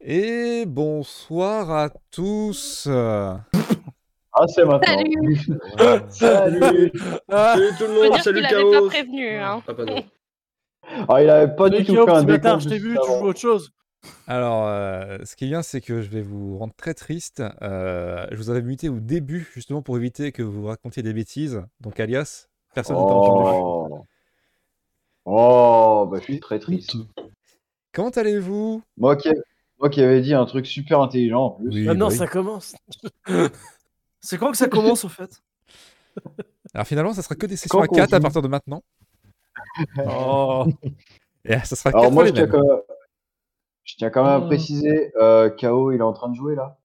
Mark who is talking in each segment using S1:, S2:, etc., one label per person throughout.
S1: Et bonsoir à tous.
S2: Ah, c'est maintenant.
S3: Salut
S2: Salut
S4: Ah,
S3: Salut
S2: tout le
S3: Je veux
S2: monde,
S3: dire
S2: salut
S3: qu'il avait pas
S2: Chaos
S3: prévenu. Hein.
S2: Ah, pardon. Ah, il avait pas
S4: Mais
S2: du tout
S4: Guillaume,
S2: fait un
S4: ce matin,
S2: décompte.
S4: je t'ai vu,
S2: juste
S4: tu joues
S2: avant.
S4: autre chose.
S1: Alors, euh, ce qui vient, c'est que je vais vous rendre très triste. Euh, je vous avais muté au début, justement, pour éviter que vous racontiez des bêtises. Donc, alias, personne ne t'a entendu.
S2: Oh. Oh, bah, je suis très triste.
S1: Comment allez-vous
S2: Moi qui, moi qui avais dit un truc super intelligent en plus.
S1: Oui,
S4: Maintenant,
S1: bah oui.
S4: ça commence. C'est quand que ça commence, au fait
S1: Alors, finalement, ça sera que des sessions
S2: Quand
S1: à 4 à
S2: continue.
S1: partir de maintenant.
S4: Oh,
S1: Et ça sera
S2: Alors,
S1: quatre
S2: moi,
S1: fois les
S2: je tiens
S1: mêmes.
S2: quand même, je tiens quand même à
S4: Hmm.
S2: préciser euh, KO, il est en train de jouer là.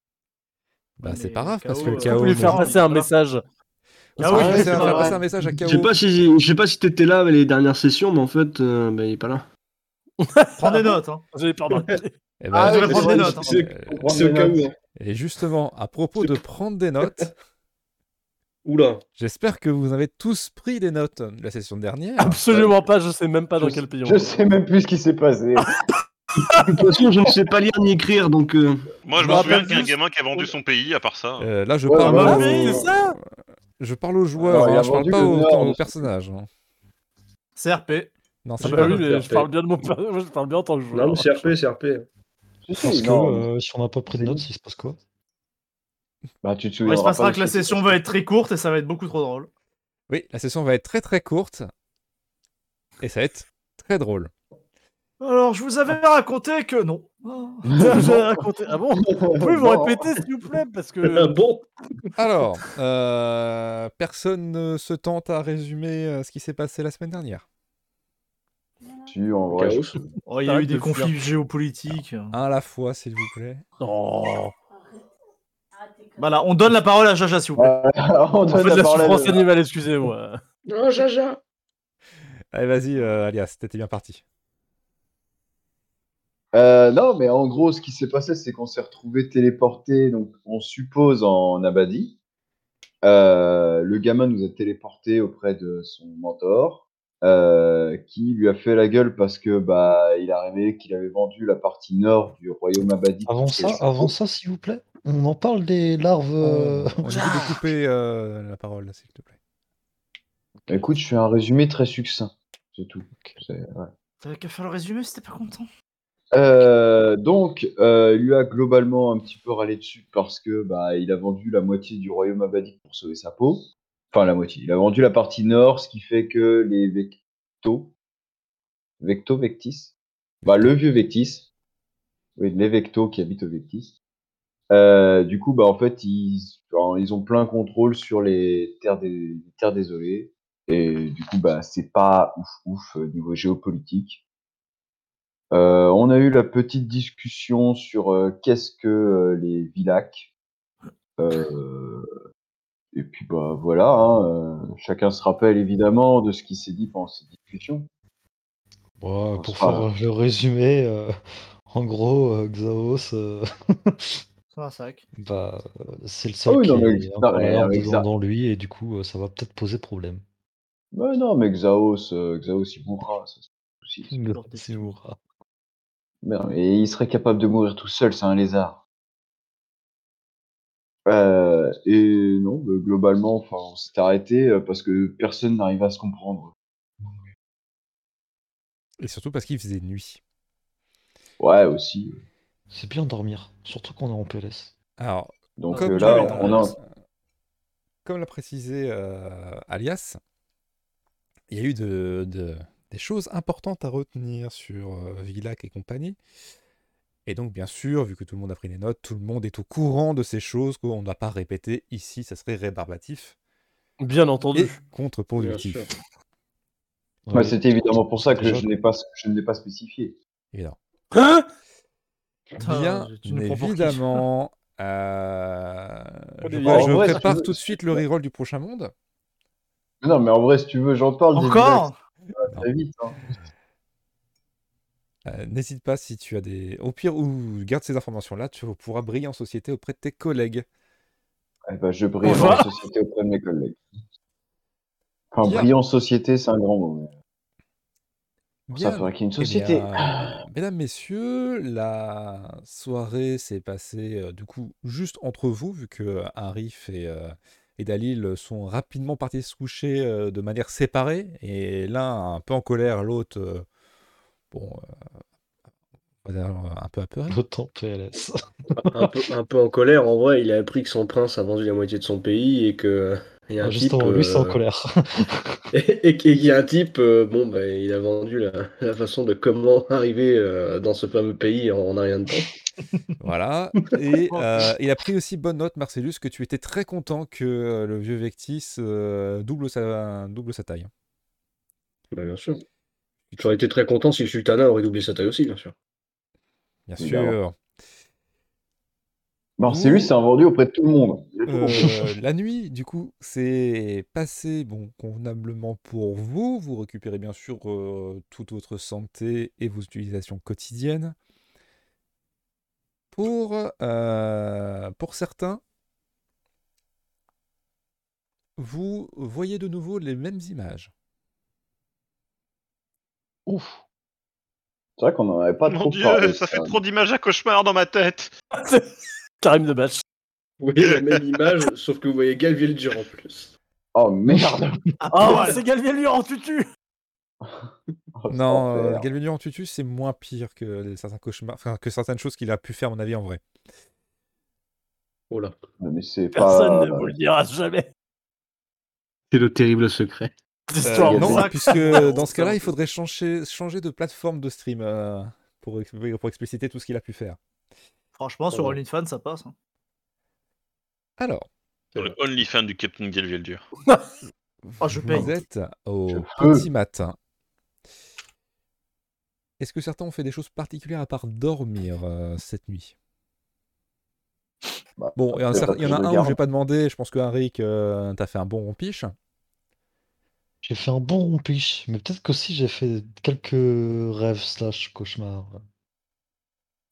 S1: Bah, c'est
S5: Mais
S1: pas grave,
S5: KO,
S1: parce que
S5: euh,
S4: vous
S1: KO.
S4: voulez faire
S1: Parce
S4: passer un message.
S1: que
S5: Ah
S1: je
S5: oui,
S1: vais
S2: c'est
S1: passer un-
S2: vrai.
S1: faire passer un message à KO.
S5: Je sais pas si je sais pas si t'étais là mais les dernières sessions, mais en fait, euh, bah, il est pas là.
S6: Prends des notes. Hein.
S4: J'avais peur d'un-
S1: Eh ben,
S2: Ah,
S6: je
S2: oui,
S6: vais prendre
S2: c'est vrai,
S6: des notes. hein.
S2: c'est-
S1: euh,
S2: Faut prendre
S5: C'est
S2: des
S5: au cas
S2: notes.
S5: où. hein.
S1: Et justement, à propos de prendre des notes,
S5: Oula.
S1: J'espère que vous avez tous pris des notes de la session dernière.
S4: Absolument pas, je sais même pas dans
S2: Je-
S4: quel pays on
S2: Je
S4: est.
S2: sais même plus ce qui s'est passé.
S5: De toute façon, je ne sais pas lire ni écrire, donc. euh,
S7: Moi, je
S4: Je me
S7: me souviens
S4: rappelle
S7: qu'il y a un
S4: juste-
S7: gamin qui a vendu son pays, à part ça.
S1: Euh, là, je
S2: Ouais,
S1: parle,
S2: bah,
S4: Ah
S1: aux-
S2: oui,
S4: oui, c'est ça
S1: je parle aux joueurs,
S2: Ouais, il
S1: hein,
S2: a
S1: je parle
S2: vendu
S1: pas
S2: le
S1: aux,
S2: Nord.
S1: aux personnages. hein.
S6: CRP.
S1: Non, ça va.
S6: J'ai
S4: Bah
S6: pas
S4: oui,
S6: de
S4: mais je
S6: fierté.
S4: parle bien de mon père. Moi, je parle bien en tant que joueur.
S5: Non, c'est RP, c'est RP.
S2: Si, si,
S8: Parce que
S2: non,
S8: euh, si on n'a pas pris de notes, il se passe quoi
S2: bah, tu te
S6: Ouais,
S2: souviendras
S6: il se
S2: pas
S6: passera
S2: de
S6: que la
S2: ce qui s'est
S6: session
S2: passé.
S6: va être très courte et ça va être beaucoup trop drôle.
S1: Oui, la session va être très très courte et ça va être très drôle.
S6: Alors, je vous avais raconté que non. Oh.
S4: J'avais raconté. Ah bon Vous pouvez vous
S2: Non.
S4: répéter, s'il vous plaît, parce
S5: Ah,
S3: Euh,
S4: que.
S5: bon.
S1: Alors, euh, personne ne se tente à résumer euh, ce qui s'est passé la semaine dernière.
S2: Si, en vrai, je-
S6: Oh, il y a
S4: Arrête
S6: eu
S4: de
S6: des
S4: le
S6: conflits géopolitiques.
S1: Un à la fois, s'il vous plaît.
S4: Oh
S6: Voilà, on donne la parole à Jaja, s'il vous plaît.
S2: Voilà, on
S4: En
S2: donne
S4: fait,
S2: la
S4: la
S2: parole à-
S4: souffrance animale, excusez-moi.
S5: Oh, Jaja.
S1: Allez, vas-y, euh, Alias, t'étais bien parti.
S2: Euh, non, mais en gros, ce qui s'est passé, c'est qu'on s'est retrouvé téléporté, donc on suppose en Abadie. Euh, le gamin nous a téléporté auprès de son mentor, euh, qui lui a fait la gueule parce que bah il a révélé qu'il avait vendu la partie nord du royaume Abadi.
S8: Avant ça, avant ça, s'il vous plaît, on en parle des larves. euh,
S1: On essaie de couper euh, la parole, s'il te plaît.
S2: Écoute, je fais un résumé très succinct, c'est tout. C'est- ouais.
S6: T'avais qu'à faire le résumé si t'es pas content.
S2: Euh, donc, euh, il lui a globalement un petit peu râlé dessus parce que bah, il a vendu la moitié du royaume abadique pour sauver sa peau. Enfin, la moitié. Il a vendu la partie nord, ce qui fait que les Vecto. Vecto, Vectis bah, Le vieux Vectis. Oui, les Vecto qui habitent au Vectis. Euh, du coup, bah, en fait, ils, enfin, ils ont plein contrôle sur les terres, des, les terres désolées. Et du coup, bah, c'est pas ouf ouf euh, niveau géopolitique. Euh, on a eu la petite discussion sur euh, qu'est-ce que euh, les vilacs. Euh, et puis bah voilà, hein, euh, chacun se rappelle évidemment de ce qui s'est dit pendant cette discussion.
S8: ouais, bah, pour faire
S2: Voilà.
S8: le résumé, euh, en gros, euh, Xaos, euh,
S6: C'est un sac.
S8: bah, euh, c'est le seul
S2: Ah oui,
S8: qui
S2: non, mais-
S8: est un peu
S2: non, mais
S8: la larve
S2: avec
S8: dedans
S2: ça-
S8: dans lui, et du coup, euh, ça va peut-être poser problème.
S2: Ouais, Bah, non, mais Xaos, euh, Xaos il mourra. ça, c'est pas un souci.
S8: Le-
S6: gentil.
S8: c'est Moura.
S2: Merde, et il serait capable de mourir tout seul, c'est un lézard. Euh, et non, bah, globalement, enfin, on s'est arrêté euh, parce que personne n'arrivait à se comprendre.
S1: Et surtout parce qu'il faisait nuit.
S2: Ouais, aussi.
S8: C'est bien dormir, surtout qu'on est en PLS.
S1: Alors,
S2: Donc
S1: Comme
S2: euh,
S1: tu
S2: là,
S1: l'as-
S2: on a.
S1: Comme l'a précisé euh, Alias, il y a eu de- de- des choses importantes à retenir sur euh, Villac et compagnie. Et donc, bien sûr, vu que tout le monde a pris des notes, tout le monde est au courant de ces choses qu'on ne va pas répéter ici, ça serait rébarbatif
S4: Bien
S1: et
S4: entendu.
S1: contre-productif.
S5: Bien
S2: Bah,
S8: Ouais,
S2: C'était évidemment pour ça que
S8: déjà-
S2: je ne l'ai pas, je ne l'ai pas spécifié.
S1: Évidemment.
S4: Hein
S6: Putain,
S1: bien
S6: tu nous prends pour qui
S1: évidemment, euh, je,
S4: Olivier.
S1: vois- je
S2: En vrai, si tu
S1: prépare
S2: veux-
S1: tout de suite le reroll du prochain monde.
S2: Mais Non, mais en vrai, si tu veux, j'en parle. des
S6: Encore
S2: Villacs, Très vite. hein.
S1: Euh, N'hésite pas si tu as des. Au pire, ou garde ces informations-là, tu pourras briller en société auprès de tes collègues.
S2: Eh ben, je brille
S4: Au
S2: en
S4: revoir.
S2: société auprès de mes collègues. Enfin,
S1: Bien.
S2: brillant société, c'est un grand mot.
S1: Bien.
S2: Ça ferait qu'il y ait une
S1: Eh
S2: société. Ah.
S1: bien, mesdames, messieurs, la soirée s'est passée euh, du coup juste entre vous, vu que euh, Arif et, euh, et Dalil sont rapidement partis se coucher euh, de manière séparée, et l'un un peu en colère, l'autre, euh, bon, euh, on va dire, euh, un peu apeuré.
S8: L'autre en PLS.
S3: un, peu, un peu en colère, en vrai, il a appris que son prince a vendu la moitié de son pays et que euh, il y a un
S8: Bah, Justement,
S3: type,
S8: lui, c'est en
S3: euh,
S8: colère.
S3: et et qu'il y a un type, euh, bon, bah, il a vendu la, la façon de comment arriver euh, dans ce fameux pays en, en un rien de temps.
S1: Voilà. Et euh, il a pris aussi bonne note, Marcellus, que tu étais très content que euh, le vieux Vectis euh, double, sa, double sa taille. hein,
S3: Bah, bien sûr. J'aurais été très content si le sultanat aurait doublé sa taille aussi, bien sûr.
S1: Bien
S2: Oui,
S1: sûr.
S2: Marcellus s'est vendu auprès de tout le monde. Il a tout compris.
S1: Euh, la nuit, du coup, c'est passé bon, convenablement pour vous. Vous récupérez bien sûr euh, toute votre santé et vos utilisations quotidiennes. Pour, euh, pour certains, vous voyez de nouveau les mêmes images.
S8: Ouf.
S2: C'est vrai qu'on n'en avait pas
S7: Mon
S2: trop
S7: dieu,
S2: parlé.
S7: ça fait
S2: ça.
S7: trop d'images à cauchemar dans ma tête.
S4: Karim de match.
S3: Vous voyez la même image, sauf que vous voyez Galviel dur en plus.
S2: Oh merde
S4: Oh,
S6: Ah, c'est Galviel en tutu
S2: Oh,
S1: Non,
S2: enfer.
S1: euh, Galvanian en tutu, c'est moins pire que les- certains cauchemars, enfin, que certaines choses qu'il a pu faire, à mon avis, en vrai.
S3: Oh là.
S2: Mais c'est pas. euh,
S4: Personne ne vous le dira jamais.
S5: C'est le terrible secret.
S1: Euh,
S4: L'histoire
S1: non,
S4: exacte.
S1: puisque dans ce cas-là, il faudrait changer, changer de plateforme de stream euh, pour, ex- pour expliciter tout ce qu'il a pu faire.
S6: Franchement, sur
S3: Ouais.
S6: OnlyFans, ça passe. hein.
S1: Alors,
S7: Sur le Euh, OnlyFans du Captain Galviel dur.
S6: Ah, je
S1: vous
S6: paye.
S1: êtes au
S2: Je
S1: petit matin. Est-ce que certains ont fait des choses particulières à part dormir euh, cette nuit
S2: Bah,
S1: Bon, il y en a,
S2: c'est
S1: cer-
S2: pas
S1: il y en a
S2: plus
S1: un
S2: de
S1: où je vais
S2: garde.
S1: pas demandé. Je pense que Henrik, euh, t'as fait un bon rompiche.
S8: J'ai fait un bon rompiche, mais peut-être qu'aussi j'ai fait quelques rêves slash cauchemars.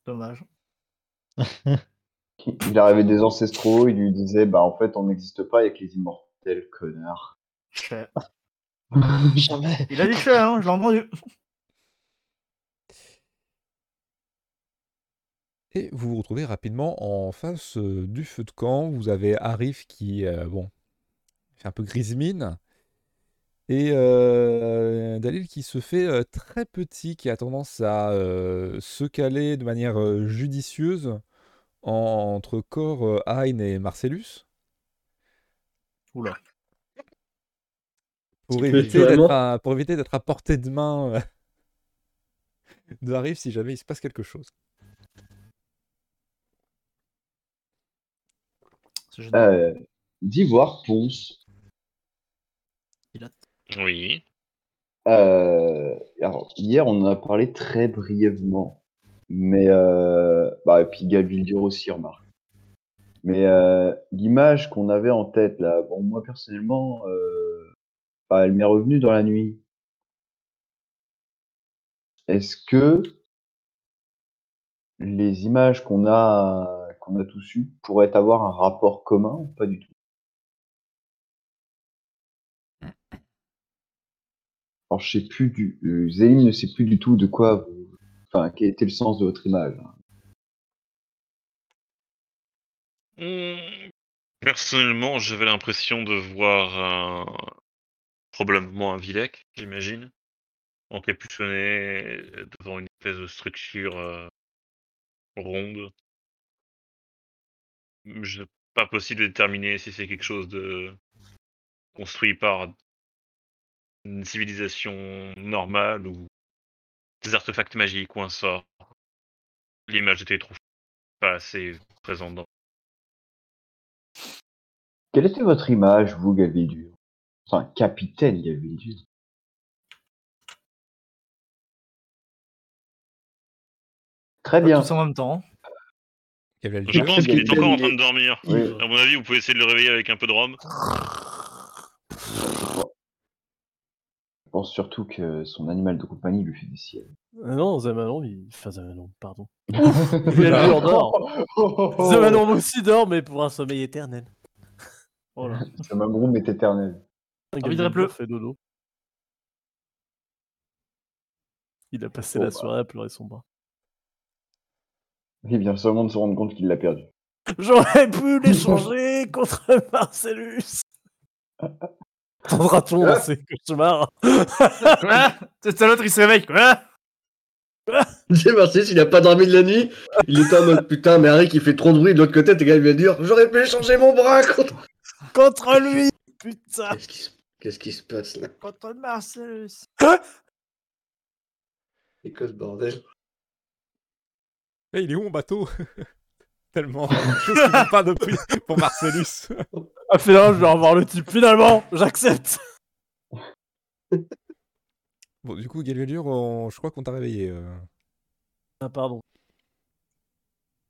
S6: Dommage.
S2: Il arrivait des ancestraux, il lui disait Bah en fait, on n'existe pas, il y a que les immortels, connard.
S6: Je sais.
S8: Jamais.
S6: Il a dit fait, hein, je l'ai entendu.
S1: Et vous vous retrouvez rapidement en face euh, du feu de camp. Vous avez Arif qui, euh, bon, fait un peu grise mine. Et euh, Dalil qui se fait euh, très petit, qui a tendance à euh, se caler de manière euh, judicieuse en- entre corps euh, Hein et Marcellus.
S6: Oula.
S1: Pour
S3: Tu peux
S1: éviter
S3: vraiment-
S1: d'être à, pour éviter d'être à portée de main euh, de Arif si jamais il se passe quelque chose.
S6: C'est génial.
S2: Euh, D'ivoire ponce.
S7: Oui.
S2: Euh, alors, hier, on en a parlé très brièvement. Mais. euh, bah, et puis Galvildur aussi, remarque. Mais euh, l'image qu'on avait en tête, là, bon, moi personnellement, euh, bah, elle m'est revenue dans la nuit. Est-ce que les images qu'on a, qu'on a tous eues pourraient avoir un rapport commun ou pas du tout Alors, je sais plus du. euh, Zélim ne sait plus du tout de quoi. vous- Enfin, quel était le sens de votre image hein.
S7: Hmm. Personnellement, j'avais l'impression de voir un... probablement un Vilek, j'imagine, encapuchonné euh, devant une espèce de structure euh, ronde. Hmm, Je... Pas possible de déterminer si c'est quelque chose de construit par une civilisation normale ou des artefacts magiques ou un sort. L'image était trop pas assez présente dans
S2: Quelle était votre image, vous, Galvildur Enfin, capitaine Galvildur. Très
S6: Pas
S2: bien.
S6: Tous en même temps. hein.
S1: Gabriel
S7: Je
S1: Dieu.
S7: pense qu'il est
S3: Gabriel,
S7: encore en
S3: il
S7: train
S3: est-
S7: de dormir.
S2: Oui.
S7: À mon avis, vous pouvez essayer de le réveiller avec un peu de rhum.
S2: Je pense surtout que son animal de compagnie lui fait des siennes.
S6: Euh,
S4: Ah Non, Zamanon, il... enfin Zamanon, pardon.
S2: Ah.
S4: Galviel dort.
S2: Oh, oh, oh.
S4: Zamanon aussi dort, mais pour un sommeil éternel.
S6: Oh là.
S2: Le mamroum est
S4: Ah,
S2: éternel.
S6: Envie de
S4: Galviel
S6: répleu.
S4: fait dodo.
S6: Il a passé
S2: Bon,
S6: la
S2: bah.
S6: soirée à pleurer son bras.
S2: Il vient seulement de se rendre compte qu'il l'a perdu.
S6: J'aurais pu l'échanger contre Marcellus. Prendra-t-on dans ses cauchemars
S4: Quoi C'est l'autre, il se réveille. Quoi
S3: C'est Marcellus, il a pas dormi de la nuit. Il était en mode putain, mais Harry qui fait trop de bruit de l'autre côté, t'es gars, il va dire J'aurais pu échanger mon bras contre.
S6: Contre lui Putain
S3: Qu'est-ce qui se, qu'est-ce qui se passe là
S6: Contre Marcellus
S3: C'est quoi ce bordel
S1: Eh, il est où mon bateau Tellement de choses qui vont pas depuis pour Marcellus.
S6: Ah finalement, je vais revoir le type. Finalement, j'accepte
S1: Bon, du coup, Galvelure, on- je crois qu'on t'a réveillé. euh.
S6: Ah pardon.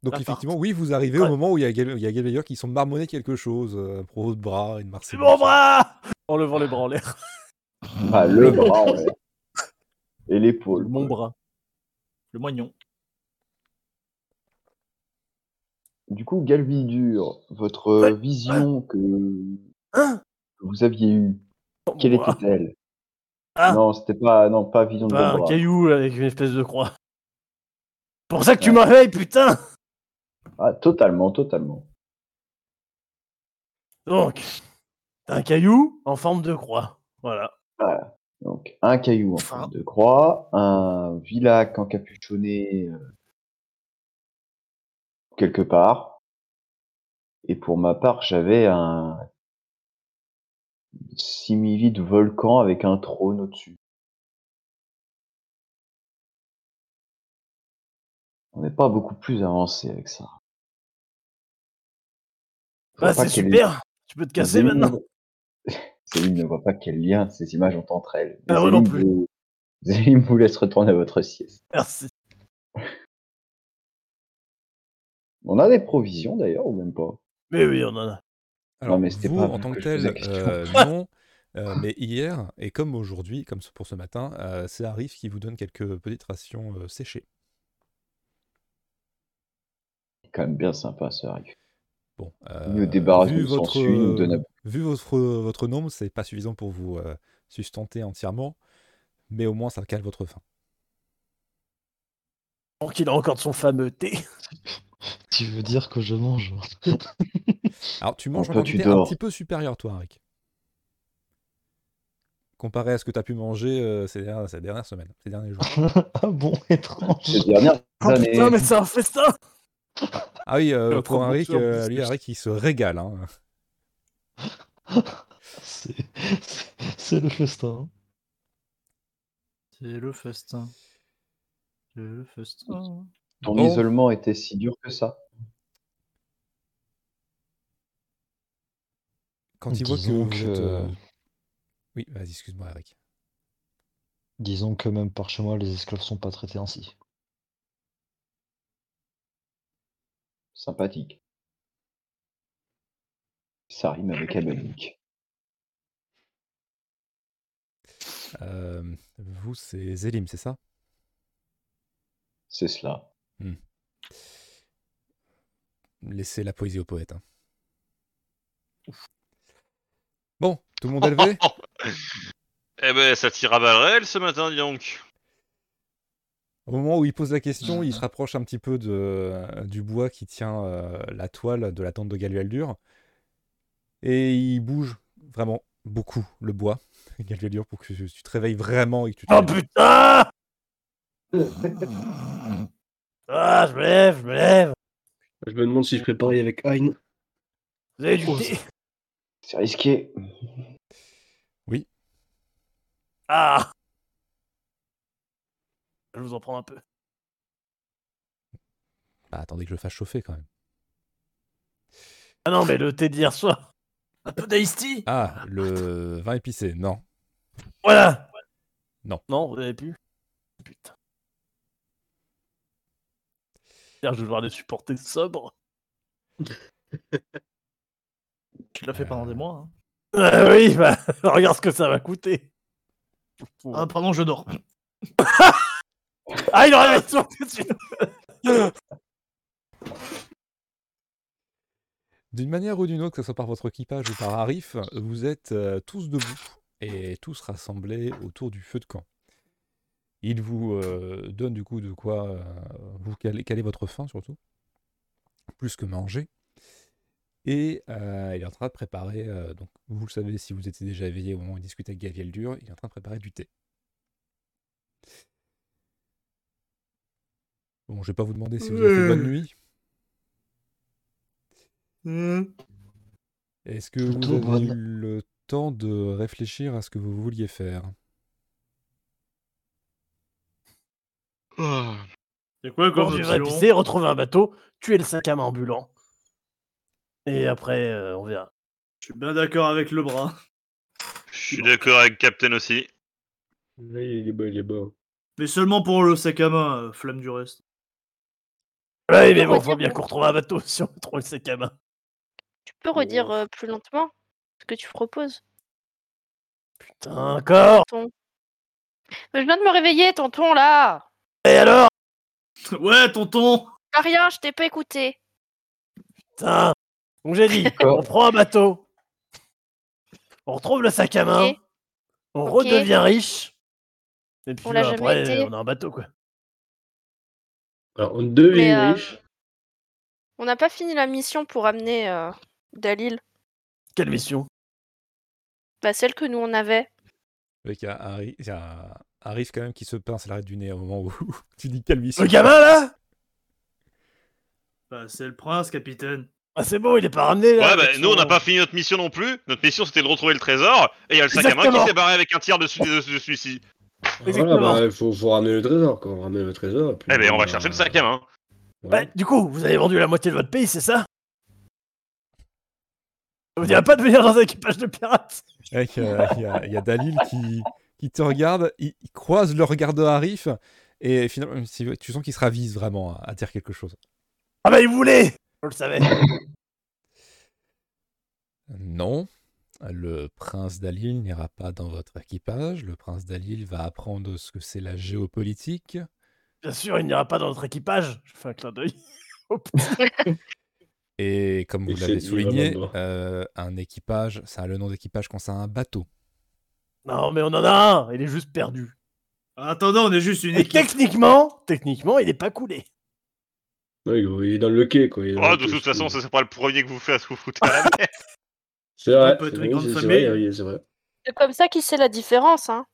S1: Donc,
S6: Ah,
S1: effectivement, oui, vous arrivez au
S6: Ouais.
S1: moment où il y a, Gal- il y a Galvelure qui sont marmonner quelque chose euh, à propos de bras et de
S6: C'est
S1: Marcellus.
S6: mon bras En levant les bras en l'air.
S2: Ah, le bras, ouais. Et l'épaule.
S6: Mon
S2: ouais.
S6: bras.
S4: Le moignon.
S2: Du coup, Galvidur, votre euh, vision que
S6: Hein
S2: que vous aviez eue, quelle
S6: Mon bras.
S2: était-elle
S6: Ah.
S2: Non, c'était pas, non, pas vision de
S6: Pas
S2: votre
S6: un
S2: bras.
S6: caillou avec une espèce de croix. Pour ça que tu
S2: Ouais.
S6: m'arrêtes, putain
S2: Ah, totalement, totalement.
S6: Donc, t'as un caillou en forme de croix. Voilà.
S2: Donc, un caillou en forme de croix, un vilac encapuchonné euh, quelque part. Et pour ma part, j'avais un simili de volcan avec un trône au-dessus. On n'est pas beaucoup plus avancé avec ça. Je
S6: Bah,
S2: vois pas
S6: c'est
S2: quel-
S6: super Tu peux te casser
S2: Zéline-
S6: maintenant
S2: Zéline ne voit pas quel lien ces images ont entre elles.
S6: Ah,
S2: Mais
S6: moi non
S2: Zéline
S6: plus.
S2: vous- Zéline vous laisse retourner à votre sieste.
S6: Merci.
S2: On a des provisions d'ailleurs, ou même pas
S6: Mais oui, on en a.
S1: Alors,
S2: mais c'était
S1: vous,
S2: pas
S1: en
S2: vous
S1: tant que
S2: que je
S1: tel,
S2: posais la question.
S1: euh, non. Euh, mais hier, et comme aujourd'hui, comme ce- pour ce matin, euh, c'est Arif qui vous donne quelques petites rations euh, séchées.
S2: C'est quand même bien sympa ce Arif.
S1: Bon, euh,
S2: Il nous débarrasse
S1: vu
S2: de son
S1: votre, euh,
S2: suie, il nous donne un-
S1: vu votre, votre nombre, c'est pas suffisant pour vous euh, sustenter entièrement, mais au moins ça cale votre faim.
S6: Donc il a encore de son fameux thé.
S8: Tu veux dire que je mange
S1: Alors tu manges en
S2: toi, tu
S1: quantité un
S2: dors.
S1: petit peu supérieure, toi, Rick. Comparé à ce que tu as pu manger euh, ces, dernières, ces dernières semaines, ces derniers jours.
S8: Ah bon, étrange.
S2: Ces dernières
S6: Oh
S2: années,
S6: putain, mais c'est un festin
S1: Ah oui, euh,
S6: Notre
S1: pour un Rick,
S6: monture,
S1: euh, lui,
S6: plus que-
S1: un Rick, il se régale. hein.
S8: C'est- c'est- C'est le festin.
S4: C'est le festin. C'est le festin.
S2: ton
S1: Bon.
S2: isolement était si dur que ça.
S1: Quand il voit que
S8: Disons
S1: vous
S8: que-
S1: êtes, euh, Oui, vas-y, excuse-moi, Rick.
S8: Disons que même par chez moi, les esclaves sont pas traités ainsi.
S2: Sympathique. Ça rime avec Abanique.
S1: Euh, vous, c'est Zélim, c'est ça
S2: C'est cela.
S1: Laissez la poésie au poète. hein. Bon, tout le monde est levé
S7: Eh ben, ça tire à balles réelles ce matin, dis donc.
S1: Au moment où il pose la question, il se rapproche un petit peu de, euh, du bois qui tient euh, la toile de la tente de Galualdur. Et il bouge vraiment beaucoup le bois, Galualdur, pour que tu te réveilles vraiment et que tu te
S6: Oh
S1: lèves.
S6: putain Ah, je me lève, je me lève
S5: Je me demande si je peux parier avec Hein.
S6: Vous avez du thé
S2: C'est risqué.
S6: Ah Je vais vous en prendre un peu.
S1: Bah, attendez que je le fasse chauffer quand même.
S6: Ah non, mais le thé d'hier soir.
S4: Un peu d'Ice tea
S1: Ah, le vin épicé, non.
S6: Voilà
S1: Non.
S6: Non, vous avez pu Putain. Hier, je vais devoir les supporter sobre.
S4: Tu l'as fait pendant des mois. hein.
S6: Ah oui, bah, regarde ce que ça va coûter.
S4: Ah, pardon, je dors.
S6: Ah, il aurait dû sortir tout de suite.
S1: D'une manière ou d'une autre, que ce soit par votre équipage ou par Arif, vous êtes euh, tous debout et tous rassemblés autour du feu de camp. Il vous euh, donne du coup de quoi euh, vous caler, caler votre faim surtout, plus que manger. Et euh, il est en train de préparer, euh, donc vous le savez si vous étiez déjà éveillé au moment où il discutait avec Gaviel Dur, il est en train de préparer du thé. Bon, je vais pas vous demander si vous avez fait bonne nuit. Est-ce que vous
S8: Plutôt
S1: avez eu
S8: bonne.
S1: le temps de réfléchir à ce que vous vouliez faire
S7: Oh.
S4: C'est quoi
S6: Quand
S4: comme
S6: je
S7: Bon,
S4: option
S6: vais pisser, retrouver un bateau, tuer le 5 ambulant. Et après, euh, on verra.
S4: Je suis bien d'accord avec le bras.
S7: Je suis d'accord avec Captain aussi.
S3: Là, il est bas, il est bas.
S4: Mais seulement pour le sac à main, euh, flamme du reste.
S6: Ouais, mais
S9: On
S6: bon,
S9: retire
S6: faut bien
S9: mon-
S6: qu'on retrouve un bateau si on trouve le 5 à main.
S9: Tu peux redire euh, plus lentement ce que tu proposes.
S6: Putain, encore
S9: Mais je viens de me réveiller, tonton, là
S6: Et alors
S4: ouais, tonton
S9: Pas rien, je t'ai pas écouté.
S6: Putain Donc j'ai dit, on prend un bateau, on retrouve le sac à main,
S9: Ok.
S6: on
S9: Ok.
S6: redevient riche, et puis
S9: On l'a
S6: bah,
S9: jamais
S6: après,
S9: été.
S6: on a un bateau, quoi.
S3: Alors, on devient
S9: Mais, euh,
S3: riche.
S9: On n'a pas fini la mission pour amener euh, Dalil.
S6: Quelle mission
S9: Bah, celle que nous, on avait.
S1: Avec un, un ri- il y a un- un riff quand même qui se pince l'arrêt du nez au moment où tu dis quelle mission.
S6: Le gamin, là
S4: Bah, C'est le prince, capitaine.
S6: Ah, c'est bon, il est pas ramené, là
S7: Ouais, bah,
S6: avec
S7: nous on n'a
S6: son-
S7: pas fini notre mission non plus. Notre mission c'était de retrouver le trésor. Et il y a le sac à main
S6: Exactement.
S7: qui s'est barré avec un tir dessus, dessus, dessus ici.
S3: Voilà,
S6: Exactement.
S3: bah, il faut, faut ramener le trésor, quoi. On ramène le trésor. puis
S7: Eh ben on va
S3: bah,
S7: chercher le sac à main.
S6: Bah,
S3: voilà.
S6: du coup, vous avez vendu la moitié de votre pays, c'est ça Ça vous dirait pas de venir dans un équipage de pirates
S1: Mec, euh, Il y, a- il y a Dalil qui, qui te regarde, il, il croise le regard de Arif et finalement si- tu sens qu'il se ravise vraiment à, à dire quelque chose.
S6: Ah bah, il voulait On le savait.
S1: Non, le prince Dalil n'ira pas dans votre équipage. Le prince Dalil va apprendre ce que c'est la géopolitique.
S6: Bien sûr, il n'ira pas dans notre équipage. Je fais un clin d'œil.
S1: Et comme
S3: Et
S1: vous
S3: c'est
S1: l'avez
S3: dit
S1: souligné,
S3: vraiment droit.
S1: euh, un équipage, ça a le nom d'équipage quand c'est un bateau.
S6: Non, mais on en a un, il est juste perdu.
S4: En Ah, attendant, on est juste une
S6: Et
S4: équipe.
S6: techniquement, techniquement, il n'est pas coulé.
S3: Ouais, il il est dans le quai, quoi. il est dans
S7: Oh,
S3: le
S7: de
S3: quai,
S7: toute
S3: c'est
S7: façon,
S3: tout.
S7: ça c'est pas le premier que vous faites à vous foutre à la mer.
S3: c'est vrai.
S4: On peut
S3: C'est
S4: être
S3: vrai,
S4: une grande
S3: c'est- c'est
S4: famille.
S3: vrai, oui, c'est vrai.
S9: C'est comme ça qu'il sait la différence, hein.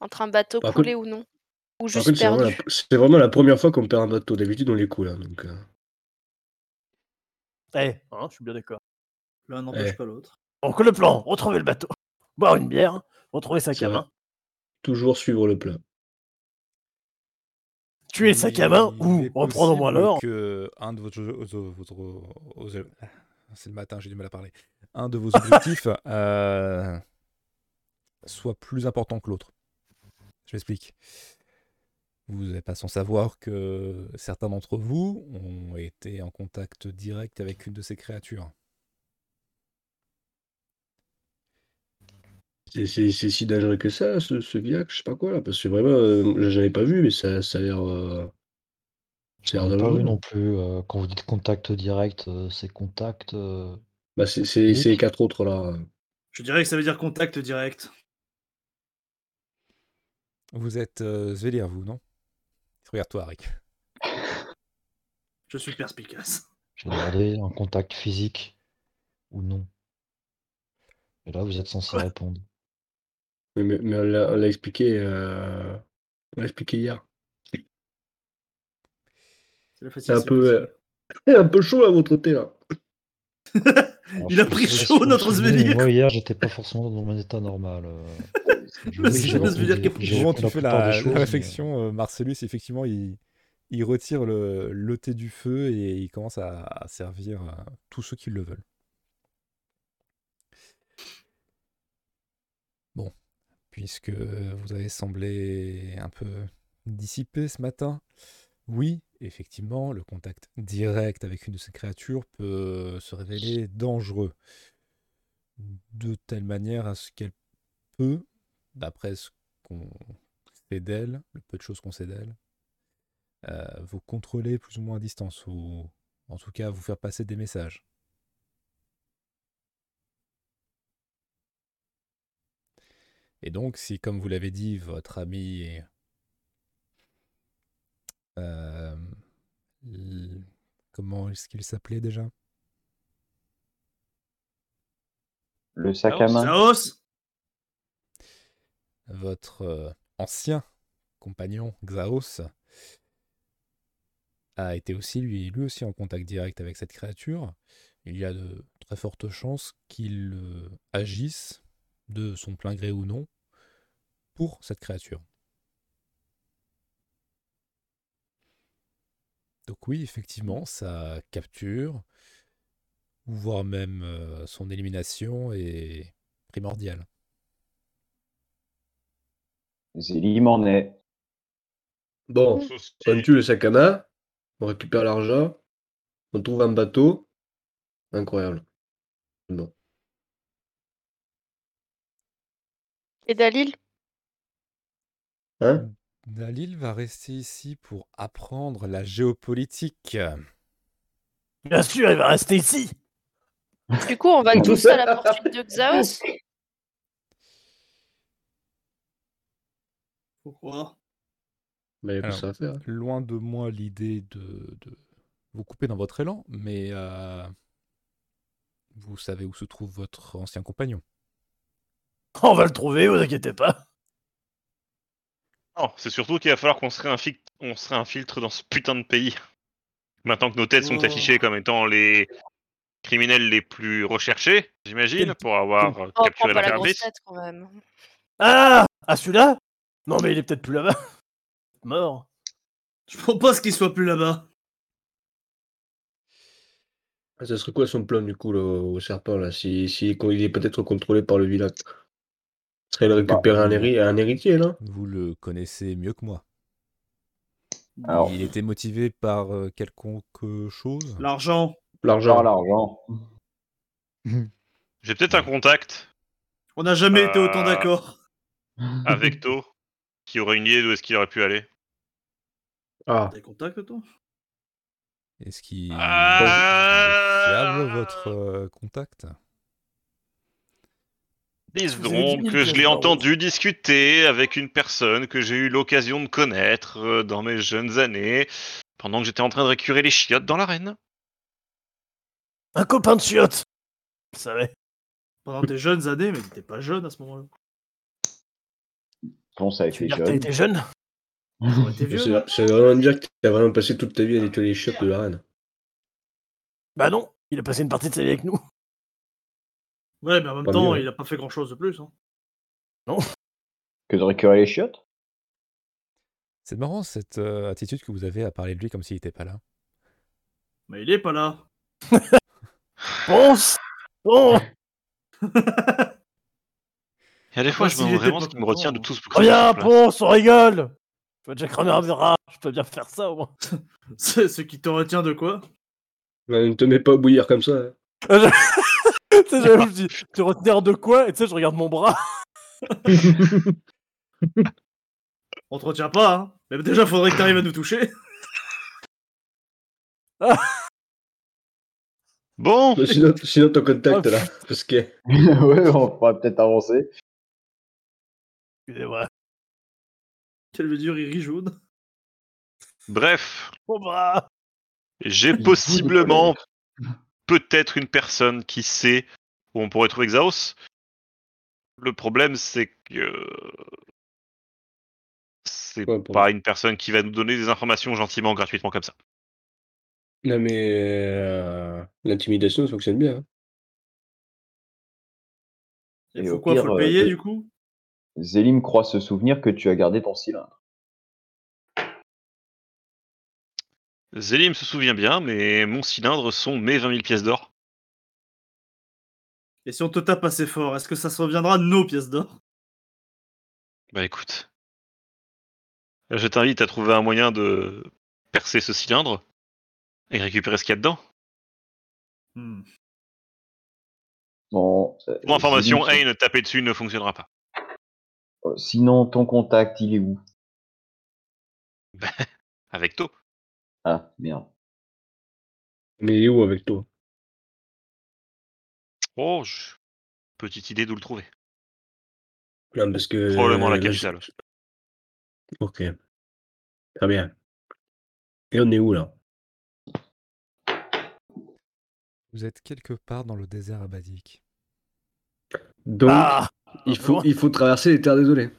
S9: Entre un bateau
S2: Bah,
S3: Par
S9: coulé ou non. Ou
S3: Par
S9: juste
S3: contre, c'est vraiment,
S9: perdu.
S3: la- c'est vraiment la première fois qu'on perd un bateau. D'habitude, on les coule. Hein, donc, euh,
S6: Eh, hein, je suis bien d'accord.
S4: L'un n'empêche
S3: Eh.
S4: pas l'autre.
S6: Donc le plan, retrouver le bateau, boire une bière, retrouver sac
S3: Ça
S6: à
S3: va.
S6: main,
S3: toujours suivre le plat.
S6: tuer le sac à main
S1: Il
S6: ou
S1: est
S6: reprendre moi
S1: possible
S6: l'or.
S1: Que un de vos, vos- vos- vos- vos- c'est le matin, j'ai du mal à parler. Un de vos objectifs euh, soit plus important que l'autre. Je m'explique. Vous n'êtes pas sans savoir que certains d'entre vous ont été en contact direct avec une de ces créatures.
S3: C'est- C'est c'est si dangereux que ça, ce, ce village, je sais pas quoi là. Parce que vraiment, euh, je l'avais pas vu, mais ça, ça a l'air. euh, ça a
S8: On
S3: l'air
S2: Ah
S8: n'a pas vu
S3: dangereux.
S8: non plus. euh, quand vous dites contact direct, euh, c'est contact. euh,
S3: Bah, c'est- c'est c'est les
S8: Nick.
S3: quatre autres là.
S4: Je dirais que ça veut dire contact direct.
S1: Vous êtes euh, Svelir, vous, non Regarde-toi, Rick.
S4: Je suis perspicace.
S8: Je vais demander un contact physique ou non. Et là, vous êtes censé
S4: Ouais.
S8: répondre.
S3: Mais, mais- mais on l'a on l'a expliqué, euh, on l'a expliqué hier.
S4: C'est
S3: C'est
S4: la facilité.
S3: un peu, euh, un peu chaud à votre thé là.
S8: Alors,
S4: Il
S8: je
S4: a
S8: peux
S4: pris
S8: se-
S4: chaud,
S8: se
S4: notre
S8: souvenir,
S4: Svelir.
S8: Moi, hier, j'étais pas forcément dans mon état normal. euh, je-
S4: Le
S8: oui, j'ai
S4: Svelir
S8: répondu-
S4: qui a pris
S8: j'ai
S1: Au moment où
S8: répondu
S1: tu fais
S8: la plupart des
S1: la, la
S8: choses, mais, euh,
S1: réflexion, euh, Marcellus, effectivement, il, il retire le, le thé du feu et il commence à, à servir à tous ceux qui le veulent. Bon, puisque vous avez semblé un peu dissipé ce matin, oui, effectivement, le contact direct avec une de ces créatures peut se révéler dangereux. De telle manière à ce qu'elle peut, d'après ce qu'on sait d'elle, le peu de choses qu'on sait d'elle, euh, vous contrôler plus ou moins à distance, ou en tout cas vous faire passer des messages. Et donc, si, comme vous l'avez dit, votre ami euh, l- comment est-ce qu'il s'appelait déjà
S2: Le
S6: Ah,
S2: sac à
S3: euh,
S2: main.
S4: Zaos
S1: votre euh, ancien compagnon Xaos a été aussi lui, lui aussi en contact direct avec cette créature, il y a de très fortes chances qu'il euh, agisse de son plein gré ou non pour cette créature. Donc oui, effectivement, sa capture, voire même euh, son élimination est primordiale.
S2: Zélie m'en est.
S3: Bon,
S7: Sauf si-
S3: on tue le sac à main, on récupère l'argent, on trouve un bateau. Incroyable. Bon.
S9: Et Dalil
S3: Hein
S1: Dalil va rester ici pour apprendre la géopolitique.
S6: Bien sûr, il va rester ici.
S9: Du coup, on va tous à la poursuite de Xaos.
S5: Pourquoi
S3: Mais il y a que
S1: Alors.
S3: ça à faire.
S1: Loin de moi l'idée de, de vous couper dans votre élan, mais euh, vous savez où se trouve votre ancien compagnon.
S6: On va le trouver, vous inquiétez pas.
S7: Non, c'est surtout qu'il va falloir qu'on se, réinfic- on se réinfiltre dans ce putain de pays. Maintenant que nos têtes sont
S5: Oh.
S7: affichées comme étant les criminels les plus recherchés, j'imagine,
S1: Quel-
S7: pour avoir euh,
S9: Oh, prends
S7: capturé
S9: pas la grosse
S7: l'impératrice.
S9: tête quand même.
S6: Ah Ah, celui-là Non, mais il est peut-être plus là-bas. Mort.
S4: Je propose qu'il soit plus là-bas.
S3: Ah, Ça serait quoi son plan du coup là, au serpent là si, si quand il est peut-être contrôlé par le village Ce serait de récupérer un, héri- un héritier là
S1: Vous le connaissez mieux que moi.
S6: Mmh.
S2: Alors,
S1: Il était motivé par euh, quelconque chose.
S4: L'argent.
S2: genre
S3: L'argent.
S2: l'argent.
S7: J'ai peut-être un contact
S4: On n'a jamais été autant
S7: Euh,
S4: d'accord.
S7: avec To qui aurait une idée d'où est-ce qu'il aurait pu aller.
S3: Ah,
S4: T'as contact, toi
S1: Est-ce qu'il
S7: Ah.
S1: est fiable votre euh, contact
S6: Vous avez dit
S7: Donc,
S6: mille
S7: je l'ai
S6: pièces d'or.
S7: entendu discuter avec une personne que j'ai eu l'occasion de connaître euh, dans mes jeunes années, pendant que j'étais en train de récurer les chiottes dans l'arène.
S6: Un copain de chiottes. Vous savez.
S4: Pendant tes jeunes années, mais t'étais pas jeune à ce moment-là.
S2: Bon, ça a
S6: Tu veux
S2: été
S6: dire que t'as
S2: jeune.
S6: été jeune
S4: T'aurais été
S3: c'est
S4: vieux. non
S3: c'est vraiment dire que t'as vraiment passé toute ta vie à nettoyer les chiottes de la reine.
S6: Bah non, il a passé une partie de sa vie avec nous.
S4: Ouais, mais en même
S3: Pas
S4: temps,
S3: mieux.
S4: il a pas fait grand-chose de plus. Hein.
S2: Que de récupérer les chiottes
S1: C'est marrant cette euh, attitude que vous avez à parler de lui comme s'il n'était pas là.
S4: Mais il est pas là.
S6: Pense Bon,
S7: Et des fois,
S4: Ouais,
S7: je
S4: si
S7: me
S4: j'étais
S7: demande vraiment
S4: pas
S7: ce qui me retient de
S4: content,
S7: tout ce
S6: reviens,
S7: ce-
S6: pense, on rigole Tu vois, Jack Runner verra, je peux bien faire ça au moins.
S4: C'est ce qui te retient de quoi
S3: Ouais, Bah, ne te mets pas à bouillir comme ça. hein.
S6: tu sais, j'avoue, je dis, te retenir de quoi Et tu sais, je regarde mon bras.
S4: On te retient pas, hein. Mais déjà, faudrait que t'arrives à nous toucher.
S7: Bon,
S3: Bah, Sinon, sinon ton contact
S6: Oh,
S3: là. Parce que.
S2: Ouais, on pourra peut-être avancer.
S6: Excusez-moi.
S4: Quelle veut dire, il rit jaune.
S7: bref,
S6: Mon bras
S7: J'ai possiblement peut-être une personne qui sait où on pourrait trouver Xaos. Le problème, c'est que c'est
S3: Quoi, pour-
S7: pas une personne qui va nous donner des informations gentiment, gratuitement comme ça.
S3: Non mais euh, l'intimidation ça fonctionne bien. hein.
S4: Et
S2: Et
S4: faut
S2: au
S4: quoi Faut
S2: pire,
S4: le
S2: euh,
S4: payer,
S2: et-
S4: du coup
S2: Zélim croit se souvenir que tu as gardé ton cylindre.
S7: Zélim se souvient bien, mais mon cylindre sont mes 20 000 pièces d'or.
S4: Et si on te tape assez fort, est-ce que ça se reviendra nos pièces d'or
S7: Bah écoute, je t'invite à trouver un moyen de percer ce cylindre et récupérer ce qu'il y a dedans.
S4: Hmm.
S2: Bon, euh,
S7: Pour information,
S2: Zélim,
S7: Ayn, taper dessus ne fonctionnera pas.
S2: euh, Sinon, ton contact, il est où
S7: Avec taux.
S2: Ah, merde.
S3: Mais il est où avec toi
S7: Oh, je- petite idée d'où le trouver.
S3: Non, parce que.
S7: Probablement la
S3: là, je-
S7: capitale.
S3: Ok. Très bien. Et on est où là
S1: Vous êtes quelque part dans le désert abadique.
S3: Donc,
S6: Ah
S3: il, faut, il faut traverser les terres désolées.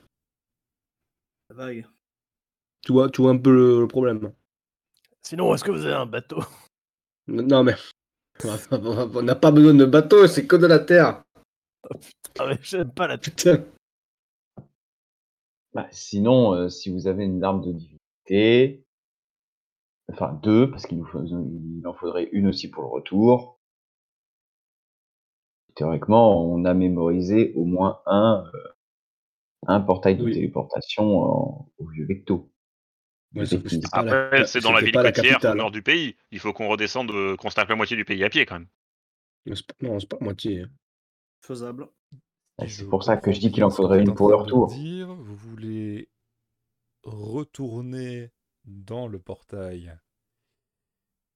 S4: La vague.
S3: Tu vois, tu vois un peu le, le problème.
S6: Sinon, est-ce que vous avez un bateau
S3: Non, mais. On n'a pas besoin de bateau, c'est que de la terre.
S6: Ah mais j'aime pas la
S3: Putain.
S2: Bah, sinon, euh, si vous avez une arme de divinité, enfin deux, parce qu'il nous faut- il en faudrait une aussi pour le retour. Théoriquement, on a mémorisé au moins un, euh, un portail de
S3: Oui.
S2: téléportation en- au vieux Vecto.
S3: Ouais, sauf que c'était pas la-
S7: Après, c'est dans la
S3: c'était
S7: ville
S3: pas
S7: côtière au
S3: capitale.
S7: nord du pays. Il faut qu'on redescende, euh, qu'on se tape la moitié du pays à pied quand même.
S3: C'est pas- Non, c'est pas moitié.
S4: Faisable.
S2: Ah,
S1: Je
S2: c'est pour ça que je
S1: comprends
S2: dis qu'il en
S1: bien ce que
S2: faudrait
S1: vous
S2: une
S1: êtes en
S2: pour
S1: train
S2: le
S1: de
S2: retour.
S1: dire. Vous voulez retourner dans le portail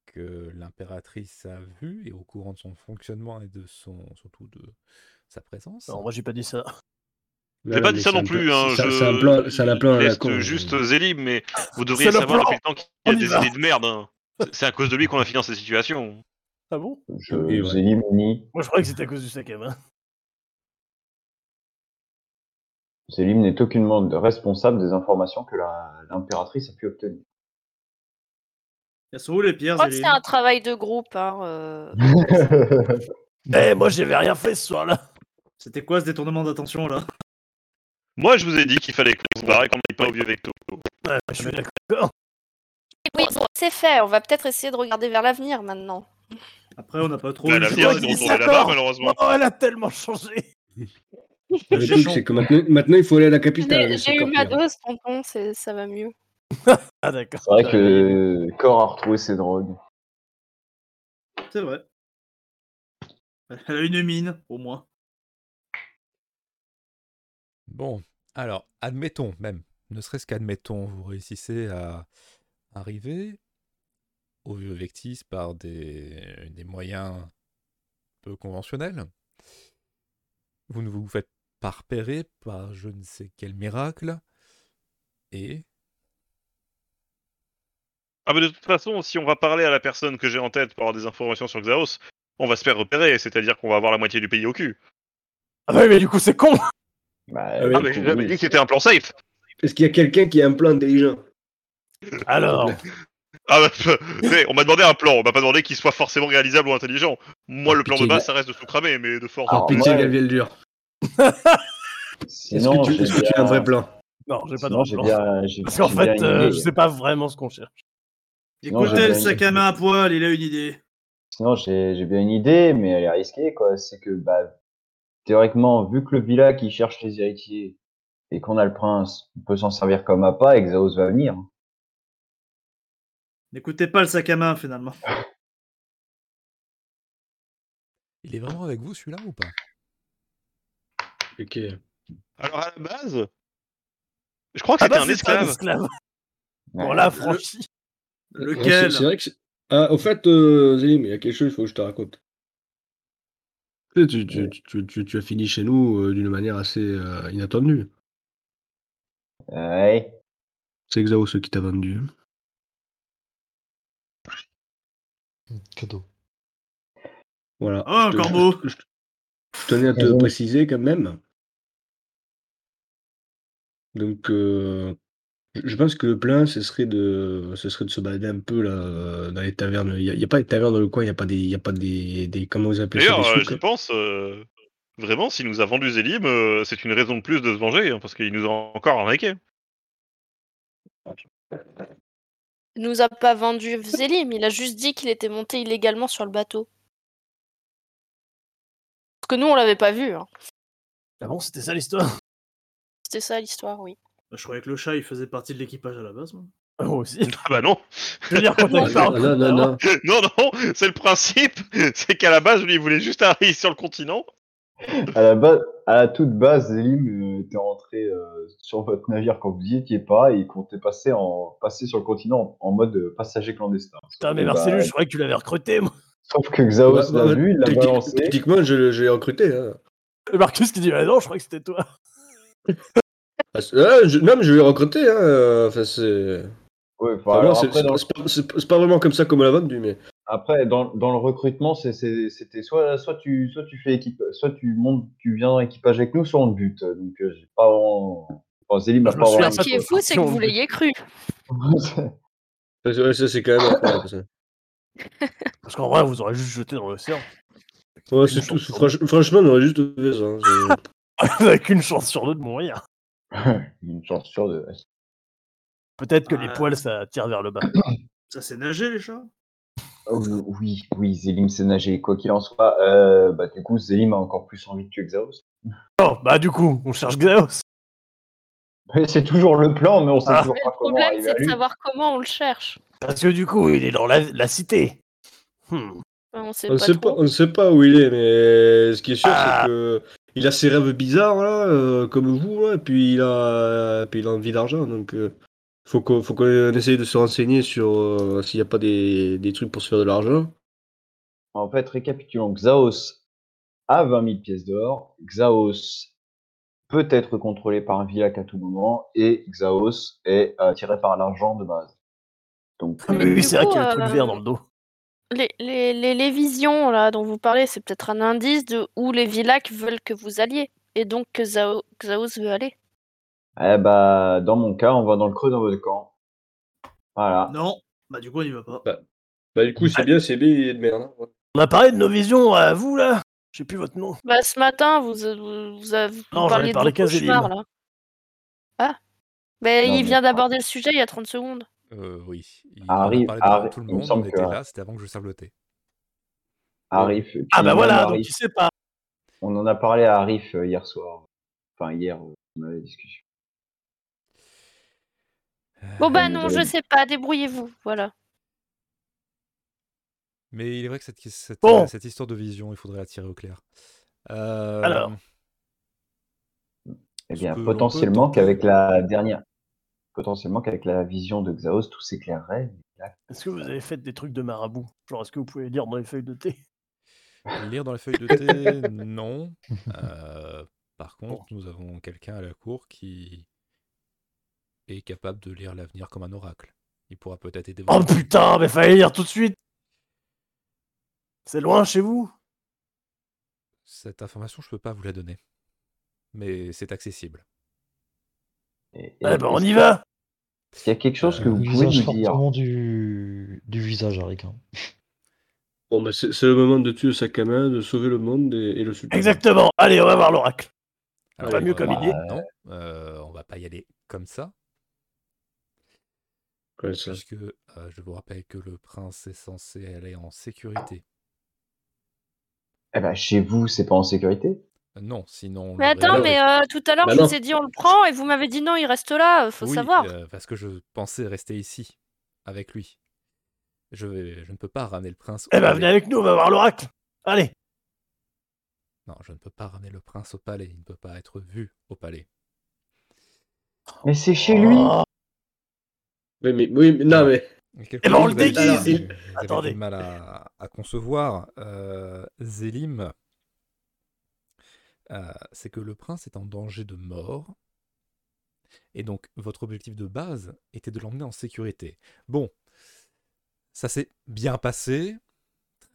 S1: que l'impératrice a vu et au courant de son fonctionnement et de son surtout de sa présence.
S6: Non, moi j'ai pas dit ça.
S7: J'ai pas dit ça non plus. hein,
S3: C'est un-
S7: je
S3: c'est un plan, c'est un plan à la
S7: laisse
S3: con.
S7: juste Zélie, mais vous devriez
S6: C'est le
S7: savoir
S6: plan.
S7: depuis le temps qu'il y
S6: On
S7: a
S6: y
S7: des
S6: va.
S7: idées de merde. hein. C'est- C'est à cause de lui qu'on a fini dans cette situation.
S6: Ah bon
S2: Je
S3: Oui, ouais.
S2: Zélie, Moni-
S6: Moi je croyais que c'était à cause du hein. sac à main.
S2: Zélim n'est aucunement responsable des informations que la- l'impératrice a pu obtenir.
S4: Elles sont où les
S9: Je
S4: pierres
S9: crois que
S4: Zélie
S9: Oh, c'est un travail de groupe. hein, euh.
S2: Bah,
S6: Eh, moi j'avais rien fait ce soir-là.
S4: C'était quoi ce détournement d'attention là
S7: Moi, je vous ai dit qu'il fallait qu'on se barre et qu'on n'aille pas au vieux Vecto.
S6: Ouais, je suis d'accord.
S9: Oui, c'est fait. On va peut-être essayer de regarder vers l'avenir maintenant.
S4: Après, on n'a pas trop.
S7: Bah,
S4: eu le
S7: la
S4: choix
S7: bière,
S6: vois
S7: ils
S4: de-
S7: vont
S6: qui
S7: tourner
S6: s'accorde.
S7: là-bas, malheureusement.
S6: Oh, elle a tellement changé.
S3: Le truc, c'est que maintenant, maintenant, il faut aller à la capitale.
S9: J'ai-
S3: c'est
S9: J'ai eu
S3: encore
S9: ma
S3: pire.
S9: dose, tonton, c'est- ça va mieux.
S6: Ah d'accord.
S2: C'est vrai que le corps a retrouvé ses drogues.
S4: C'est vrai. Elle a une mine, au moins.
S1: Bon, alors, admettons même, ne serait-ce qu'admettons, vous réussissez à arriver au vieux Vectis par des, des moyens peu conventionnels. Vous ne vous faites pas repérer par je ne sais quel miracle. Et
S7: Ah, mais de toute façon, si on va parler à la personne que j'ai en tête pour avoir des informations sur Xaos, on va se faire repérer, c'est-à-dire qu'on va avoir la moitié du pays au cul.
S6: Ah ouais, mais du coup c'est con.
S2: Bah,
S3: Ah oui,
S7: Ah, mais
S2: tu-
S7: j'ai jamais dit que c'était un plan safe.
S3: Est-ce qu'il y a quelqu'un qui a un plan intelligent
S6: Alors,
S7: Ah, bah, mais on m'a demandé un plan, on m'a pas demandé qu'il soit forcément réalisable ou intelligent. Moi,
S3: Ah,
S7: le plan
S3: pitié,
S7: de base,
S3: il-
S7: ça reste de tout cramer, mais de force.
S2: Ah,
S7: en
S2: pitié,
S7: plus.
S2: ouais.
S3: Gabriel Dur. Est-ce
S2: Sinon,
S3: que tu
S2: j'ai
S3: est-ce que tu as
S2: bien-
S3: un vrai plan
S6: non, j'ai pas de
S2: sinon, j'ai
S6: rapport.
S2: bien- j'ai-
S6: Parce qu'en
S2: j'ai bien
S6: fait,
S2: une
S6: euh,
S2: idée.
S6: je sais pas vraiment ce qu'on cherche.
S2: Sinon,
S4: Écoutez
S2: j'avais
S4: le
S2: une-
S4: sac à main à poil, il a une idée.
S2: Sinon, j'ai j'ai bien une idée, mais elle est risquée, quoi. C'est que, bah, théoriquement, vu que le Villa qui cherche les héritiers et qu'on a le prince, on peut s'en servir comme appât et que Xaos va venir. hein.
S4: N'écoutez pas le sac à main, finalement.
S1: il est vraiment avec vous celui-là ou pas
S3: Ok.
S7: Alors, à la base, je crois que
S6: Ah
S7: c'était
S6: bah
S7: un
S6: c'est un
S7: esclave.
S6: esclave.
S2: Ouais.
S6: On l'a franchi.
S4: Lequel
S3: Ouais, C'est c'est vrai que. c'est- Ah, au fait, euh, Zélim, il y a quelque chose, il faut que je te raconte. Tu, sais, tu, tu, tu, tu- tu as fini chez nous euh, d'une manière assez euh, inattendue.
S2: Euh, Ouais.
S3: C'est Xao ce qui t'a vendu.
S8: Cadeau.
S3: Voilà.
S4: Oh, un
S3: Je te-
S4: corbeau.
S3: je- Je je tenais à te
S2: Cadeau.
S3: préciser quand même. Donc, euh, je pense que le plan, ce serait de, ce serait de se balader un peu là, euh, dans les tavernes. Il n'y a, il y a pas de tavernes dans le coin, il n'y a pas des, il y a pas des, des- comment vous appelez ça,
S7: D'ailleurs, euh,
S3: des souks,
S7: j'y
S3: hein.
S7: pense, euh, vraiment, s'il nous a vendu Zélim, euh, c'est une raison de plus de se venger, hein, parce qu'il nous a encore arnaqué.
S9: Il nous a pas vendu Zélim, il a juste dit qu'il était monté illégalement sur le bateau. Parce que nous, on l'avait pas vu. hein.
S6: Ah bon, c'était ça l'histoire
S9: C'était ça l'histoire, oui.
S4: Bah, Je croyais que le chat, il faisait partie de l'équipage à la base. moi.
S6: Ah, Moi aussi.
S7: Ah bah non
S6: Je veux dire qu'on en
S3: Ah,
S6: parle.
S3: non, non, non.
S7: Non, non, c'est le principe C'est qu'à la base, lui, il voulait juste arriver sur le continent.
S2: À la, base, à la toute base, Zélim euh, était rentré euh, sur votre navire quand vous y étiez pas et il comptait passer, en, passer sur le continent en, en mode euh, passager clandestin.
S6: Putain, mais
S2: Bah,
S6: Marcellus, je croyais que tu l'avais recruté. moi.
S2: Sauf que Xaos
S3: Bah, bah,
S2: l'a vu, il l'a
S3: technique-
S2: balancé.
S3: Techniquement, je l'ai je l'ai recruté. hein.
S6: Et Marcus qui dit, ah non, je crois que c'était toi.
S3: Ah, c'est- ah, je- non, mais je vais regretter. Hein. euh, Enfin, c'est.
S2: Ouais, enfin,
S3: Enfin,
S2: alors
S3: bon, bah, c'est-
S2: après,
S3: c'est
S2: dans
S3: pas- c'est pas- c'est pas- c'est pas vraiment comme ça comme on l'a vendu, mais.
S2: Après, dans, dans le recrutement, c'est- c'est- c'était soit, soit, tu, soit tu fais équipe, soit tu montes, tu viens en équipage avec nous, soit on te bute. Donc, euh, j'ai pas vraiment. Enfin, Zélie m'a
S3: Bah, Je
S2: pas
S3: me souviens
S2: vraiment.
S9: Ce qui est fou, c'est que vous l'ayez cru.
S3: Ça, c'est- ouais, ça, c'est quand même. incroyable, ça.
S6: Parce qu'en vrai, vous aurez juste jeté dans l'océan.
S3: Ouais, c'est tout. franch- Franchement, on aurait juste fait ça. hein, c'est-
S6: Vous n'avez qu'une chance sur deux de mourir.
S2: Une chance sûre de.
S6: Peut-être que les
S4: Ah.
S6: poils, ça tire vers le bas.
S4: Ça, c'est nager, les chats
S2: Oh, oui, oui, Zélim s'est nagé. Quoi qu'il en soit, euh, bah, du coup, Zélim a encore plus envie de tuer Xaos.
S6: Non, bah du coup, on cherche Xeos.
S2: Mais C'est toujours le plan, mais on sait
S6: Ah.
S2: toujours
S9: Mais
S2: pas
S9: le
S2: comment
S9: problème,
S2: arriver à
S9: c'est de
S2: lui.
S9: savoir comment on le cherche.
S6: Parce que du coup, il est dans la, la cité. Hmm.
S9: Enfin, on sait
S2: Euh,
S3: On
S9: pas
S3: sait pas,
S9: trop.
S3: on sait pas où il est, mais ce qui est sûr,
S6: Ah.
S3: c'est que il a ses rêves bizarres là, euh, comme vous, là, et puis il a, puis il a envie d'argent, donc euh, faut qu'on, faut qu'on essaye de se renseigner sur euh, s'il n'y a pas des, des trucs pour se faire de l'argent.
S2: En fait, récapitulons, Xaos a 20 000 pièces d'or, Xaos peut être contrôlé par un villac à tout moment, et Xaos est euh, tiré par l'argent de base. Donc,
S9: Ah, mais
S6: Oui,
S9: du
S6: c'est vrai
S9: coup,
S6: qu'il y a le truc
S9: euh,
S6: vert dans le dos.
S9: Les, les, les, les visions là, dont vous parlez, c'est peut-être un indice de où les Villacs veulent que vous alliez. Et donc que Zao- Xaos veut aller.
S2: eh bah, dans mon cas, on va dans le creux d'un volcan. Voilà.
S4: Non. Bah, du coup, on y va pas.
S3: Bah du coup, c'est bien, c'est bien, il est de merde. hein.
S6: On a parlé de nos visions à vous là. Je sais plus votre nom.
S9: Bah, ce matin, vous, vous, vous avez- vous
S6: Non, j'en
S9: parliez
S6: ai parlé
S9: de
S6: qu'à Zélim.
S9: cauchemar là. Ah Mais
S2: Non,
S9: il
S2: mais-
S9: vient d'aborder le sujet il y a 30 secondes.
S1: Euh, oui. Il en a
S2: Ah, Arrive,
S1: parlé devant
S2: arrive,
S1: tout le
S2: il me
S1: monde, on
S2: semble
S1: était
S2: que-
S1: là, c'était avant que je sablotais.
S2: Arif, puis
S6: Ah bah
S2: même
S6: voilà, donc
S2: Arif,
S6: tu sais pas.
S2: on en a parlé à Arif euh, hier soir. Enfin, hier, euh, on avait la discussion.
S1: Ah,
S9: Bon bah
S2: mais
S9: non,
S2: j'avais
S9: je
S2: dit.
S9: sais pas, débrouillez-vous. Voilà.
S1: Mais il est vrai que cette, cette,
S6: Bon.
S1: cette histoire de vision, il faudrait la tirer au clair. Euh,
S6: Alors.
S2: Eh
S1: Ce
S2: bien,
S1: que l'on peut
S2: potentiellement
S1: tenter.
S2: qu'avec la dernière, potentiellement qu'avec la vision de Xaos, tout s'éclairerait.
S6: Est-ce que vous avez fait des trucs de marabout Genre, est-ce que vous pouvez lire dans les feuilles de thé
S1: Lire dans la feuille de thé, non. Euh, par contre, nous avons quelqu'un à la cour qui est capable de lire l'avenir comme un oracle. Il pourra peut-être aider.
S6: Oh
S1: votre-
S6: putain, mais fallait lire tout de suite C'est loin chez vous
S1: Cette information, je peux pas vous la donner, mais c'est accessible.
S2: Et-
S6: Eh
S2: et-
S6: ben on y va
S2: Est-ce qu'il y a quelque chose que
S1: Euh,
S2: vous
S8: Le
S2: pouvez
S8: visage
S2: nous dire
S8: fortement du, du visage, Arik. hein.
S3: Bon, bah c'est, c'est le moment de tuer sac à main, de sauver le monde et, et le sultan.
S6: Exactement, allez, on va voir l'oracle.
S1: Alors,
S6: Pas mieux comme
S2: idée.
S1: Non, euh, on va pas y aller comme ça,
S3: Ouais, ça.
S1: puisque euh, je vous rappelle que le prince est censé aller en sécurité.
S2: Eh ben, chez vous, c'est pas en sécurité.
S1: Euh, Non, sinon. on
S9: Mais
S1: l'aurait-
S9: attends, mais euh, tout à l'heure,
S3: Bah
S9: je
S3: non.
S9: vous ai dit on le prend et vous m'avez dit non, il reste là, euh, faut
S1: Oui,
S9: savoir.
S1: euh, parce que je pensais rester ici avec lui. Je, vais- je ne peux pas ramener le prince.
S6: Eh
S1: au
S6: ben
S1: palais.
S6: venez avec nous, on va voir l'oracle Allez
S1: Non, je ne peux pas ramener le prince au palais. Il ne peut pas être vu au palais.
S2: Mais c'est chez lui.
S6: Oh,
S3: Oui, mais, oui, mais- non, mais
S1: Quelque
S6: Eh ben, on
S1: chose,
S6: le
S1: vous avez-
S6: déguise
S1: vous avez-
S3: Il-
S1: vous avez
S6: Attendez.
S1: du mal à, à concevoir. euh, Zélim, euh, c'est que le prince est en danger de mort. Et donc, votre objectif de base était de l'emmener en sécurité. Bon, ça s'est bien passé,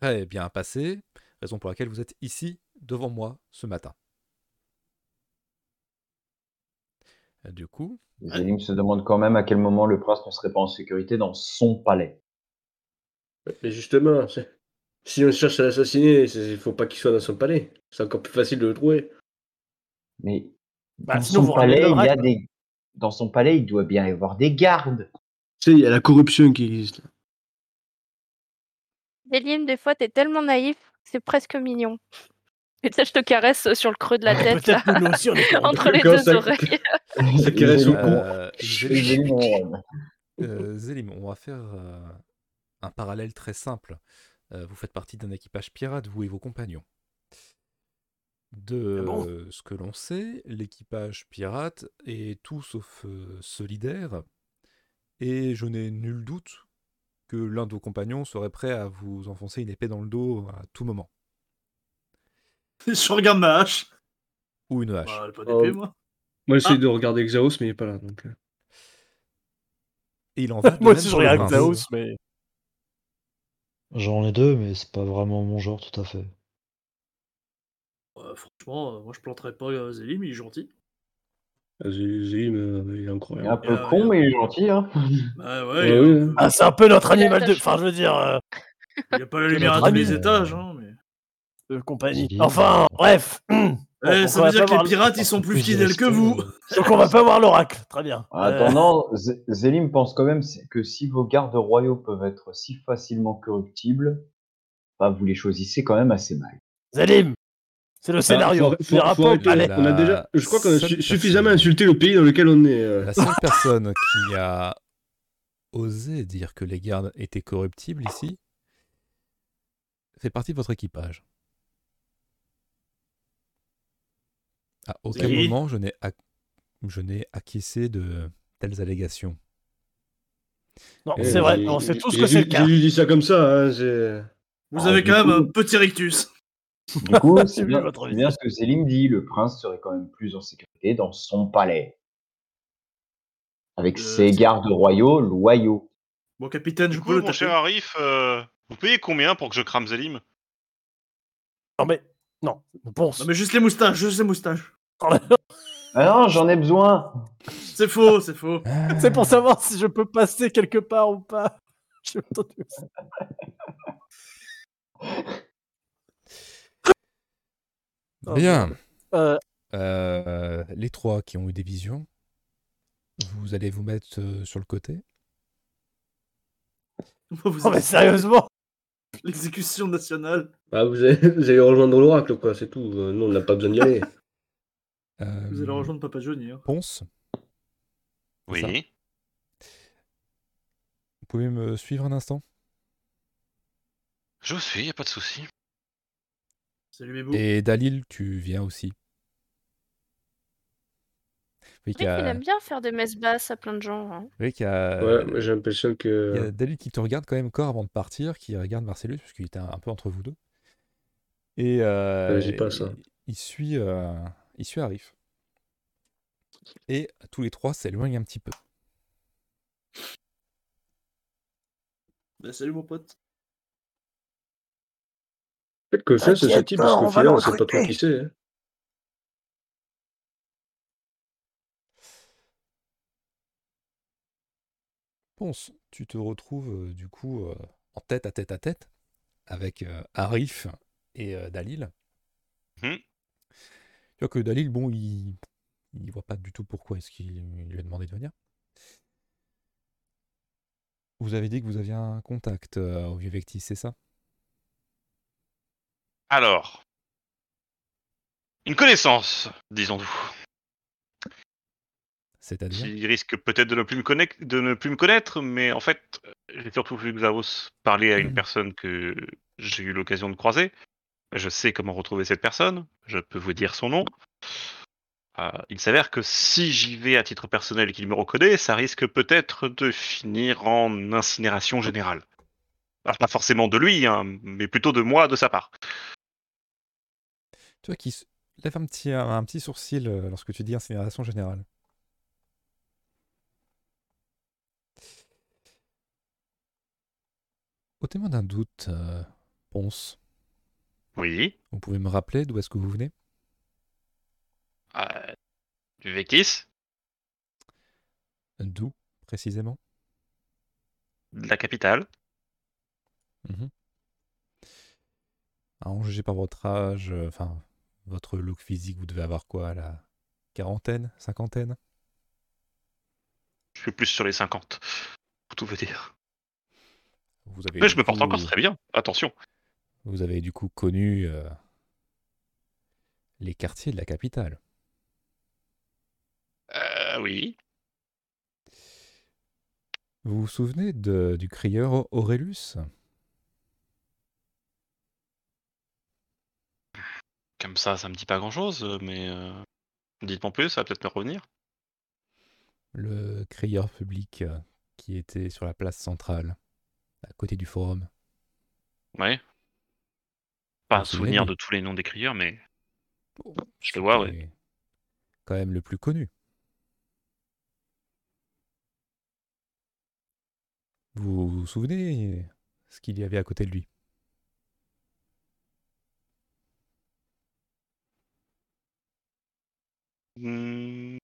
S1: très bien passé, raison pour laquelle vous êtes ici devant moi ce matin. Euh, Du coup,
S2: Zélim se demande quand même à quel moment le prince ne serait pas en sécurité dans son palais.
S3: mais justement, c'est- si on cherche à l'assassiner, il faut pas qu'il soit dans son palais. C'est encore plus facile de le trouver.
S2: Mais
S6: Bah,
S2: dans
S6: sinon,
S2: son
S6: vous ramenez
S2: palais, il y a
S6: l'oracle.
S2: des. Dans son palais, il doit bien y avoir des gardes.
S5: Tu sais, il y a la corruption qui existe.
S9: Zélim, des fois, t'es tellement naïf, c'est presque mignon. Et ça, je te caresse euh, sur le creux de la tête, là,
S6: Peut-être que nous aussi on est corrompus.
S9: entre les
S3: Quand
S9: deux
S3: ça-
S9: oreilles.
S3: C'est qu'il reste au
S2: Zélim-
S3: con.
S1: euh, Zélim-
S2: Zélim, on-
S1: Euh, Zélim, on va faire euh, un parallèle très simple. Euh, vous faites partie d'un équipage pirate, vous et vos compagnons. De
S6: Ah bon
S1: euh, ce que l'on sait, l'équipage pirate est tout sauf euh, solidaire, et je n'ai nul doute que l'un de vos compagnons serait prêt à vous enfoncer une épée dans le dos à tout moment,
S4: je regarde ma hache.
S1: ou une hache.
S4: Bah, elle a pas d'épée,
S3: Oh.
S4: moi.
S3: Moi,
S6: Ah.
S3: j'essaie de regarder Xaos, mais il est pas là. Donc... euh.
S1: Et il en va. de
S6: Moi
S1: même
S6: aussi, je
S1: pour le
S6: regarde
S1: prince.
S6: Xaos, mais.
S8: J'en ai deux, mais c'est pas vraiment mon genre tout à fait.
S4: Ouais, franchement, euh, moi je planterais pas euh, Zélim, il est gentil.
S3: Ah, Zé- Zélim, euh, il est
S2: Il est un
S3: incroyable.
S2: peu con, mais il est gentil. Hein.
S4: Bah ouais,
S3: Ouais,
S4: il a-
S3: ouais.
S6: Ah, c'est un peu notre
S9: Il est
S6: animal de.
S9: attaché.
S6: Enfin, je veux dire, euh,
S4: il n'y a pas la
S6: Notre
S4: lumière à tous
S6: ami,
S4: les
S8: euh,
S4: étages. Hein, mais...
S6: de compagnie.
S8: Zélim.
S6: Enfin, bref. Donc
S4: Eh, ça
S6: on va
S4: veut dire
S6: pas
S4: que les
S6: voir-
S4: pirates, ils sont plus
S8: Plus de
S4: fidèles que
S8: respect,
S4: vous.
S8: euh,
S6: Donc, on va pas voir l'oracle. Très bien.
S3: Ah,
S2: En
S6: Euh,
S2: attendant, Z- Zélim pense quand même si- que si vos gardes royaux peuvent être si facilement corruptibles, bah, vous les choisissez quand même assez mal.
S6: Zélim, Euh, c'est le Ah, scénario.
S3: Ah, faut-
S6: Tu
S3: faut-
S6: verras
S3: faut
S6: pas au
S3: arrêter.
S6: palais.
S3: On a
S1: La
S3: déjà, je crois qu'on
S1: seule
S3: a su-
S1: personne-
S3: suffisamment insulté le pays dans lequel on est. euh.
S1: La seule personne qui a osé dire que les gardes étaient corruptibles ici fait partie de votre équipage. À aucun
S4: Oui.
S1: moment je n'ai ac- je n'ai acquiescé de telles allégations.
S6: Non,
S3: Eh,
S6: c'est vrai,
S3: j'ai-
S6: mais on sait tous
S3: j'ai-
S6: que c'est le
S3: j'ai-
S6: cas.
S3: J'ai juste dit ça comme ça. hein, c'est-
S4: Vous
S2: Ah,
S4: avez
S2: du
S4: quand même
S2: coup-
S4: un petit rictus.
S2: Du coup,
S6: C'est
S2: c'est
S6: lui,
S2: bien,
S6: votre
S2: c'est bien ce que Zélim dit, le prince serait quand même plus en sécurité dans son palais. Avec
S4: Euh,
S2: ses
S4: c'est-
S2: gardes royaux loyaux.
S4: Bon, capitaine,
S7: Du
S4: je
S7: coup,
S4: peux le
S7: mon
S4: taper.
S7: cher Arif, euh, vous payez combien pour que je crame Zélim
S6: Non, mais. Non, bon,
S4: Non, mais juste les moustaches, juste les moustaches.
S2: Ah non, j'en ai besoin
S4: C'est faux, Ah, c'est faux.
S6: c'est pour savoir si je peux passer quelque part ou pas. J'ai entendu ça.
S1: Bien.
S6: Euh,
S1: Euh, les trois qui ont eu des visions, vous allez vous mettre euh, sur le côté.
S4: Vous
S6: non, mais
S4: avez
S6: sérieusement,
S4: l'exécution nationale.
S3: Ah, vous, allez, vous allez rejoindre l'oracle, quoi, c'est tout. Euh, Nous, on n'a pas besoin d'y aller.
S1: Euh,
S4: Vous allez rejoindre Papa Johnny. hein.
S1: Ponce,
S7: Oui.
S1: Ça. vous pouvez me suivre un instant
S7: Je vous suis, y a pas de souci.
S4: Salut mes bouts.
S1: Et Dalil, tu viens aussi. Oui, qu'il
S9: Il
S1: y a,
S9: aime bien faire des messes basses à plein de gens. hein.
S1: oui, qu'il y a-
S6: Euh,
S1: euh,
S3: Ouais, mais euh, j'ai l'impression
S1: il y a
S3: que.
S1: Dalil qui te regarde quand même encore avant de partir, qui regarde Marcellus, puisqu'il était un, un peu entre vous deux. Et euh,
S3: Ouais, j'ai pas ça.
S1: Il, il suit, euh, il suit Arif. Et tous les trois s'éloignent un petit peu.
S4: Bah, salut mon pote.
S3: Faites confiance à ce
S6: T'inquiète
S3: type,
S6: pas,
S3: parce
S6: on
S3: qu'au
S6: va
S3: final,
S6: le
S3: on sait pas trop
S6: recruter.
S3: qui c'est. hein.
S1: Ponce, tu te retrouves euh, du coup euh, en tête à tête à tête avec euh, Arif et euh, Dalil.
S7: Mhm.
S1: Tu vois que Dalil, bon, il il voit pas du tout pourquoi est-ce qu'il il lui a demandé de venir. Vous avez dit que vous aviez un contact euh, au vieux Vectis, c'est ça
S7: Alors, une connaissance, disons-nous,
S1: C'est-à-dire
S7: qui risque peut-être de, ne plus me connect- de ne plus me connaître, mais en fait, j'ai surtout vu Xavos parler à une personne que j'ai eu l'occasion de croiser. Je sais comment retrouver cette personne, je peux vous dire son nom. Euh, il s'avère que si j'y vais à titre personnel et qu'il me reconnaît, ça risque peut-être de finir en incinération générale. Alors, pas forcément de lui, hein, mais plutôt de moi, de sa part.
S1: Tu vois qu'il se lève un petit, un, un petit sourcil euh, lorsque tu dis incinération générale. Au témoin d'un doute, euh, Ponce,
S7: Oui.
S1: vous pouvez me rappeler d'où est-ce que vous venez
S7: Euh, du Vekis,
S1: D'où, précisément
S7: de la capitale.
S1: Mhm. À en juger par votre âge, euh, enfin, votre look physique, vous devez avoir quoi La quarantaine Cinquantaine
S7: Je suis plus sur les 50, pour tout vous dire.
S1: vous avez
S7: Mais je
S1: du
S7: me porte
S1: coup-
S7: encore très bien, attention.
S1: Vous avez du coup connu euh, les quartiers de la capitale.
S7: Euh, oui.
S1: Vous vous souvenez de- du crieur Aurélus
S7: Comme ça, ça me dit pas grand-chose, mais... euh, Dites-moi plus, ça va peut-être me revenir.
S1: Le crieur public euh, qui était sur la place centrale, à côté du forum.
S7: Ouais. Pas
S1: Vous
S7: un
S1: vous souvenez
S7: souvenir
S1: de-
S7: de tous les noms des crieurs, mais... Je le vois,
S1: C'était- quand même le plus connu. Vous vous souvenez ce qu'il y avait à côté de lui
S7: Hmm,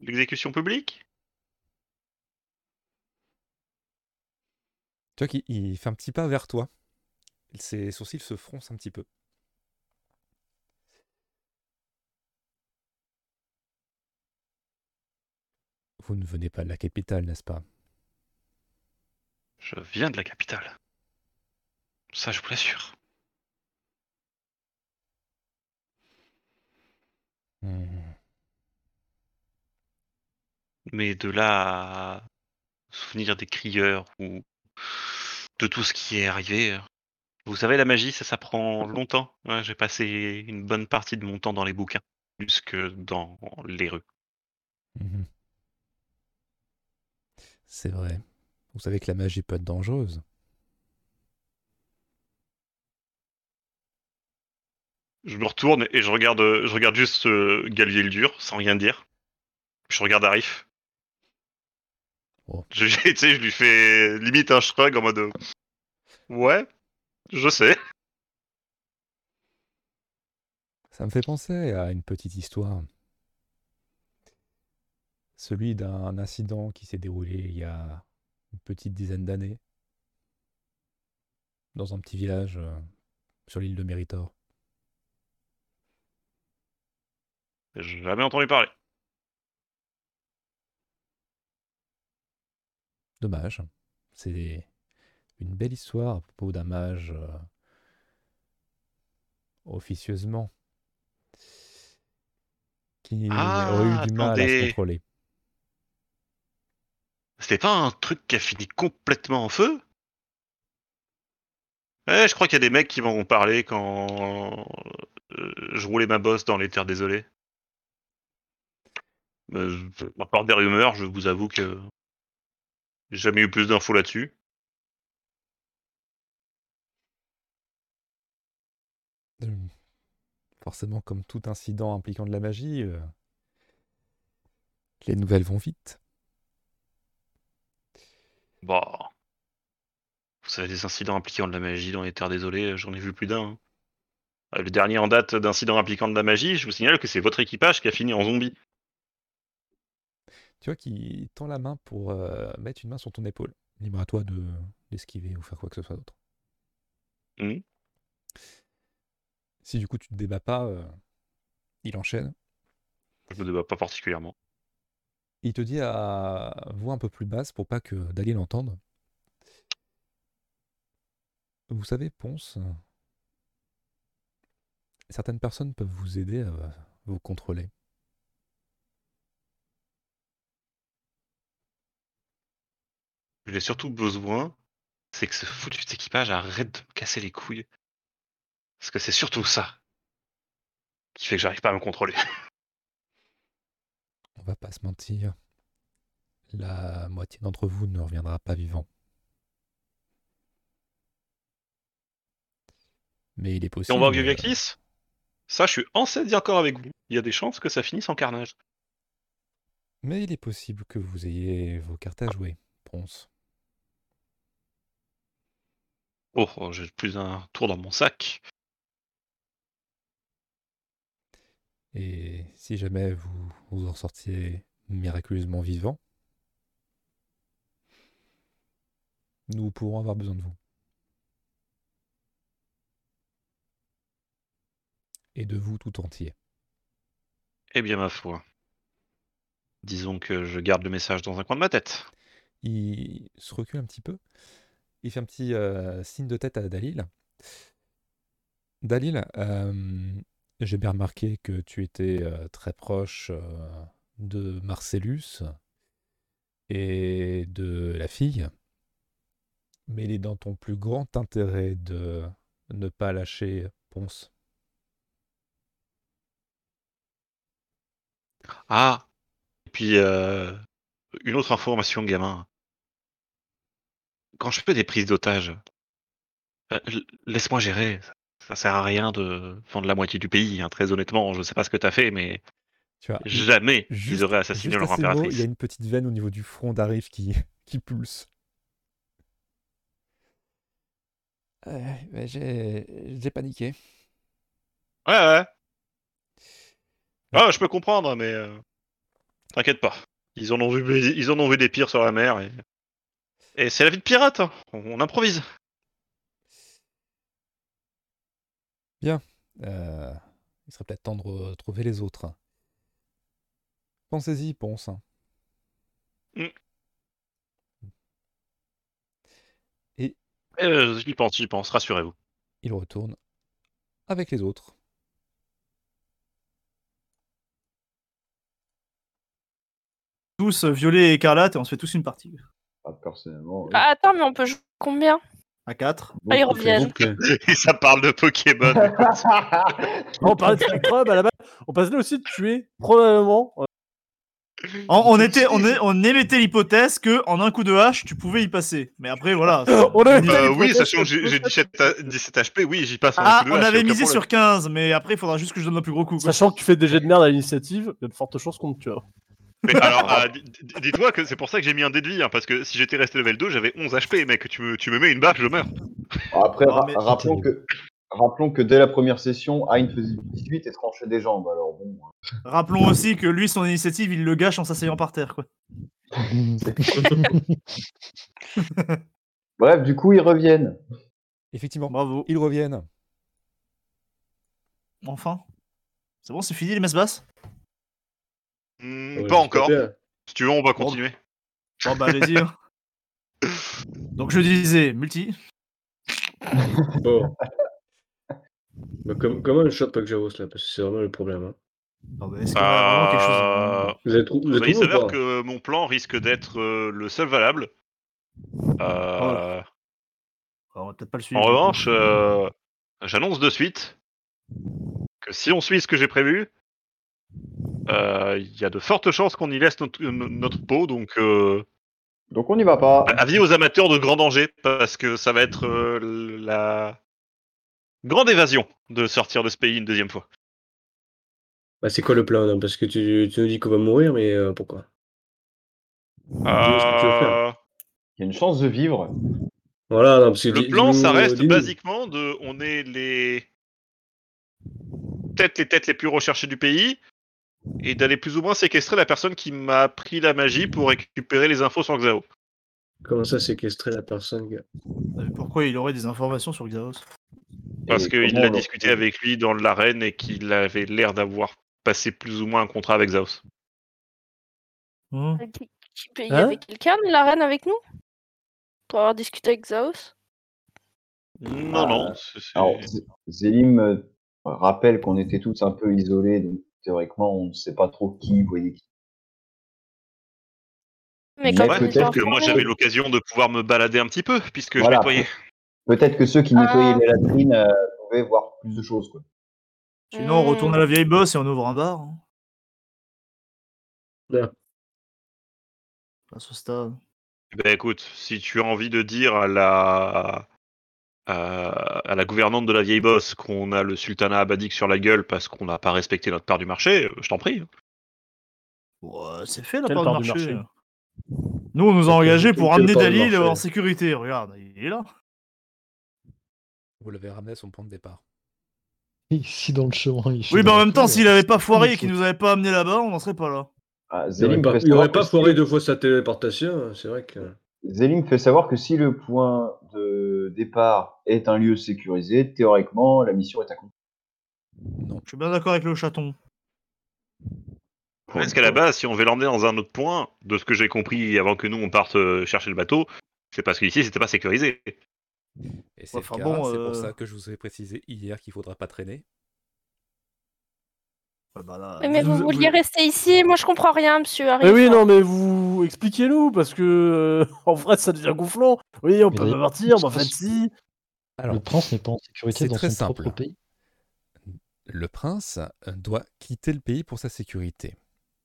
S7: L'exécution publique
S1: Tu vois qu'il il fait un petit pas vers toi. Ses sourcils se froncent un petit peu. Vous ne venez pas de la capitale, n'est-ce pas
S7: Je viens de la capitale. Ça, je vous l'assure.
S1: Hmm.
S7: Mais de là à souvenir des crieurs ou de tout ce qui est arrivé. euh, Vous savez, la magie, ça s'apprend longtemps. Ouais, J'ai passé une bonne partie de mon temps dans les bouquins, plus que dans les rues.
S1: Mhm. C'est vrai. Vous savez que la magie peut être dangereuse.
S7: Je me retourne et je regarde, je regarde juste euh, Galvier le dur, sans rien dire. Je regarde Arif.
S1: Oh.
S7: Je, tu sais, je lui fais limite un shrug en mode euh, Ouais, je sais.
S1: Ça me fait penser à une petite histoire. Celui d'un incident qui s'est déroulé il y a une petite dizaine d'années dans un petit village euh, sur l'île de Méritor.
S7: J'ai jamais entendu parler.
S1: Dommage. C'est une belle histoire à propos d'un mage euh, officieusement qui
S7: Ah,
S1: aurait eu du mal à se
S7: attendez.
S1: contrôler.
S7: C'était pas un truc qui a fini complètement en feu Eh, je crois qu'il y a des mecs qui m'en ont parlé quand euh, je roulais ma bosse dans les terres désolées. Euh, à part des rumeurs, je vous avoue que j'ai jamais eu plus d'infos là-dessus.
S1: Euh, Forcément, comme tout incident impliquant de la magie, euh, les nouvelles vont vite.
S7: Bon. Bah, Vous savez, des incidents impliquant de la magie dans les terres désolées, j'en ai vu plus d'un. hein. Euh, Le dernier en date d'incident impliquant de la magie, je vous signale que c'est votre équipage qui a fini en zombie.
S1: Tu vois qu'il tend la main pour euh, mettre une main sur ton épaule. Libre à toi de d'esquiver ou faire quoi que ce soit d'autre.
S7: Mhm.
S1: Si du coup tu te débats pas, euh, il enchaîne.
S7: Je me débat pas particulièrement.
S1: Il te dit à voix un peu plus basse pour pas que Dali l'entende. Vous savez, Ponce, certaines personnes peuvent vous aider à vous contrôler.
S7: J'ai surtout besoin, c'est que ce foutu équipage arrête de me casser les couilles. Parce que c'est surtout ça qui fait que j'arrive pas à me contrôler.
S1: On va pas se mentir. La moitié d'entre vous ne reviendra pas vivant. Mais il est
S7: Et
S1: possible.
S7: on va au vieux
S1: euh,
S7: Gaklis Ça, je suis anxieux d'y encore avec vous. Il y a des chances que ça finisse en carnage.
S1: Mais il est possible que vous ayez vos cartes à jouer, Ponce.
S7: Oh, oh, j'ai plus d'un tour dans mon sac.
S1: Et si jamais vous, vous en sortiez miraculeusement vivant, nous pourrons avoir besoin de vous. Et de vous tout entier.
S7: Eh bien, ma foi. Disons que je garde le message dans un coin de ma tête.
S1: il se recule un petit peu. Il fait un petit euh, signe de tête à Dalil. Dalil, euh, j'ai bien remarqué que tu étais euh, très proche euh, de Marcellus et de la fille. Mais il est dans ton plus grand intérêt de ne pas lâcher Ponce.
S7: Ah Et puis, euh, une autre information, gamin. Quand je fais des prises d'otages, euh, l- laisse-moi gérer. Ça sert à rien de vendre la moitié du pays, hein. très honnêtement. Je sais pas ce que t'as fait, mais
S1: Tu vois,
S7: Jamais
S1: Juste-
S7: ils auraient assassiné
S1: Juste
S7: leur
S1: à ces mots,
S7: impératrice.
S1: il y a une petite veine au niveau du front d'Arif qui, qui pulse. Euh, bah, J'ai paniqué.
S7: Ouais, ouais. Ah, je peux comprendre, mais euh, t'inquiète pas. Ils en ont vu, ils en ont vu des pires sur la mer. Et, et c'est la vie de pirate. hein. On, on improvise.
S1: Euh, il serait peut-être temps de re- trouver les autres. Pensez-y, Ponce.
S7: Mm.
S1: Et-
S7: Euh, j'y pense, j'y pense. Rassurez-vous.
S1: Il retourne avec les autres.
S4: Tous euh, violets et écarlates et on se fait tous une partie.
S2: Ah, personnellement.
S9: Ah, attends, mais on peut jouer combien
S4: À 4.
S9: Ah, ils reviennent.
S3: Donc, euh,
S7: Et ça parle de Pokémon. Euh,
S6: On parlait de Fight Club à la base. On passerait aussi de tuer, probablement. euh,
S4: On, on était, on, est- on émettait l'hypothèse que en un coup de hache, tu pouvais y passer. Mais après, voilà. Bah,
S6: On avait mis-
S7: Euh, oui, sachant que j'ai j'ai 17, à- 17 HP, oui, j'y passe. en
S4: Ah,
S7: coup de
S4: on
S7: hache, y a
S4: avait
S7: aucun
S4: misé
S7: problème.
S4: sur 15, mais après, il faudra juste que je donne le plus gros coup. quoi.
S6: Sachant que tu fais des jets de merde à l'initiative, il y a de fortes chances qu'on te tue. hein.
S7: Mais alors, euh, d- d- dis-toi que c'est pour ça que j'ai mis un dé de vie, hein, parce que si j'étais resté level 2, j'avais 11 HP, mec. Tu me, tu me mets une barre, je meurs.
S2: Après,
S4: Non,
S2: ra-
S4: mais-
S2: rappelons, que, rappelons que dès la première session, Hein faisait 18 et tranchait des jambes. Alors bon, hein.
S4: Rappelons aussi que lui, son initiative, il le gâche en s'asseyant par terre. Quoi.
S2: Bref, du coup, ils reviennent.
S1: Effectivement,
S4: Bravo.
S1: ils reviennent.
S4: Enfin. C'est bon, c'est fini les messes basses
S7: Hmm,
S3: ouais,
S7: pas encore.
S3: j'espère.
S7: Si tu veux, on va continuer.
S4: Bon, bah, allez dire. Donc, je disais, multi.
S3: Bon. Bah, com- comment je chope pas que Jaros là Parce que c'est vraiment le problème. hein.
S4: Non, mais bah, est-ce qu'il y a vraiment quelque chose
S7: Euh,
S3: Vous avez trou- vous avez
S7: bah, il
S3: trouvé ou
S7: s'avère
S3: pas
S7: que mon plan risque d'être euh, le seul valable.
S4: Oh,
S7: Euh,
S4: Ah, On va peut-être pas le suivre.
S7: En revanche, euh, j'annonce de suite que si on suit ce que j'ai prévu, euh, il y a de fortes chances qu'on y laisse notre, no- notre peau. Donc, euh,
S2: Donc on n'y va pas.
S7: avis aux amateurs de grand danger, parce que ça va être euh, la grande évasion de sortir de ce pays une deuxième fois.
S3: Bah, C'est quoi le plan là Parce que tu, tu nous dis qu'on va mourir, mais euh, pourquoi
S7: Ah.
S3: Dis-nous ce que tu veux faire.
S7: Euh,
S2: Il y a une chance de vivre.
S3: Voilà, non, parce que
S7: Le
S3: dis-
S7: plan,
S3: dis-nous-
S7: ça reste
S3: dis-nous.
S7: basiquement de. On est les. Peut-être les têtes les plus recherchées du pays. Et d'aller plus ou moins séquestrer la personne qui m'a pris la magie pour récupérer les infos sur Xao.
S3: Comment ça séquestrer la personne gars
S4: Euh, Pourquoi il aurait des informations sur Xaos
S7: Parce
S2: Et
S7: qu'il
S2: comment on
S7: l'a
S2: leur-
S7: discuté avec lui dans l'arène et qu'il avait l'air d'avoir passé plus ou moins un contrat avec Xaos.
S4: Hein
S9: Qui- qui- Il y
S6: Hein
S9: avait quelqu'un de la reine avec nous Pour avoir discuté avec Zaos
S7: Non,
S2: Ah,
S7: non. c'est- c'est-
S2: Alors, Z- Zélim euh, rappelle qu'on était tous un peu isolés, donc théoriquement, on ne sait pas trop qui voyait qui.
S9: Mais
S2: Ouais,
S9: quand
S7: Ouais,
S9: on était
S2: peut-être
S7: peut-être que
S9: informés-
S7: moi j'avais l'occasion de pouvoir me balader un petit peu puisque
S2: Voilà.
S7: je nettoyais.
S2: Peut-être que ceux qui
S9: Ah.
S2: nettoyaient les latrines euh, pouvaient voir plus de choses. Quoi.
S4: Sinon, on
S9: Hmm.
S4: retourne à la vieille bosse et on ouvre un bar. hein.
S3: Bien.
S4: À ce stade.
S7: Ben écoute, si tu as envie de dire à la à, à la gouvernante de la vieille bosse qu'on a le sultanat abadique sur la gueule parce qu'on n'a pas respecté notre part du marché, euh, je t'en prie.
S4: Ouais, c'est fait la
S6: Quelle
S4: part,
S6: part
S4: du
S6: du
S4: marché.
S6: marché
S4: Nous, on nous a engagés pour
S3: Quelle
S4: amener
S3: part du
S4: Dalil
S3: marché
S4: en sécurité. Regarde, il est là.
S1: Vous l'avez ramené à son point de départ.
S8: Ici dans le chemin. il fait
S4: Oui, mais en
S8: dans
S4: même
S8: la
S4: temps,
S8: foule,
S4: s'il avait pas foiré et qu'il
S8: Oui,
S4: nous avait pas amené là-bas, on n'en serait pas là.
S2: Ah,
S3: Il aurait
S2: Zélim,
S3: pas,
S2: fait
S3: il
S2: savoir
S3: aurait
S2: que
S3: pas
S2: si-
S3: foiré deux fois sa téléportation, hein, c'est vrai que.
S2: Zélim fait savoir que si le point de départ est un lieu sécurisé, théoriquement, la mission est accomplie.
S4: Je suis bien d'accord avec le chaton.
S7: Parce qu'à la base, si on veut l'emmener dans un autre point, de ce que j'ai compris avant que nous on parte euh, chercher le bateau, c'est parce qu'ici c'était pas sécurisé.
S1: Et c'est le
S4: enfin,
S1: cas,
S4: bon,
S1: c'est
S4: euh,
S1: pour ça que je vous ai précisé hier qu'il faudra pas traîner.
S4: Ouais, bah là,
S9: Mais, mais vous, vouliez rester ici Moi, je comprends rien, monsieur Harry.
S6: Mais Eh oui, non, mais vous expliquez-nous, parce que euh, en vrai, ça devient gonflant. Oui, on
S8: Mais
S6: peut
S8: oui.
S6: pas partir, mais en fait, si.
S1: Alors,
S8: Le prince n'est pas en sécurité
S1: c'est
S8: dans
S1: très
S8: son
S1: simple.
S8: propre pays.
S1: le prince euh, doit quitter le pays pour sa sécurité.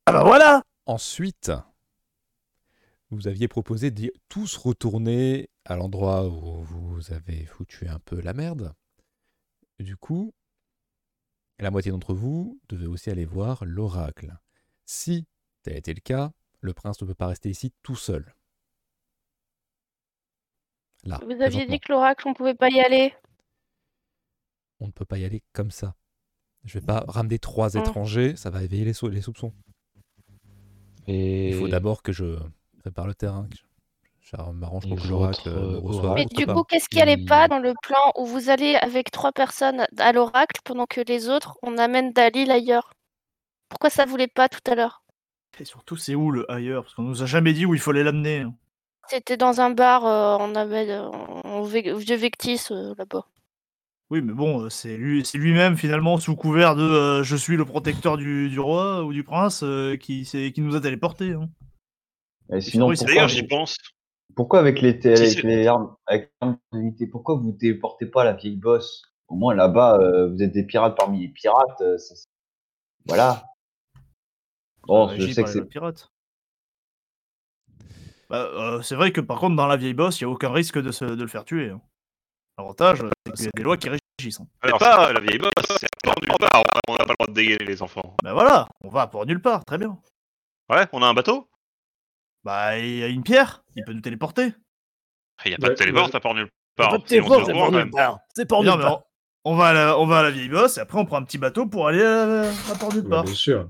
S6: Ah bah voilà
S1: Ensuite, vous aviez proposé d'y tous retourner à l'endroit où vous avez foutu un peu la merde. Du coup, la moitié d'entre vous devait aussi aller voir l'oracle. Si tel était le cas, le prince ne peut pas rester ici tout seul. Là,
S9: Vous aviez
S1: présentement.
S9: dit que l'oracle, on pouvait pas y aller.
S1: on ne peut pas y aller comme ça. Je vais pas ramener trois
S9: Mm.
S1: étrangers, ça va éveiller les, sou- les soupçons.
S8: Et
S1: Il faut d'abord que je prépare le terrain, que je, je m'arrange pour
S8: Et
S1: que l'oracle
S8: votre,
S1: me
S8: euh,
S6: Ah,
S1: reçoive.
S9: Mais
S8: oracle,
S1: autre
S9: du
S1: part.
S9: coup, qu'est-ce qui allait
S8: Il-
S9: pas dans le plan où vous allez avec trois personnes à l'oracle pendant que les autres, on amène Dalil ailleurs Pourquoi ça voulait pas tout à l'heure
S4: Et surtout, c'est où le ailleurs Parce qu'on nous a jamais dit où il fallait l'amener. hein.
S9: C'était dans un bar, euh, on avait euh, en Ve- vieux Vectis euh, là-bas.
S4: Oui, mais bon, euh, c'est lui, c'est lui-même finalement sous couvert de euh, je suis le protecteur du, du roi ou du prince euh, qui, c'est- qui nous a téléportés. hein.
S2: Et sinon,
S4: Oui, c'est-
S2: pourquoi,
S7: D'ailleurs, j'y pense.
S2: pourquoi avec les,
S7: Si,
S2: avec
S7: c'est-
S2: les armes, avec l'arme de l'unité, pourquoi vous téléportez pas la vieille bosse Au moins là-bas, euh, vous êtes des pirates parmi les pirates. euh, ça- voilà. Bon,
S4: Euh,
S2: je
S4: j'y
S2: sais que
S4: parlais
S2: c'est
S4: de pirate. Bah, euh, c'est vrai que par contre, dans la vieille bosse, il n'y a aucun risque de, se, de le faire tuer. hein. L'avantage, euh, c'est qu'il y a des lois qui régissent. hein.
S7: C'est pas la vieille bosse, c'est un port du bar. On n'a pas le droit de dégainer les enfants.
S4: Bah voilà, on va pour nulle part, très bien.
S7: Ouais, on a un bateau
S4: Bah, il y a une pierre, il peut nous téléporter.
S7: Il n'y Eh, a pas de
S3: Ouais,
S7: téléport,
S3: ouais.
S7: à part nulle
S6: C'est
S7: part.
S6: pas de
S7: Sinon,
S6: téléphone,
S7: on se
S6: c'est
S7: voit,
S6: pour
S7: quand
S6: nulle
S7: même.
S6: part. C'est pour
S4: Non,
S6: nulle
S4: mais
S6: part.
S4: on, on va à la, on va à la vieille bosse, et après on prend un petit bateau pour aller à, à port nulle
S3: Bah,
S4: part.
S3: bien sûr.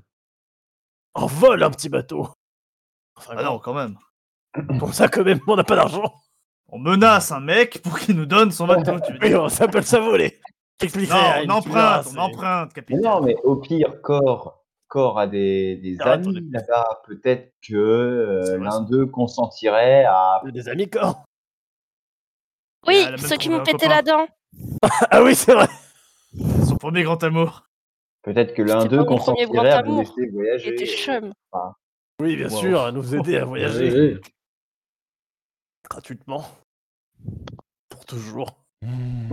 S6: On vole un petit bateau. Enfin,
S4: Ah non, quand même.
S6: Comme ça, quand même, on n'a pas d'argent.
S4: On menace un mec pour qu'il nous donne son bateau, tu veux
S6: Oui,
S4: dire.
S6: on s'appelle ça voler. T'expliquerai,
S4: Non,
S6: Aïe,
S4: on
S6: tu verras,
S4: emprunte,
S6: c'est-
S4: on emprunte,
S2: Mais
S4: capitaine.
S9: hein.
S2: non, mais au pire, corps, corps a des, des
S6: Ah, attendez.
S2: amis là-bas. Peut-être que euh,
S4: C'est vrai,
S2: l'un
S4: ça.
S2: d'eux consentirait à.
S6: Des amis, quand
S4: Il y
S9: Oui,
S4: a la même
S9: ceux qui
S4: qu'on a
S9: m'ont
S4: un
S9: pété
S4: copain.
S9: la dent.
S6: Ah oui, c'est vrai.
S4: C'est son premier grand amour.
S2: Peut-être que l'un
S9: C'était
S2: d'eux
S9: pas mon premier grand
S2: consentirait à vous
S9: amour.
S2: laisser voyager.
S9: J'étais chum.
S6: Oui, bien
S4: Wow.
S6: sûr, à nous aider à
S3: Ouais,
S6: voyager
S3: ouais.
S6: gratuitement. Pour toujours.
S1: Mmh.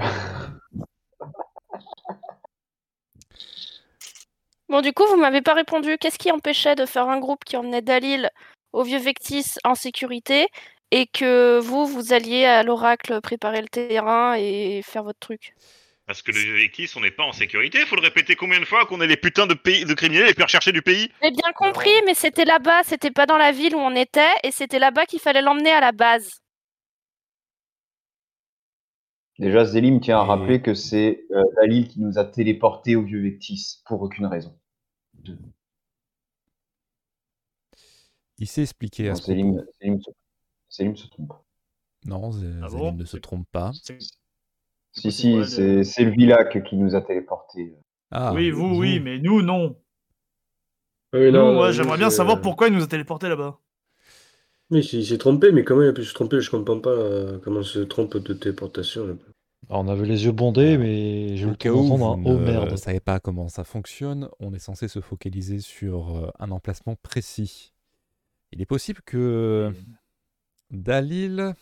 S9: Bon, du coup, vous m'avez pas répondu. Qu'est-ce qui empêchait de faire un groupe qui emmenait Dalil au vieux Vectis en sécurité et que vous, vous alliez à l'oracle préparer le terrain et faire votre truc
S7: Parce que les Vekis, on n'est pas en sécurité. Faut le répéter combien de fois qu'on est les putains de, pays, de criminels les plus recherchés du pays
S9: J'ai bien compris, mais c'était là-bas, c'était pas dans la ville où on était et c'était là-bas qu'il fallait l'emmener à la base.
S2: Déjà, Zélim tient à
S1: Et-
S2: rappeler que c'est euh, Dalil qui nous a téléportés au vieux Vectis pour aucune raison.
S1: Il s'est expliqué à
S2: Non,
S1: ce propos.
S2: Zélim, Zélim se... Zélim se trompe.
S1: Non, Zé-
S4: Ah
S1: Zélim
S4: bon
S1: ne se trompe pas.
S4: C'est-
S2: Si,
S4: C'est quoi,
S2: si, c'est c'est le Vilac qui nous a téléportés.
S1: Ah,
S4: oui, vous, oui, mais nous, non.
S3: Ouais,
S4: nous,
S3: non,
S4: moi,
S3: non,
S4: j'aimerais
S3: je-
S4: bien savoir pourquoi il nous a téléportés là-bas.
S3: Mais il s'est trompé, mais comment il a pu se tromper? Je comprends pas euh, comment il se trompe de téléportation. là.
S8: Alors, on avait les yeux bondés, mais j'ai eu
S1: Au
S8: le
S1: cas
S8: temps
S1: où
S8: d'entendre
S1: vous
S8: un
S1: ne
S8: oh merde.
S1: savez pas comment ça fonctionne, on est censé se focaliser sur euh, un emplacement précis. Il est possible que Dalil,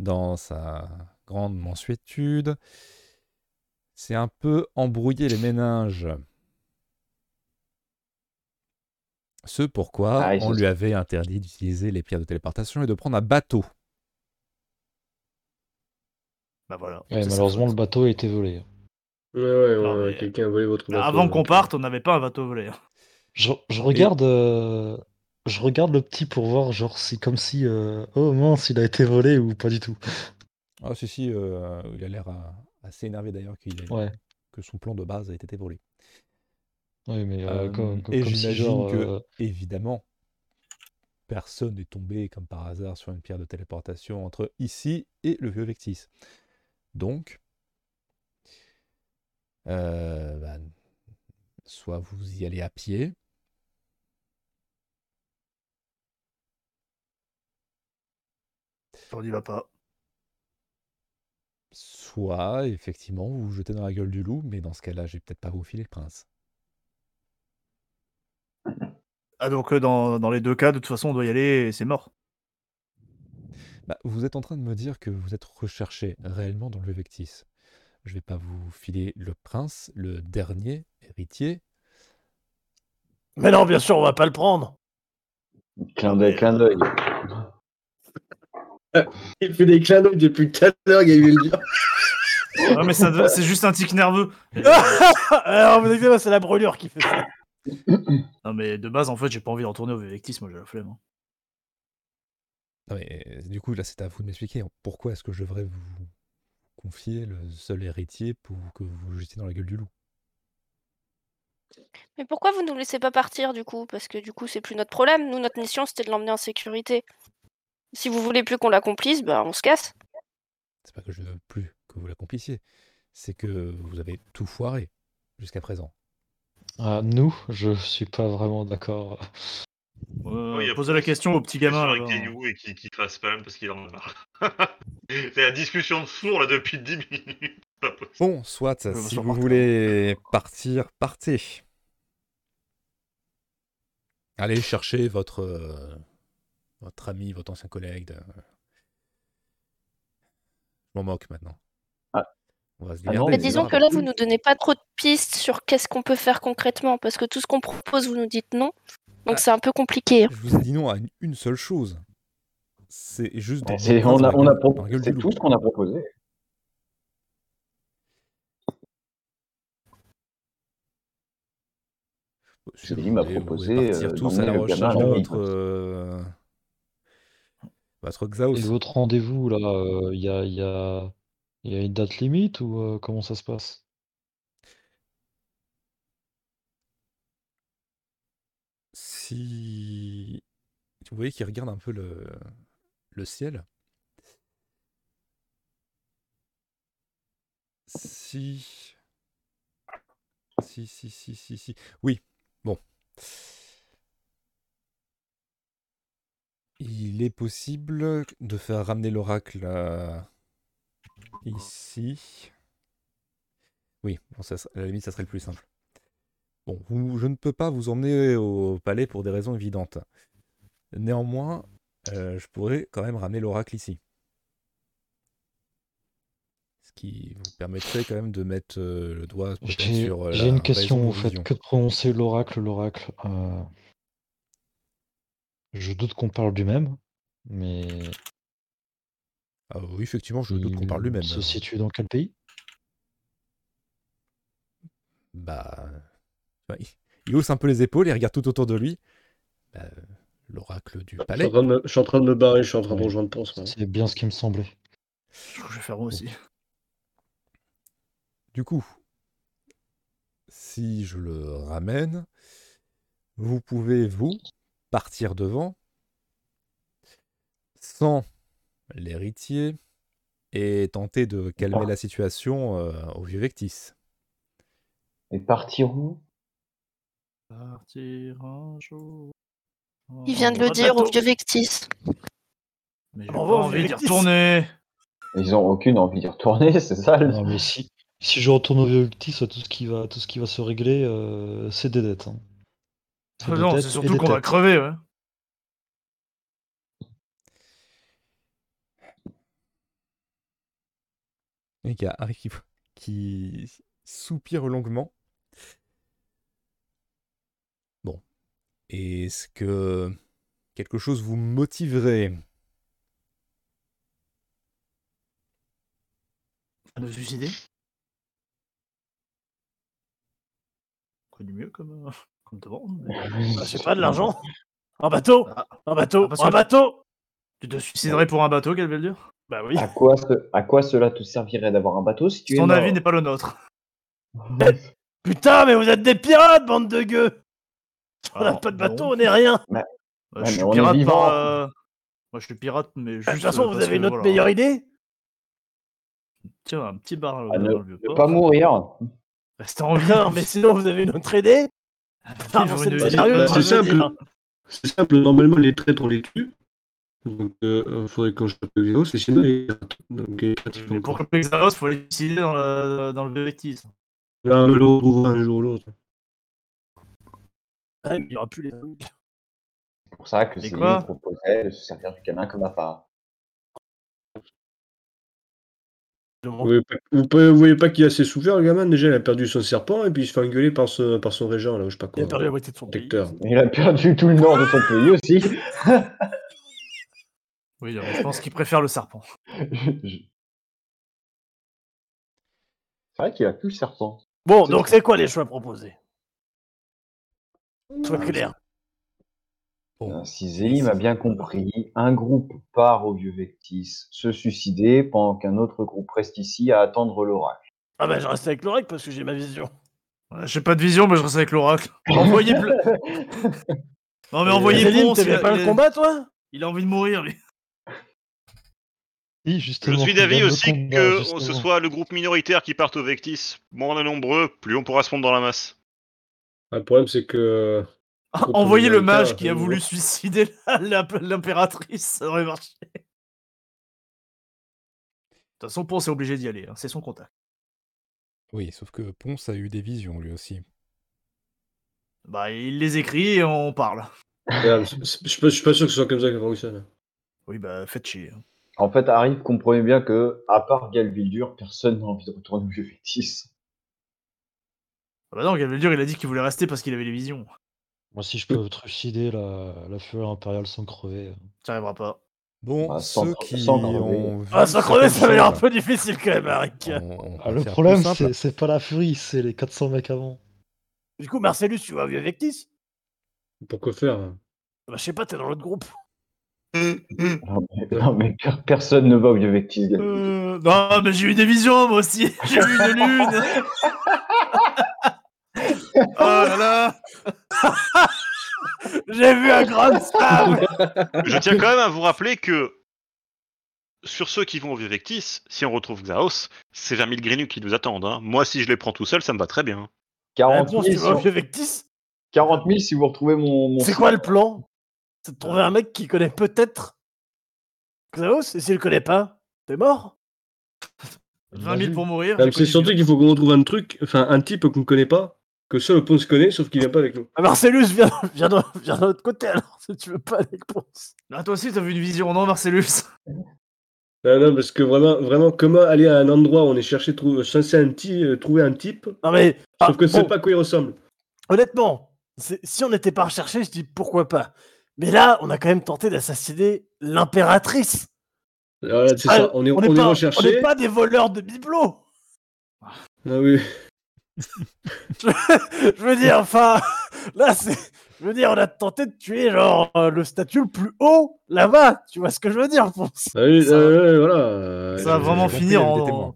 S1: dans sa grande mansuétude, s'est un peu embrouillé les méninges. Ce pourquoi
S2: Ah, il
S1: on
S2: se-
S1: lui avait interdit d'utiliser les pierres de téléportation et de prendre un bateau.
S4: Bah voilà. c'est
S8: Ouais,
S4: sa
S8: malheureusement,
S4: faute.
S8: le bateau a été volé.
S3: Ouais, ouais,
S4: Non,
S3: on-
S4: mais-
S3: quelqu'un a volé votre bateau.
S4: Avant qu'on
S3: donc,
S4: parte, on n'avait pas un bateau volé. hein.
S8: Je, je regarde, euh, je regarde le petit pour voir, genre, si, comme si, euh, oh mince, il a été volé ou pas du tout.
S1: Ah, si, si, euh, il a l'air euh, assez énervé d'ailleurs qu'il ait-
S8: Ouais.
S1: que son plan de base a été volé.
S8: Oui, mais euh,
S1: Euh,
S8: comme, comme-
S1: et
S8: comme si,
S1: j'imagine
S8: genre,
S1: que,
S8: euh,
S1: évidemment, personne n'est tombé comme par hasard sur une pierre de téléportation entre ici et le vieux Vectis. Donc, euh, bah, soit vous y allez à pied,
S4: On n'y va pas.
S1: soit effectivement vous vous jetez dans la gueule du loup, mais dans ce cas-là, j'ai peut-être pas vous filer le prince.
S4: Ah donc euh, dans, dans les deux cas, de toute façon, on doit y aller et c'est mort.
S1: Bah, vous êtes en train de me dire que vous êtes recherché réellement dans le vieux Vectis. Je vais pas vous filer le prince, le dernier héritier.
S6: Mais non, bien sûr, on va pas le prendre.
S2: Clin d'œil, clin d'œil.
S3: Il fait des clins d'œil depuis tout à l'heure, il y a eu le
S4: Ouais, mais ça, c'est juste un tic nerveux.
S6: Alors, vous inquiétez pas, c'est la brûlure qui fait ça.
S4: Non, mais de base, en fait, j'ai pas envie de retourner au Vivectis, moi j'ai la flemme. hein.
S1: Non, mais, euh, du coup, là, c'est à vous de m'expliquer pourquoi est-ce que je devrais vous confier le seul héritier pour que vous vous jetiez dans la gueule du loup.
S9: Mais pourquoi vous nous laissez pas partir du coup Parce que du coup, c'est plus notre problème. Nous, notre mission, c'était de l'emmener en sécurité. Si vous voulez plus qu'on l'accomplisse, bah on se casse.
S1: C'est pas que je veux plus que vous l'accomplissiez, c'est que vous avez tout foiré jusqu'à présent.
S8: Ah, nous, je suis pas vraiment d'accord.
S4: Euh,
S7: Oui, y a-
S4: posez la question au petit gamin.
S7: Avec
S4: là-bas.
S7: des loups et qui, qui trace pas même parce qu'il en a marre. c'est la discussion de sourd là depuis 10 minutes. Pas possible.
S1: Bon, soit,
S4: me
S1: si
S4: sens
S1: vous
S4: partant.
S1: voulez
S2: hein.
S1: partir, partez. Allez chercher votre, euh, votre ami, votre ancien collègue. de- Je m'en moque maintenant.
S2: Ah.
S1: On va se
S2: Ah non,
S1: démerder.
S2: mais
S9: Bah, disons
S2: grave.
S9: que là, vous nous donnez pas trop de pistes sur qu'est-ce qu'on peut faire concrètement, parce que tout ce qu'on propose, vous nous dites non. Donc c'est un peu compliqué. hein.
S1: Je vous ai dit non à une, une seule chose. C'est juste des
S2: Bah, C'est
S1: empreintes
S2: on a,
S1: dans la
S2: on a
S1: gueule-
S2: pro-
S1: dans la gueule
S2: c'est
S1: du
S2: tout
S1: loup.
S2: ce qu'on a proposé.
S1: Si
S2: Lui
S1: vous
S2: m'a
S1: voulez, vous
S2: proposé,
S1: pouvez partir
S2: euh,
S1: tous à la
S2: d'emmener le gamin
S1: recherche
S2: à
S1: de
S2: la
S1: votre,
S2: ville.
S1: euh, votre Xaos.
S8: Et votre rendez-vous, là, euh, il y a, il y a- il y a une date limite ou euh, comment ça se passe?
S1: si vous voyez qu'il regarde un peu le, le ciel, si... si, si, si, si, si, oui, bon, il est possible de faire ramener l'oracle euh, ici. Oui, bon, ça serait- à la limite, ça serait le plus simple. Bon, vous- je ne peux pas vous emmener au palais pour des raisons évidentes. Néanmoins, euh, je pourrais quand même ramener l'oracle ici. Ce qui vous permettrait quand même de mettre euh, le doigt peut-être
S8: J'ai
S1: sur euh,
S8: j'ai
S1: la
S8: une
S1: raison
S8: question,
S1: de
S8: en
S1: vos
S8: fait.
S1: visions.
S8: Que de prononcer l'oracle, l'oracle. euh, Je doute qu'on parle du même, mais
S1: Ah oui, effectivement, je doute qu'on
S8: il
S1: parle euh. lui-même.
S8: se situe dans quel pays?
S1: Bah, bah, il- il hausse un peu les épaules, il regarde tout autour de lui. Bah, euh, l'oracle du
S3: Je suis,
S1: palais.
S3: en train de me, je suis en train de me barrer, je suis en train de
S8: Oui.
S3: rejoindre pour ça.
S8: C'est bien ce qui me semblait.
S4: Je vais faire moi aussi.
S1: Du coup, si je le ramène, vous pouvez, vous, partir devant sans l'héritier et tenter de calmer la situation euh, au vieux Vectis.
S2: Et partir où
S4: Partir un jour.
S9: Il vient de
S4: Oh,
S9: le dire au
S4: bateau.
S9: vieux Vectis.
S4: Mais j'ai
S6: Au
S4: pas
S6: revoir,
S4: envie d'y
S6: Vectis.
S4: retourner.
S2: Ils ont aucune envie d'y retourner, c'est ça le-
S8: Non, Ah, mais si, si je retourne au vieux Ctis, tout ce qui va, tout ce qui va se régler, euh, c'est des dettes. hein.
S4: Ah
S8: des
S4: non,
S8: dettes
S4: c'est
S8: et
S4: surtout
S8: des
S4: qu'on va
S8: têtes.
S4: crever, ouais.
S1: Et il y a Harry qui, qui soupire longuement. Bon. Est-ce que quelque chose vous motiverait
S4: À nous suicider Quoi de mieux comme, euh, comme demande mais-
S6: Bah, je sais pas, de l'argent Un bateau
S4: Ah.
S6: Un
S4: Ah,
S6: bateau
S4: parce
S6: Un
S4: que-
S6: bateau
S4: Tu te suiciderais Ah. pour un bateau, Galveldur
S6: Bah oui.
S2: à quoi, ce- à quoi cela te servirait d'avoir un bateau si tu es
S4: Ton
S2: mort
S4: avis n'est pas le nôtre.
S6: Putain, mais vous êtes des pirates, bande de gueux On n'a
S4: Alors,
S6: pas de
S4: Ah, non.
S6: bateau, on est rien
S4: Bah,
S2: Ouais, mais
S4: je suis
S2: on est
S4: pirate
S2: vivant.
S4: par. euh, Moi, je suis pirate, mais juste.
S6: De toute façon,
S4: euh,
S6: vous
S4: parce
S6: avez une
S4: que,
S6: autre
S4: voilà.
S6: meilleure idée
S4: Tiens, un petit bar là,
S2: Ah,
S4: dans le vieux
S2: Ne
S4: port.
S2: pas mourir.
S4: Bah, si t'as envie.
S6: Non, mais sinon, vous avez une autre idée
S4: Vivre
S6: Avancez
S4: Ah, une
S6: le
S4: vie.
S6: scénario,
S3: Bah,
S6: je
S3: c'est
S6: veux
S3: simple.
S6: dire.
S3: C'est simple, normalement les traîtres on les tue. Donc euh, euh, faudrait qu'on chope le Xenos, et chez nous les traîtres. Donc les traîtres, ils font
S4: Mais pour
S3: quoi
S4: le Pexaos, faut aller suicider dans, la- dans le Vectis.
S3: Là, on le retrouvera un jour ou l'autre.
S6: Ah, Il y aura plus les.
S2: C'est pour ça que
S4: Et
S2: c'est
S4: quoi
S2: lui qui proposait de se servir du gamin comme appât.
S3: Vous voyez pas, vous pouvez- vous voyez pas qu'il a assez souffert le gamin déjà, il a perdu son serpent et puis il se fait engueuler par, ce- par son régent là, ou je sais pas
S6: Il
S3: quoi.
S6: a perdu la moitié de son pays.
S3: protecteur.
S2: Il a perdu tout le nord de son pays aussi.
S4: Oui, alors, je pense qu'il préfère le serpent.
S2: c'est vrai qu'il a plus le serpent.
S6: Bon,
S2: C'est
S6: donc
S2: tout.
S6: c'est quoi les choix proposés Sois plus clair.
S1: Bon.
S2: Hein, Si Zélie m'a bien compris, un groupe part au vieux Vectis se suicider pendant qu'un autre groupe reste ici à attendre l'oracle.
S6: Ah bah, je reste avec l'oracle parce que j'ai ma vision.
S4: Ouais, J'ai pas de vision, mais je reste avec l'oracle. Envoyez. Euh, pla- non, mais envoyez
S6: Zélim,
S4: Ponce. Il,
S6: t'aimais
S4: a-
S6: pas
S4: il
S6: le
S4: a-
S6: combat, toi
S4: il a envie de mourir, lui.
S8: Oui,
S7: Je
S8: justement,
S7: suis
S8: faut
S7: d'avis
S8: bien le
S7: aussi
S8: combat,
S7: que
S8: justement.
S7: ce soit le groupe minoritaire qui parte au Vectis. Moins on est nombreux, plus on pourra se fondre dans la masse.
S3: Ah, le problème, c'est que. Faut qu'on
S4: Envoyez le
S3: aille
S4: mage
S3: là,
S4: qui a
S3: euh,
S4: voulu suicider la- la- l'impératrice. Ça aurait marché. De toute façon, Ponce est obligé d'y aller. hein, C'est son contact.
S1: Oui, sauf que Ponce a eu des visions lui aussi.
S4: Bah, il les écrit et on parle.
S3: Regarde, Je je suis pas je suis pas sûr que ce soit comme ça que ça fonctionne.
S4: Oui, bah, faites chier. hein.
S2: En fait, Harry comprenez bien que, à part Galvildur, personne n'a envie de retourner au vieux Vectis.
S4: Ah bah non, Gaveldur, il a dit qu'il voulait rester parce qu'il avait les visions.
S8: Moi, si je peux trucider la, la fureur impériale sans crever. euh,
S4: Tu arriveras pas.
S1: Bon,
S8: Ah,
S2: Bah, sans
S1: ceux
S2: cre-
S1: qui
S2: sans crever.
S1: ont vu
S6: Ah, sans crever, ça
S1: certaines
S6: va l'air un
S1: choses,
S6: peu difficile quand même, Eric.
S1: on- on
S8: Ah,
S1: peut
S8: le
S1: faire plus
S8: problème,
S1: simple.
S8: c'est c'est pas la furie, c'est les 400 mecs avant.
S6: Du coup, Marcellus, tu vas avec Vectis
S3: Pourquoi faire hein.
S6: bah, Je sais pas, t'es dans l'autre groupe.
S2: Non, mais, non, mais per- personne ne va au vieux Vectis, Galvildur.
S4: Euh, non, mais j'ai eu des visions, moi aussi. J'ai vu une lune. oh là là.
S6: J'ai vu un grand sable
S7: Je tiens quand même à vous rappeler que sur ceux qui vont au vieux Vectis, si on retrouve Xaos, c'est 20 000 grenus qui nous attendent. hein. Moi, si je les prends tout seul, ça me va très bien.
S2: 40 000,
S6: Réponse, tu
S2: si
S6: vas
S2: vous-
S6: avec Vectis
S2: 40 000 si vous retrouvez mon. mon
S6: C'est quoi le plan C'est de trouver un mec qui connaît peut-être Xaos Et s'il le connaît pas, t'es mort
S4: 20 000 pour mourir.
S3: Non,
S4: Ah, j'ai
S1: Bah,
S3: mais C'est
S4: connu
S3: surtout
S4: mieux.
S3: qu'il faut qu'on retrouve un truc, enfin un type qu'on ne connaît pas, que seul le ponce connaît, sauf qu'il vient pas avec nous.
S6: Ah, Marcellus, viens, viens, de, viens de l'autre côté alors, si tu veux pas aller pense.
S4: Ah, toi aussi, t'as vu une vision, non, Marcellus
S3: Euh, Non, non, parce que vraiment, vraiment, comment aller à un endroit où on est cherché, trou- censé un petit, euh, trouver un type,
S6: Non mais, ah,
S3: sauf que c'est
S6: bon,
S3: pas à quoi il ressemble.
S6: honnêtement, c'est- si on n'était pas recherché, je dis pourquoi pas. Mais là, on a quand même tenté d'assassiner l'impératrice.
S3: Alors là, c'est
S6: Ah,
S3: ça, on est, on est
S6: pas, on
S3: recherché.
S6: n'est pas des voleurs de bibelots.
S3: Ah oui.
S6: Je veux dire, enfin, là, c'est. Je veux dire, on a tenté de tuer, genre, euh, le statut le plus haut, là-bas. Tu vois ce que je veux dire, Ponce
S3: Ah oui,
S4: Ça-
S3: euh, ouais, voilà. euh,
S4: Ça va
S1: j'ai-
S4: vraiment
S1: j'ai compris,
S4: finir
S1: il y avait
S4: en.
S1: des témoins.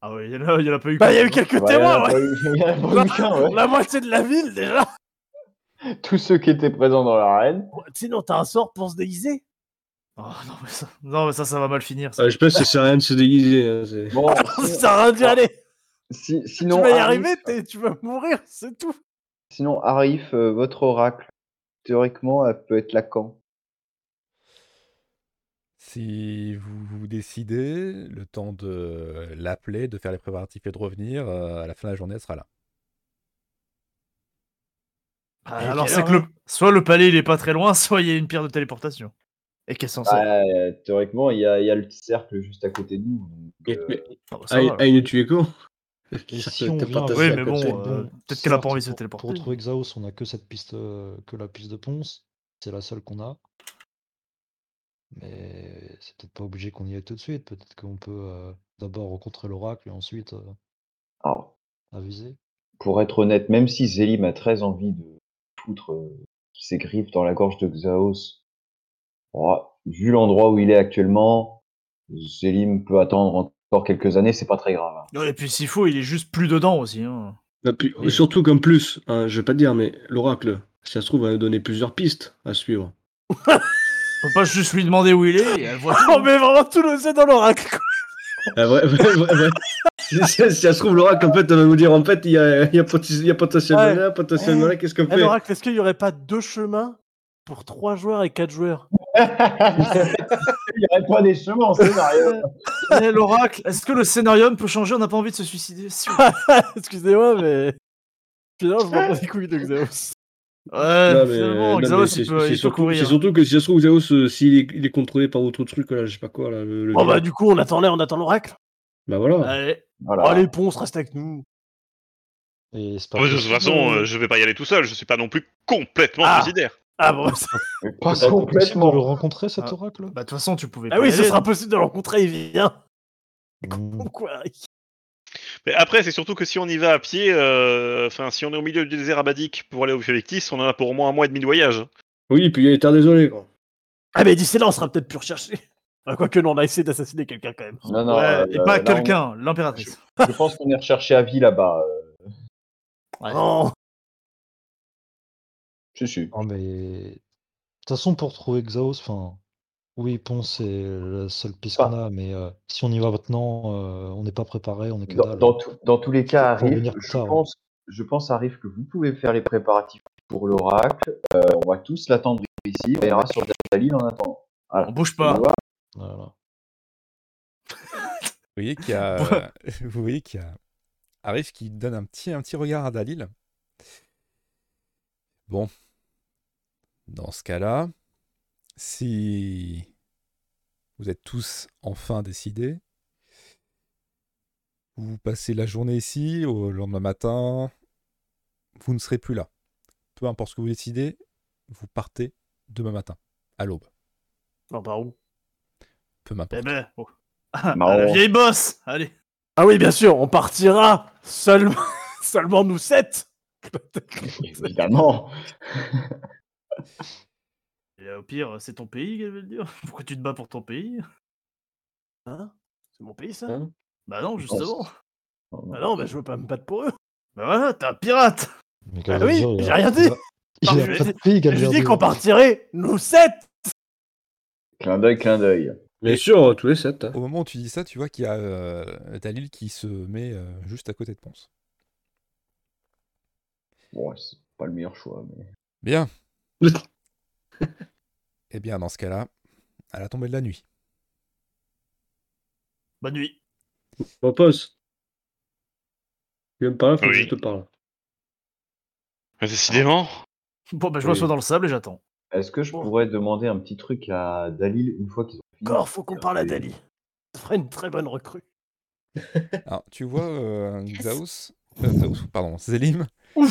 S4: Ah ouais, il y en a, il y en a pas eu.
S6: Bah, il y a
S4: que-
S6: eu quelques
S2: Bah, il y en a
S6: témoins,
S2: pas
S6: ouais.
S2: eu- il y en a pas eu qu'un, ouais.
S6: La moitié de la ville, déjà.
S2: Tous ceux qui étaient présents dans l'arène.
S6: Sinon, t'as un sort pour se déguiser.
S4: Oh, non, mais ça, non, mais ça, ça va mal finir. ça.
S3: euh, je pense que ça sert à rien de se déguiser. hein, c'est-
S2: Bon,
S6: Ah, Ça a rien d'y aller.
S2: si-
S6: Tu
S2: sinon,
S6: vas y
S2: Arif-
S6: arriver, t'es- tu vas mourir, c'est tout.
S2: sinon, Arif, euh, votre oracle, théoriquement, elle peut être Lacan.
S1: Si vous vous décidez, le temps de l'appeler, de faire les préparatifs et de revenir, euh, à la fin de la journée, elle sera là.
S4: Ah,
S1: Ah,
S6: Et
S4: alors,
S6: quelle
S4: c'est
S6: heure,
S4: que le... soit le palais, il est pas très loin, soit il y a une pierre de téléportation. Et qu'est-ce qu'on sait
S2: Bah, euh, théoriquement, il y, a il y a le petit cercle juste à côté de nous. donc,
S3: Mais-
S2: euh,
S3: mais-
S4: Ah, bah, ça
S3: Ah,
S4: va,
S3: il-
S4: alors.
S3: ah, il nous tuait con.
S8: Et
S3: Ça,
S8: si
S3: t'as
S8: on
S3: pas
S8: vient
S3: ta
S8: avec
S4: Oui,
S3: salle
S4: mais
S3: à
S4: bon,
S3: côté.
S4: euh, peut-être
S8: certes,
S4: qu'elle a pas envie de se
S8: pour-
S4: téléporter.
S8: Pour retrouver Xaos, on a que cette piste, euh, que la piste de Ponce. C'est la seule qu'on a. Mais c'est peut-être pas obligé qu'on y aille tout de suite. Peut-être qu'on peut, euh, d'abord rencontrer l'oracle et ensuite euh,
S2: alors,
S8: aviser.
S2: pour être honnête, même si Zélim a très envie de foutre euh, ses griffes dans la gorge de Xaos, oh, vu l'endroit où il est actuellement, Zélim peut attendre encore quelques années, c'est pas très grave. hein.
S4: Non, et puis, s'il faut, il est juste plus dedans aussi. hein.
S3: Ah, puis, Surtout qu'en plus, hein, je vais pas te dire, mais l'oracle, si ça se trouve, va nous donner plusieurs pistes à suivre.
S4: Faut pas juste lui demander où il est. et elle voit tout.
S6: Ah, On met vraiment tout le sait dans l'oracle. quoi.
S3: Ah, vrai- vrai- vrai- vrai. si, si- si ça se trouve, l'oracle, en fait, elle va nous dire, en fait, il y a, il y a poten- il y a potentiellement
S6: Ouais.
S3: là, potentiellement là, qu'est-ce qu'on
S6: Eh,
S3: fait
S6: l'oracle, est-ce qu'il y aurait pas deux chemins pour trois joueurs et quatre joueurs
S2: il n'y aurait pas des chemins en scénario.
S4: Eh, L'oracle, est-ce que le scénarium peut changer On n'a pas envie de se suicider. Si.
S6: Excusez-moi, mais. Finalement, je m'en bats les couilles de Xaos.
S4: Ouais,
S3: Non, mais- non,
S4: finalement, Xaos,
S3: mais
S4: il
S3: c'est
S4: peut-
S3: c'est
S4: il peut
S3: surtout, c'est
S4: courir.
S3: surtout que si ça se trouve, Xaos, euh, s'il est, il est contrôlé par autre truc, là, je sais pas quoi, là, le, le-
S6: Bon, bah, du coup, on attend l'air, on attend l'oracle.
S3: Bah voilà.
S4: Allez,
S2: Voilà.
S6: Allez, Ponce, reste avec nous.
S8: Et c'est pas
S7: Ah, mais de toute
S8: possible,
S7: façon,
S8: euh,
S7: euh, je vais pas y aller tout seul. Je suis pas non plus complètement
S6: Ah.
S7: suicidaire.
S6: Ah bon, ça-
S2: Mais pas
S8: c'est pas possible de le
S2: Ah, complètement.
S8: rencontrer cet
S4: Ah.
S8: oracle
S4: bah, de toute façon, tu pouvais
S6: Ah
S4: pas
S6: oui,
S4: y
S6: ce
S4: aller.
S8: Mmh.
S6: sera possible de le rencontrer, il vient.
S8: Mm.
S6: Pourquoi Eric
S7: Mais après, c'est surtout que si on y va à pied, euh, enfin, si on est au milieu du désert abadique pour aller au Vieux Vectis, on en a pour au moins un mois et demi de voyage.
S3: Oui, et puis il y a les terres désolées, quoi.
S6: Ah, mais d'ici là, on sera peut-être plus recherché. Enfin, Quoique, non, on a essayé d'assassiner quelqu'un quand même.
S2: Non, non,
S4: Ouais,
S2: euh,
S4: et
S2: euh,
S4: pas
S2: là, on-
S4: quelqu'un, l'impératrice.
S2: Je pense qu'on est recherché à vie là-bas. euh,
S6: Non.
S2: Si, si.
S8: Non, mais. De toute façon, pour trouver Xaos, enfin. Oui, Pont, c'est la seule piste qu'on a, mais euh, si on y va maintenant, euh, on n'est pas préparé, on est que
S2: Dans,
S8: dalle.
S2: dans tout- dans tous les cas,
S8: Faut
S2: arrive.
S8: revenir plus
S2: Je
S8: tard, hein.
S2: pense, je pense, arrive que vous pouvez faire les préparatifs pour l'oracle. Euh, on va tous l'attendre ici. On ira sur Dalil en attendant.
S4: On bouge
S2: On
S4: pas.
S2: va voir.
S8: Voilà.
S1: Vous voyez qu'il y a, euh, vous voyez qu'il y a Arif qui donne un petit, un petit regard à Dalil. Bon, dans ce cas-là, si vous êtes tous enfin décidés, vous passez la journée ici, au lendemain matin, vous ne serez plus là. Peu importe ce que vous décidez, vous partez demain matin, à l'aube.
S6: Non, par où
S1: Peu m'importe.
S4: Eh ben, oh. Ah, la
S2: Marrant.
S4: vieille bosse Allez
S6: Ah oui, bien sûr, on partira seulement, seulement nous sept.
S2: Évidemment.
S4: Et, euh, Au pire, c'est ton pays, qu'elle veut dire. Pourquoi tu te bats pour ton pays
S6: Hein C'est mon pays, ça
S2: Hein
S4: Bah non, justement.
S6: Ah non, bah, je veux pas me battre pour eux.
S4: Bah voilà, t'es un pirate
S8: Mais
S6: Ah
S8: Galvez,
S6: oui,
S8: il a-
S6: j'ai rien dit.
S8: Il a
S6: Pardon,
S8: pas
S6: je-
S8: de pays,
S6: Je
S8: Galvez.
S6: dis qu'on partirait nous sept.
S2: Clin d'œil, clin d'œil.
S3: Bien sûr, tous les sept. hein.
S1: Au moment où tu dis ça, tu vois qu'il y a euh, Dalil qui se met euh, juste à côté de Ponce.
S2: Bon, c'est pas le meilleur choix. Mais...
S1: Bien. eh bien, dans ce cas-là, à la tombée de la nuit,
S4: Bonne nuit
S3: Bon, pause. Tu viens me parler, faut
S7: Oui.
S3: que je te parle.
S7: Mais Décidément.
S4: Bon, bah je
S2: Oui.
S4: m'assois dans le sable et j'attends.
S2: Est-ce que je
S6: Bon.
S2: pourrais demander un petit truc à Dalil une fois qu'ils ont fini
S6: Encore, faut qu'on parle à Dali. Ça ferait une très bonne recrue. Ah,
S1: alors, tu vois euh, Xaos, euh, Xaos, pardon, Zélim,
S2: Oui.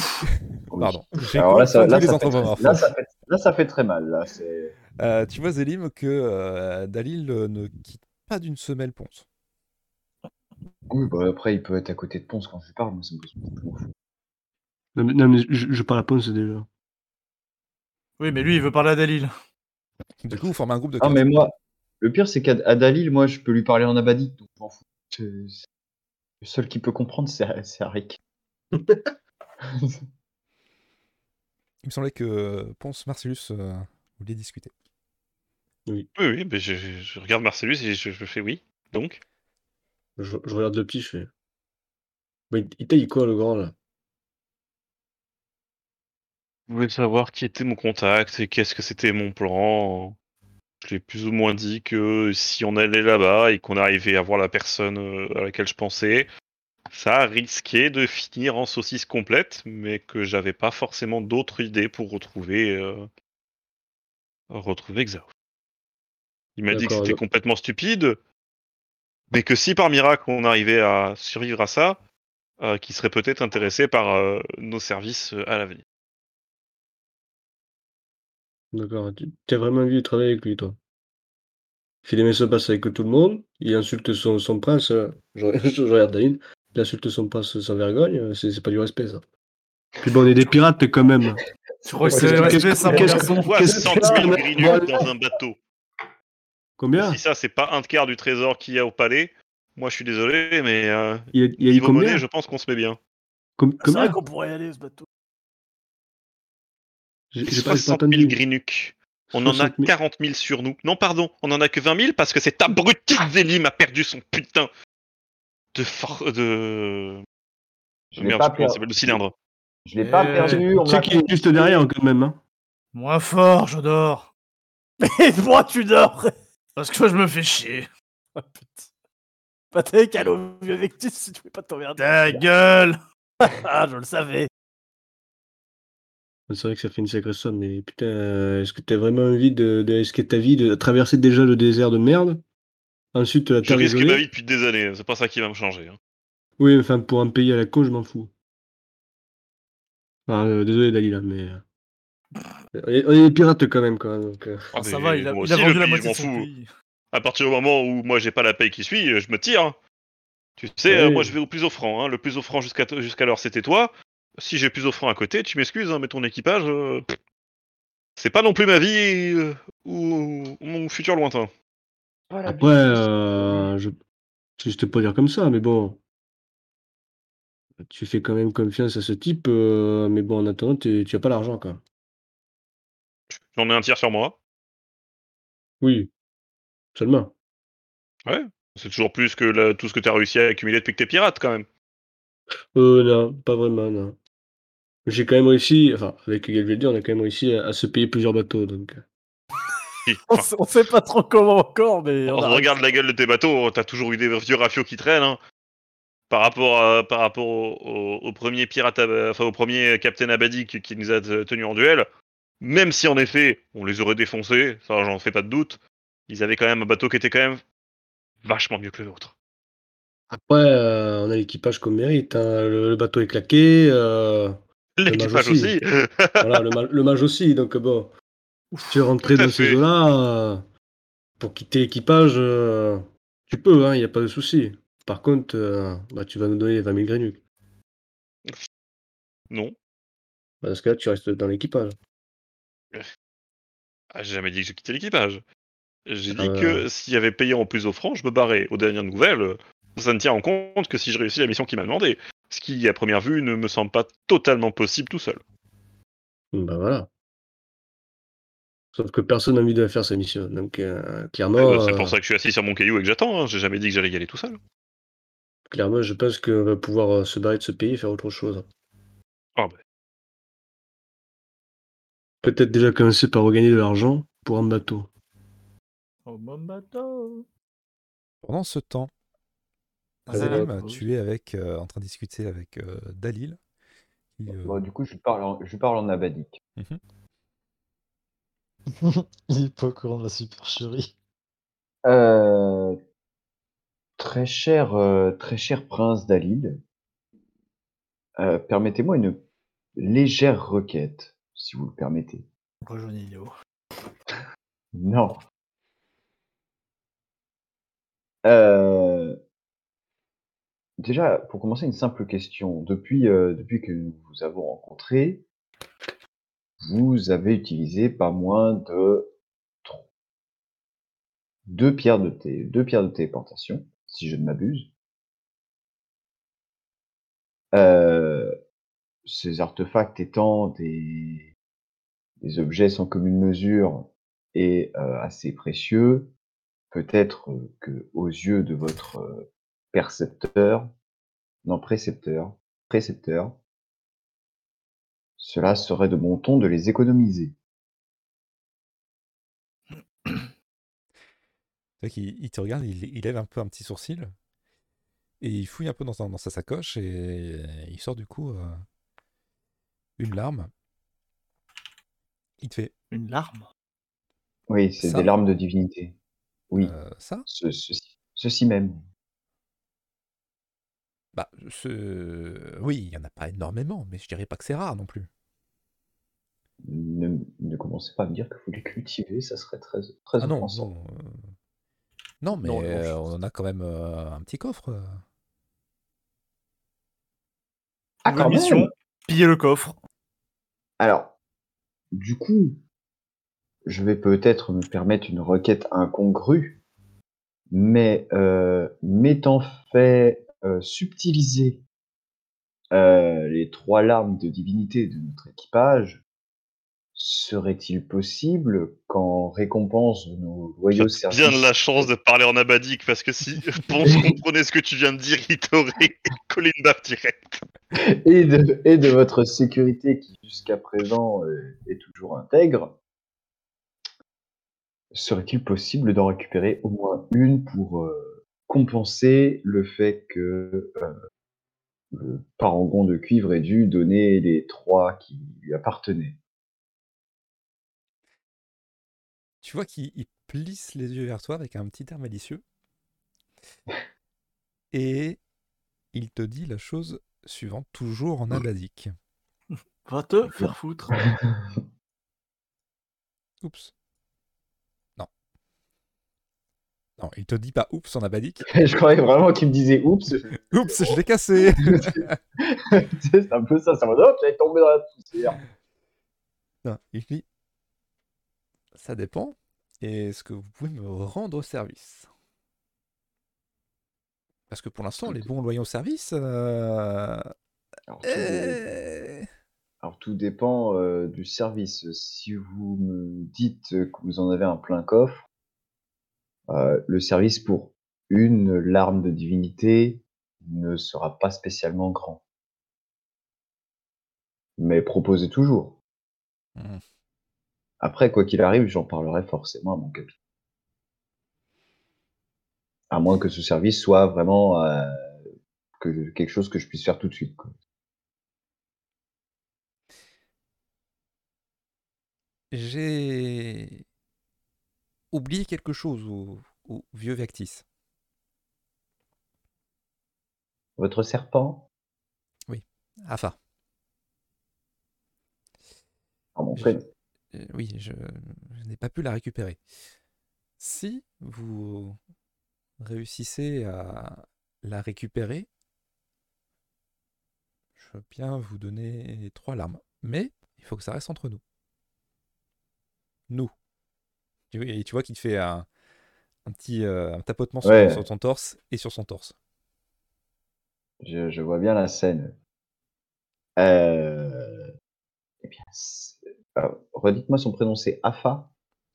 S1: pardon, j'ai
S2: Alors là, ça,
S1: confondu
S2: là,
S1: les hein,
S2: ça fait,
S1: entrepreneurs.
S2: très- là, ça fait- là, ça fait très mal. Là, c'est-
S1: Euh, tu vois Zélim que euh, Dalil euh, ne quitte pas d'une semelle Ponce.
S2: Oui, bah, après, il peut être à côté de Ponce quand je lui parle. mais ça me pose- je m'en fous.
S5: Non, mais, non, mais je, je parle à Ponce déjà.
S4: Oui, mais lui, il veut parler à Dalil.
S1: Du coup, vous formez un groupe de
S2: Ah,
S1: quatre.
S2: mais moi, le pire, c'est qu'à à Dalil, moi, je peux lui parler en abadique. Donc, je m'en fous. C'est- c'est- Le seul qui peut comprendre, c'est c'est Arik.
S1: Il me semblait que Ponce Marcellus euh, voulait discuter.
S7: Oui, oui, mais je, je regarde Marcellus et je, je fais oui. Donc,
S3: Je, je regarde le petit, je fais. Mais il- il taille quoi, le grand, là
S7: je voulais savoir qui était mon contact et qu'est-ce que c'était mon plan. Je l'ai plus ou moins dit que si on allait là-bas et qu'on arrivait à voir la personne euh, à laquelle je pensais, ça risquait de finir en saucisse complète, mais que j'avais pas forcément d'autres idées pour retrouver euh, retrouver Xao. Il m'a dit que
S3: D'accord,
S7: c'était
S3: donc-
S7: complètement stupide, mais que si par miracle on arrivait à survivre à ça, euh, qu'il serait peut-être intéressé par euh, nos services euh, à l'avenir.
S3: D'accord, tu tu as vraiment envie de travailler avec lui, toi. Il fait des messages passer avec tout le monde, il insulte son, son prince, euh, je, je regarde Daline, il insulte son prince sans vergogne, euh, c'est c'est pas du respect, ça.
S5: Puis bon, on est des pirates quand même.
S4: Tu crois que
S3: Ouais,
S4: c'est
S3: qu'est-ce
S4: le
S3: que-
S4: respect, ça, mon
S3: qu'est-ce que-
S4: garçon
S7: Pourquoi
S5: Qu'est-ce
S7: 100
S5: que c'est
S7: 000
S5: que-
S7: grignoux dans un bateau
S5: Combien
S7: Si ça, c'est pas un quart du trésor qu'il y a au palais, moi je suis désolé, mais euh,
S5: Il y a, il y a eu
S7: niveau
S5: combien
S7: monnaie, je pense qu'on se met bien.
S5: Com-
S6: C'est vrai
S5: Combien
S6: qu'on pourrait y aller ce bateau.
S5: J'ai j'ai pas, j'ai pas
S7: 60 000
S5: entendu.
S7: grinucs. On en a
S5: 60 000.
S7: 40 000 sur nous. Non, pardon, on en a que 20 000 parce que cet abruti Zélim a perdu son putain de. For... de...
S2: Je l'ai
S7: Merde,
S2: pas,
S7: comment
S2: perdu.
S7: ça s'appelle le cylindre.
S2: Je l'ai pas
S4: Euh,
S2: perdu. on
S5: Tu
S2: me
S5: sais
S2: l'a
S5: qu'il est juste derrière quand même. Hein.
S4: Moins fort, je dors
S6: Et moi, tu dors.
S4: Parce que je me fais chier
S6: Oh, putain. Patrick, allô, vieux Vectis, si tu veux pas t'emmerder.
S4: Ta gueule
S6: Ah, je le savais.
S5: C'est vrai que ça fait une sacrée somme, mais putain, euh, est-ce que t'as vraiment envie de, de est-ce que t'as envie de traverser déjà le désert de merde, ensuite euh, la
S7: Je
S5: terre
S7: risque
S5: isolée?
S7: ma vie depuis des années, c'est pas ça qui va me changer. hein.
S5: Oui, enfin pour un pays à la con, je m'en fous. Ah, euh, désolé Dalila, mais euh, on est- on est des pirates quand même, quoi. Donc, euh,
S7: Ah,
S4: Ça
S7: mais
S4: va, il a,
S7: moi
S4: il a
S7: aussi,
S4: vendu
S7: le
S4: la
S7: pays, je
S4: moitié de
S7: m'en
S4: son
S7: fous.
S4: pays.
S7: À partir du moment où moi j'ai pas la paye qui suit, je me euh, tire. hein. Tu sais, euh,
S10: Oui.
S7: moi je vais au plus offrant. hein. Le plus offrant jusqu'à t- jusqu'alors c'était toi. Si j'ai plus offrant à côté, tu m'excuses, hein, mais ton équipage, euh, pff, c'est pas non plus ma vie euh, ou, ou mon futur lointain.
S2: Ah,
S3: Après, euh, je... je te pas dire comme ça, mais bon. Tu fais quand même confiance à ce type, euh, mais bon, en attendant, tu tu as pas l'argent, quoi.
S7: J'en ai un tiers sur moi.
S3: Oui. Seulement.
S7: C'est toujours plus que la- tout ce que t'as réussi à accumuler depuis que t'es pirate quand même.
S3: Euh, non, pas vraiment, non. J'ai quand même réussi, enfin, avec Galveldi, on a quand même réussi à, à se payer plusieurs bateaux, donc. euh.
S7: Si,
S6: On,
S7: enfin,
S6: s- on sait pas trop comment encore, mais
S7: on
S6: on a-
S7: regarde la gueule de tes bateaux, oh, t'as toujours eu des vieux rafios qui traînent. hein. Par rapport, à- par rapport au, au- au premier pirate, à- enfin au premier capitaine Abadi qui, qui nous a t- tenu en duel, même si en effet on les aurait défoncés, ça j'en fais pas de doute, ils avaient quand même un bateau qui était quand même vachement mieux que le nôtre.
S3: Après, euh, on a l'équipage qu'on mérite, hein. Le, le bateau est claqué, euh,
S7: L'équipage
S3: mage aussi.
S7: aussi.
S3: voilà, le, ma- le mage aussi, donc euh, bon. Tu es rentré
S7: tout à
S3: dans ces
S7: fait.
S3: eaux-là, euh, pour quitter l'équipage, euh, tu peux, hein, il n'y a pas de souci. Par contre, euh, bah, tu vas nous donner 20 000 granules.
S7: non,
S3: Bah, dans ce cas-là, tu restes dans l'équipage.
S7: Ah, j'ai jamais dit que je quittais l'équipage. J'ai dit
S3: Ah.
S7: que s'il y avait payé en plus offrant, je me barrais. Aux dernières nouvelles, euh, ça ne tient en compte que si je réussis la mission qu'il m'a demandé. Ce qui, à première vue, ne me semble pas totalement possible tout seul.
S3: Bah voilà. Sauf que personne n'a envie de faire sa mission. Donc euh,
S7: Eh
S3: clairement,
S7: ben, c'est pour
S3: euh,
S7: ça que je suis assis sur mon caillou et que j'attends. hein. J'ai jamais dit que j'allais y aller tout seul.
S3: clairement, je pense qu'on va pouvoir euh, se barrer de ce pays et faire autre chose.
S7: Ah ben.
S3: Peut-être déjà commencer par regagner de l'argent pour un bateau.
S4: Oh, mon bateau.
S1: Pendant ce temps,
S4: Ah,
S1: Zalim,
S4: d'accord.
S1: tu es avec, euh, en train de discuter avec euh, Dalil. qui, euh,
S2: Bon, du coup, je lui parle en, je lui parle en abadique.
S8: Il est pas au courant de la supercherie.
S2: Euh, très cher, euh, très cher prince Dalil, euh, permettez-moi une légère requête, si vous le permettez.
S4: Rejoignez Léo.
S2: Non. Euh, Déjà, pour commencer, une simple question. Depuis, euh, depuis que nous vous avons rencontré, vous avez utilisé pas moins de tro- deux pierres de, té- deux pierres de téléportation, si je ne m'abuse. Euh, ces artefacts étant des, des objets sans commune mesure et euh, assez précieux, peut-être euh, que aux yeux de votre euh, percepteur, non précepteur, précepteur, cela serait de bon ton de les économiser.
S1: tu vois qu'il- il te regarde, il, il lève un peu un petit sourcil. Et il fouille un peu dans, sa- dans sa sacoche et il sort du coup euh, une larme. Il te fait
S4: Une larme.
S2: Oui, c'est
S1: Ça.
S2: des larmes de divinité. Oui,
S1: euh, ça
S2: ce- ceci, ceci même.
S1: Bah, ce... oui, il n'y en a pas énormément, mais je dirais pas que c'est rare non plus.
S2: Ne, ne commencez pas à me dire que vous les cultivez, ça serait très, très
S1: Ah non,
S2: offensant.
S1: non. euh, Non, mais
S2: Non, non, je-
S1: euh, on en a quand même euh, un petit coffre. euh.
S2: Ah,
S4: Nouvelle
S2: quand même
S4: mission. Piller le coffre.
S2: Alors, du coup, je vais peut-être me permettre une requête incongrue, mais euh, m'étant fait euh, subtiliser euh, les trois larmes de divinité de notre équipage, serait-il possible qu'en récompense de nos
S7: T'as
S2: loyaux services...
S7: bien de la chance de parler en abadique parce que si Ponce comprenait ce que tu viens de dire, il t'aurait collé une baffe direct.
S2: et de, et de votre sécurité qui jusqu'à présent euh, est toujours intègre, serait-il possible d'en récupérer au moins une pour euh, compenser le fait que euh, le parangon de cuivre ait dû donner les trois qui lui appartenaient
S1: Tu vois qu'il il plisse les yeux vers toi avec un petit air malicieux. Et il te dit la chose suivante, toujours en abadique.
S4: Va te faire foutre.
S1: Oups. Non. Non, il te dit pas oups en abadik.
S2: Je croyais vraiment qu'il me disait oups.
S1: Oups, je l'ai cassé.
S2: c'est un peu ça, ça m'a dit hop, j'avais tombé dans la poussière.
S1: Non, il dit ça dépend. Est-ce que vous pouvez me rendre service Parce que pour l'instant, les bons loyaux services. euh,
S2: Alors, tout,
S1: euh,
S2: alors, tout dépend euh, du service. Si vous me dites que vous en avez un plein coffre, euh, le service pour une larme de divinité ne sera pas spécialement grand. Mais proposez toujours.
S1: Hmm.
S2: Après, quoi qu'il arrive, j'en parlerai forcément à mon capitaine. À moins que ce service soit vraiment euh, que- quelque chose que je puisse faire tout de suite. quoi.
S1: J'ai oublié quelque chose au, au vieux Vectis.
S2: Votre serpent
S1: Enfin,
S2: Ah, mon
S1: Je-
S2: frère.
S1: euh, oui, je, je n'ai pas pu la récupérer. Si vous réussissez à la récupérer, je veux bien vous donner trois larmes. Mais il faut que ça reste entre nous. Nous. Tu- Et tu vois qu'il te fait un, un petit euh, un tapotement sur,
S2: Ouais.
S1: sur ton torse et sur son torse.
S2: Je, je vois bien la scène. Euh... Eh bien, c'est- ah, redites-moi son prénom, c'est Afa.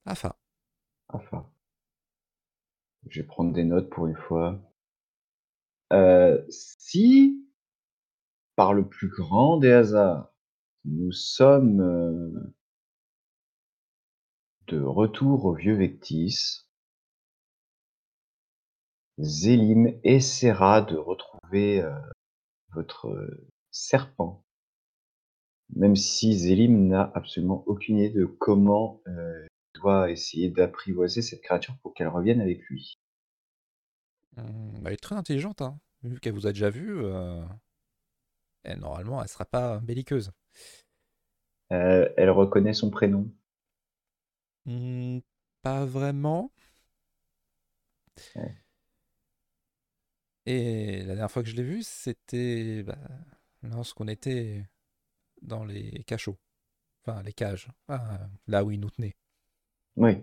S1: Enfin,
S2: Afa. Je vais prendre des notes pour une fois. Euh, si, par le plus grand des hasards, nous sommes euh, de retour au vieux Vectis, Zélim essaiera de retrouver euh, votre euh, serpent. Même si Zélim n'a absolument aucune idée de comment euh, doit essayer d'apprivoiser cette créature pour qu'elle revienne avec lui.
S1: hum, elle est très intelligente, hein. vu qu'elle vous a déjà vu. euh, elle, normalement, elle sera pas belliqueuse.
S2: Euh, elle reconnaît son prénom.
S1: Hmm, pas vraiment.
S2: Ouais.
S1: Et la dernière fois que je l'ai vue, c'était bah, lorsqu'on était dans les cachots. Enfin, les cages. Ah, là où ils nous tenaient.
S2: Oui.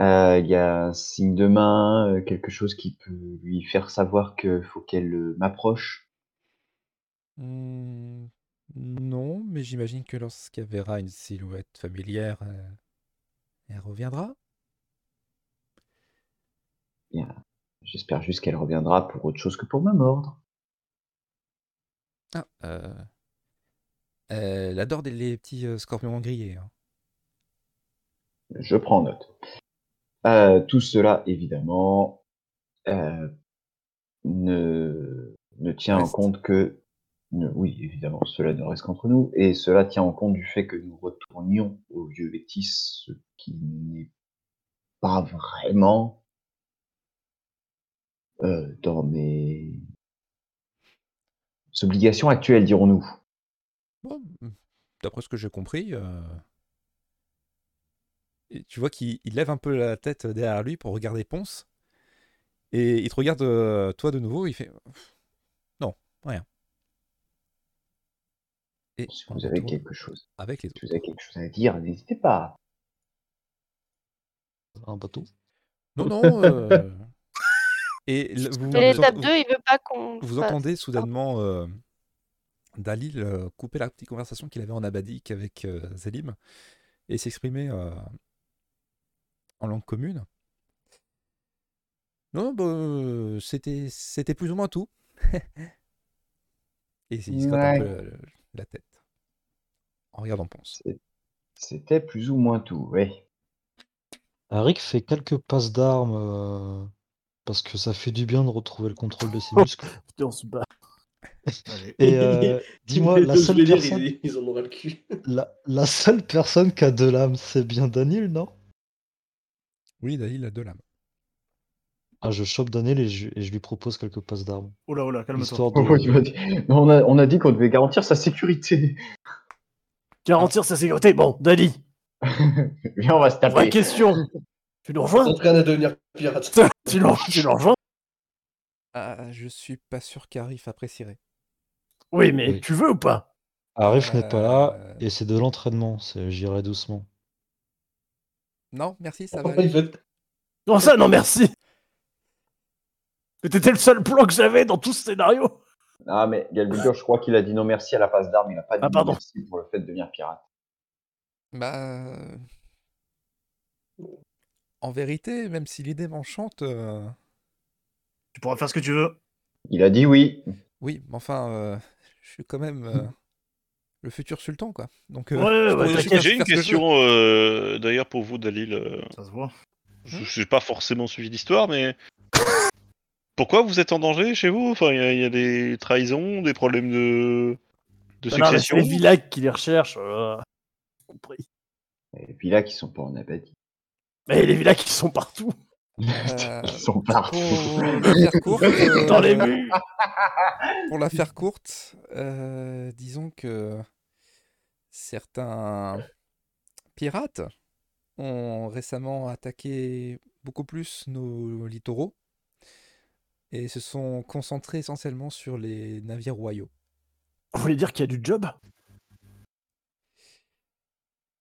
S2: Euh, Il y a un signe de main, euh, quelque chose qui peut lui faire savoir qu'il faut qu'elle euh, m'approche.
S1: Hmm, non, mais j'imagine que lorsqu'elle verra une silhouette familière, euh, elle reviendra.
S2: J'espère juste qu'elle reviendra pour autre chose que pour me mordre.
S1: Ah, euh, elle adore des- les petits euh, scorpions grillés. hein.
S2: Je prends note. Euh, tout cela, évidemment, euh, ne, ne tient
S1: Reste.
S2: en compte que. ne- oui, évidemment, cela ne reste qu'entre nous. Et cela tient en compte du fait que nous retournions au vieux Vétis, ce qui n'est pas vraiment euh, dans mes obligations actuelles, dirons-nous.
S1: Bon, m- d'après ce que j'ai compris, euh, et tu vois qu'il il lève un peu la tête derrière lui pour regarder Ponce. Et il te regarde, euh, toi, de nouveau. Il fait Pff, Non, rien. Et
S2: Si
S1: on
S2: vous avez
S1: retourne
S2: quelque chose,
S1: avec les
S2: si
S1: autres.
S2: vous avez quelque chose à dire, n'hésitez pas.
S8: Un bateau.
S1: Non, non. euh, Et le- vous,
S9: Mais
S1: vous
S9: l'étape
S1: ent-
S9: 2, il veut pas qu'on.
S1: vous
S9: fasse-
S1: entendez soudainement euh, Dalil euh, couper la petite conversation qu'il avait en abadik avec euh, Zélim et s'exprimer euh, en langue commune. Non, bah, euh, c'était, c'était plus ou moins tout. et il se gratte un
S2: Ouais.
S1: peu euh, la tête. En regardant Ponce.
S2: C'est- C'était plus ou moins tout, oui.
S8: Arik fait quelques passes d'armes euh, parce que ça fait du bien de retrouver le contrôle de ses muscles.
S6: Putain, on se bat.
S4: Allez.
S8: Et euh, dis-moi, la
S3: Je
S8: seule
S3: vais dire,
S8: personne,
S3: ils, ils en auront le cul.
S8: la, la seule personne qui a deux lames, c'est bien Daniel, non?
S1: Oui, Dalil a deux lames.
S8: Ah, je chope Daniel et je, et je lui propose quelques passes d'armes.
S4: Oh là, oh là, calme-toi.
S8: Histoire de...
S2: Oh, il m'a dit- on, a, on a dit qu'on devait garantir sa sécurité.
S6: Garantir sa sécurité. Bon, Dali,
S2: Viens, on va se
S6: Vraie
S2: taper.
S6: question. Tu nous rejoins
S3: en train de devenir pirate.
S6: Tu nous tu nous rejoins
S1: Ah, je suis pas sûr qu'Arif apprécierait.
S6: Oui, mais
S8: Oui.
S6: tu veux ou pas
S8: Arif n'est pas là
S1: Euh,
S8: et c'est de l'entraînement, c'est j'irai doucement.
S1: Non, merci, ça va.
S3: En
S1: aller.
S3: fait,
S6: Non, ça, non, merci. Mais t'étais le seul plan que j'avais dans tout ce scénario.
S2: Ah, mais Galbulgur, je crois qu'il a dit non merci à la passe d'armes. Il a pas dit
S6: Ah,
S2: non
S6: pardon.
S2: merci pour le fait de devenir pirate.
S1: Bah. euh, En vérité, même si l'idée m'enchante, euh,
S4: Tu pourras faire ce que tu veux.
S2: Il a dit oui.
S1: oui, mais enfin, euh, je suis quand même euh, le futur sultan, quoi. Donc, euh,
S6: Ouais,
S1: je
S6: ouais,
S1: pourrais-
S6: ouais,
S1: je pourrais
S6: t'inquiète.
S7: J'ai une
S1: faire ce que je veux.
S7: question euh, d'ailleurs pour vous, Dalil. euh,
S4: Ça se voit.
S7: Je je n'ai pas forcément suivi l'histoire, mais pourquoi vous êtes en danger chez vous Enfin, il y, a- il y a des trahisons, des problèmes de, de
S6: Non, non, mais
S7: succession.
S6: c'est les villages qui les recherchent. euh, compris.
S2: Et puis là, qui sont pas en Abadi.
S6: Mais les villages qui sont partout,
S1: Euh,
S2: Ils sont partout.
S1: Pour la faire courte, euh,
S6: dans les murs.
S1: pour la faire courte, euh, disons que certains pirates ont récemment attaqué beaucoup plus nos littoraux et se sont concentrés essentiellement sur les navires royaux.
S6: Vous voulez dire qu'il y a du job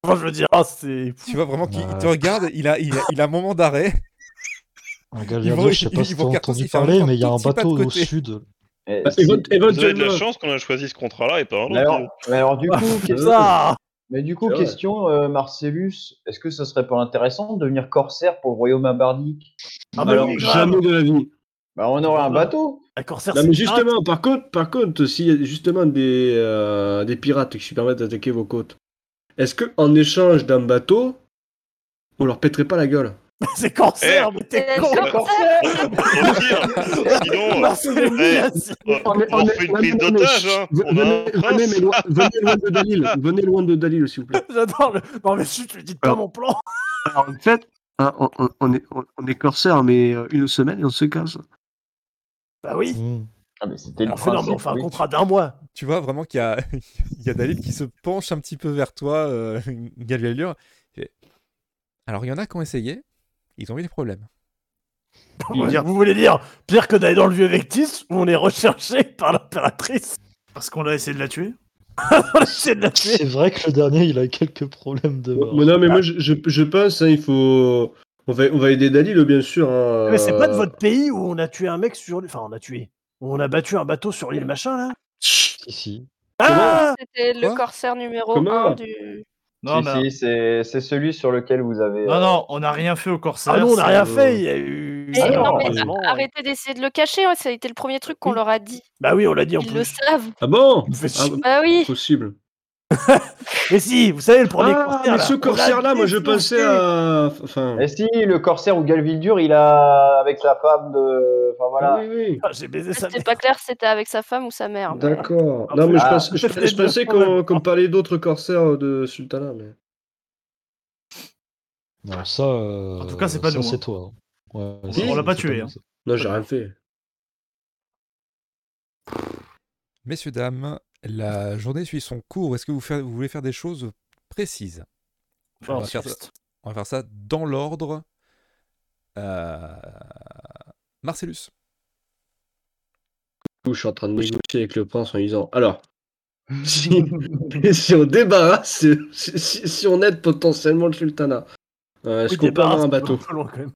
S6: Enfin, je veux dire, ah, c'est.
S1: Tu vois vraiment qu'il il te
S8: Ouais.
S1: regarde, il a, il a, il a un moment d'arrêt.
S8: Un Galliard
S1: vont-
S8: deux, je sais pas
S1: ils
S8: si
S1: vont
S8: t'as
S1: regarder
S8: entendu
S1: s'il fait un
S8: parler,
S1: petit
S8: mais il y a un
S1: pas de
S8: bateau au
S1: côté.
S8: sud.
S2: Eh,
S3: bah,
S2: si-
S3: évo-
S7: Vous avez de la
S3: éventuellement.
S7: chance qu'on a choisi ce contrat-là et pas un
S2: Mais alors,
S7: autre.
S2: mais alors, du coup, qu'est-ce-
S6: Ah, Ça
S2: mais du coup
S3: C'est vrai.
S2: question, euh, Marcellus, est-ce que ce serait pas intéressant de devenir corsaire pour le royaume abardique
S6: Ah, mais
S3: Alors,
S6: oui, grave.
S3: jamais de la vie.
S2: bah, On aurait un bateau.
S6: La corsaire,
S3: Non,
S6: c'est Ah,
S3: mais
S6: pirate.
S3: justement, par contre, par contre, s'il y a justement des, euh, des pirates qui se permettent d'attaquer vos côtes, est-ce que en échange d'un bateau, on leur pèterait pas la gueule
S6: C'est cancer, mais t'es
S9: Eh,
S6: con
S9: c'est
S6: cancer
S7: Au pire, sinon, euh,
S6: C'est une
S7: eh,
S9: oh.
S6: humiliation.
S7: euh, on, fait une prise d'otage. Hein. On a un
S3: Venez, venez, mais
S7: prince.
S3: loin- venez loin de Dalil, venez loin de Dalil, s'il vous plaît.
S6: J'adore le. Non, mais chut, lui dites pas
S3: Alors.
S6: mon plan
S3: Alors, en fait, hein, on, on- on est, on, on est corsaire, mais euh, une semaine et on se casse.
S6: Bah oui
S8: Hmm.
S2: Ah, mais c'était le
S1: Alors,
S6: Mais non,
S2: principe.
S6: mais on fait un
S2: oui.
S6: contrat d'un mois
S1: Tu vois vraiment qu'il y a, il y a Dalil qui se penche un petit peu vers toi, euh, Galvalure. Il fait, Alors, il y en a qui ont essayé, ils ont eu des problèmes.
S6: Vous voulez dire- Vous voulez dire, pire que d'aller dans le vieux Vectis où on est recherché par l'impératrice
S4: Parce qu'on a essayé de la tuer.
S6: On essaie de la tuer
S3: Euh,
S8: C'est vrai que le dernier, il a eu quelques problèmes de
S3: Bon,
S8: mort.
S3: non, mais moi, je, je, je pense, hein, il faut. On va, on va aider Dalil, bien sûr. hein.
S6: Ah, Mais c'est pas de votre pays où on a tué un mec sur. l'île- Enfin, on a tué. Où on a battu un bateau sur l'île machin là
S8: Ici.
S6: Ah
S9: C'était le
S1: Quoi
S9: corsaire numéro
S3: Comment
S9: 1 du.
S4: Non,
S2: Si,
S4: mais-
S2: si, c'est c'est celui sur lequel vous avez.
S4: non,
S2: euh,
S4: non, on n'a rien fait au corsaire.
S6: Ah non, on
S4: c'est- euh,
S6: a rien fait, il y a eu.
S9: Mais
S2: Ah
S9: Eh, non,
S2: non,
S9: mais
S6: heureusement, ouais.
S9: arrêtez d'essayer de le cacher, ouais, ça a été le premier truc qu'on leur a dit.
S6: Bah oui, on l'a dit en
S9: Ils le
S6: plus.
S9: savent.
S3: Ah bon
S6: Il me fait
S3: Ah,
S6: chier.
S9: Bah oui.
S3: Possible.
S6: Mais si, vous savez, le premier
S3: Ah,
S6: corsaire.
S3: mais
S6: là,
S3: ce
S6: on l'a
S3: corsaire-là, moi, je pensais à. Enfin.
S2: Et si, le corsaire ou Galvildur, il a. avec la femme de. Enfin voilà.
S3: Oui, oui.
S6: Ah, J'ai baisé sa
S9: C'était
S6: mère.
S9: pas clair si c'était avec sa femme ou sa mère. mais-
S3: D'accord. Non, mais je,
S2: Ah.
S3: pense- je, je pensais qu'on qu'on parlait d'autres corsaires de Sultana. Mais...
S8: Non, ça. euh,
S4: tout cas, c'est pas
S8: ça,
S4: nous, hein.
S8: C'est toi. Ouais,
S4: On-
S8: ça,
S3: on l'a
S8: c'est-
S4: pas
S8: c'est
S4: tué,
S8: nous,
S4: hein.
S8: ça.
S3: Non, j'ai rien fait.
S1: Messieurs, dames, la journée suit son cours. Est-ce que vous, fa- vous voulez faire des choses précises
S4: Enfin,
S1: On va faire ça. On va faire ça dans l'ordre. Euh, Marcellus.
S3: Du coup, je suis en train de négocier avec le prince en lui disant Alors, si, si on débarrasse, si, si- si on aide potentiellement le Sultana, euh, est-ce
S6: Oui,
S3: qu'on peut avoir
S6: débarrasse,
S3: un bateau
S6: c'est peu loin, quand même.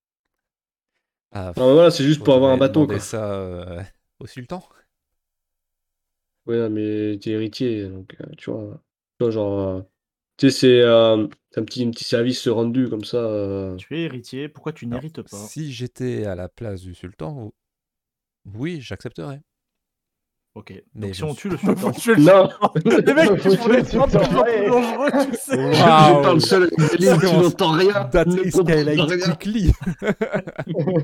S1: Ah,
S3: Non, mais voilà, c'est juste pour avoir un
S1: faudrait
S3: bateau.
S1: demander
S3: Quoi.
S1: ça euh, au sultan.
S3: Ouais, non, mais t'es héritier, donc euh, tu vois. Tu vois, genre. euh, tu sais, c'est euh, c'est un petit, un petit service rendu comme ça. euh.
S4: Tu es héritier, pourquoi tu
S1: Alors,
S4: n'hérites pas
S1: Si j'étais à la place du sultan, oui, j'accepterais.
S4: Ok.
S1: Mais
S4: Donc si
S1: je
S4: on
S1: suis-
S4: tue le sultan.
S3: Non
S6: Les mecs,
S2: Faut
S6: ils font
S2: tuer
S6: des
S2: le
S6: plans de plus en plus
S2: sultan.
S6: dangereux, tu sais.
S3: Je- Je parle seul avec Denis, tu
S1: Silence.
S3: n'entends rien.
S1: That
S3: ne comprends
S1: escalated
S3: rien.
S1: quickly.
S6: On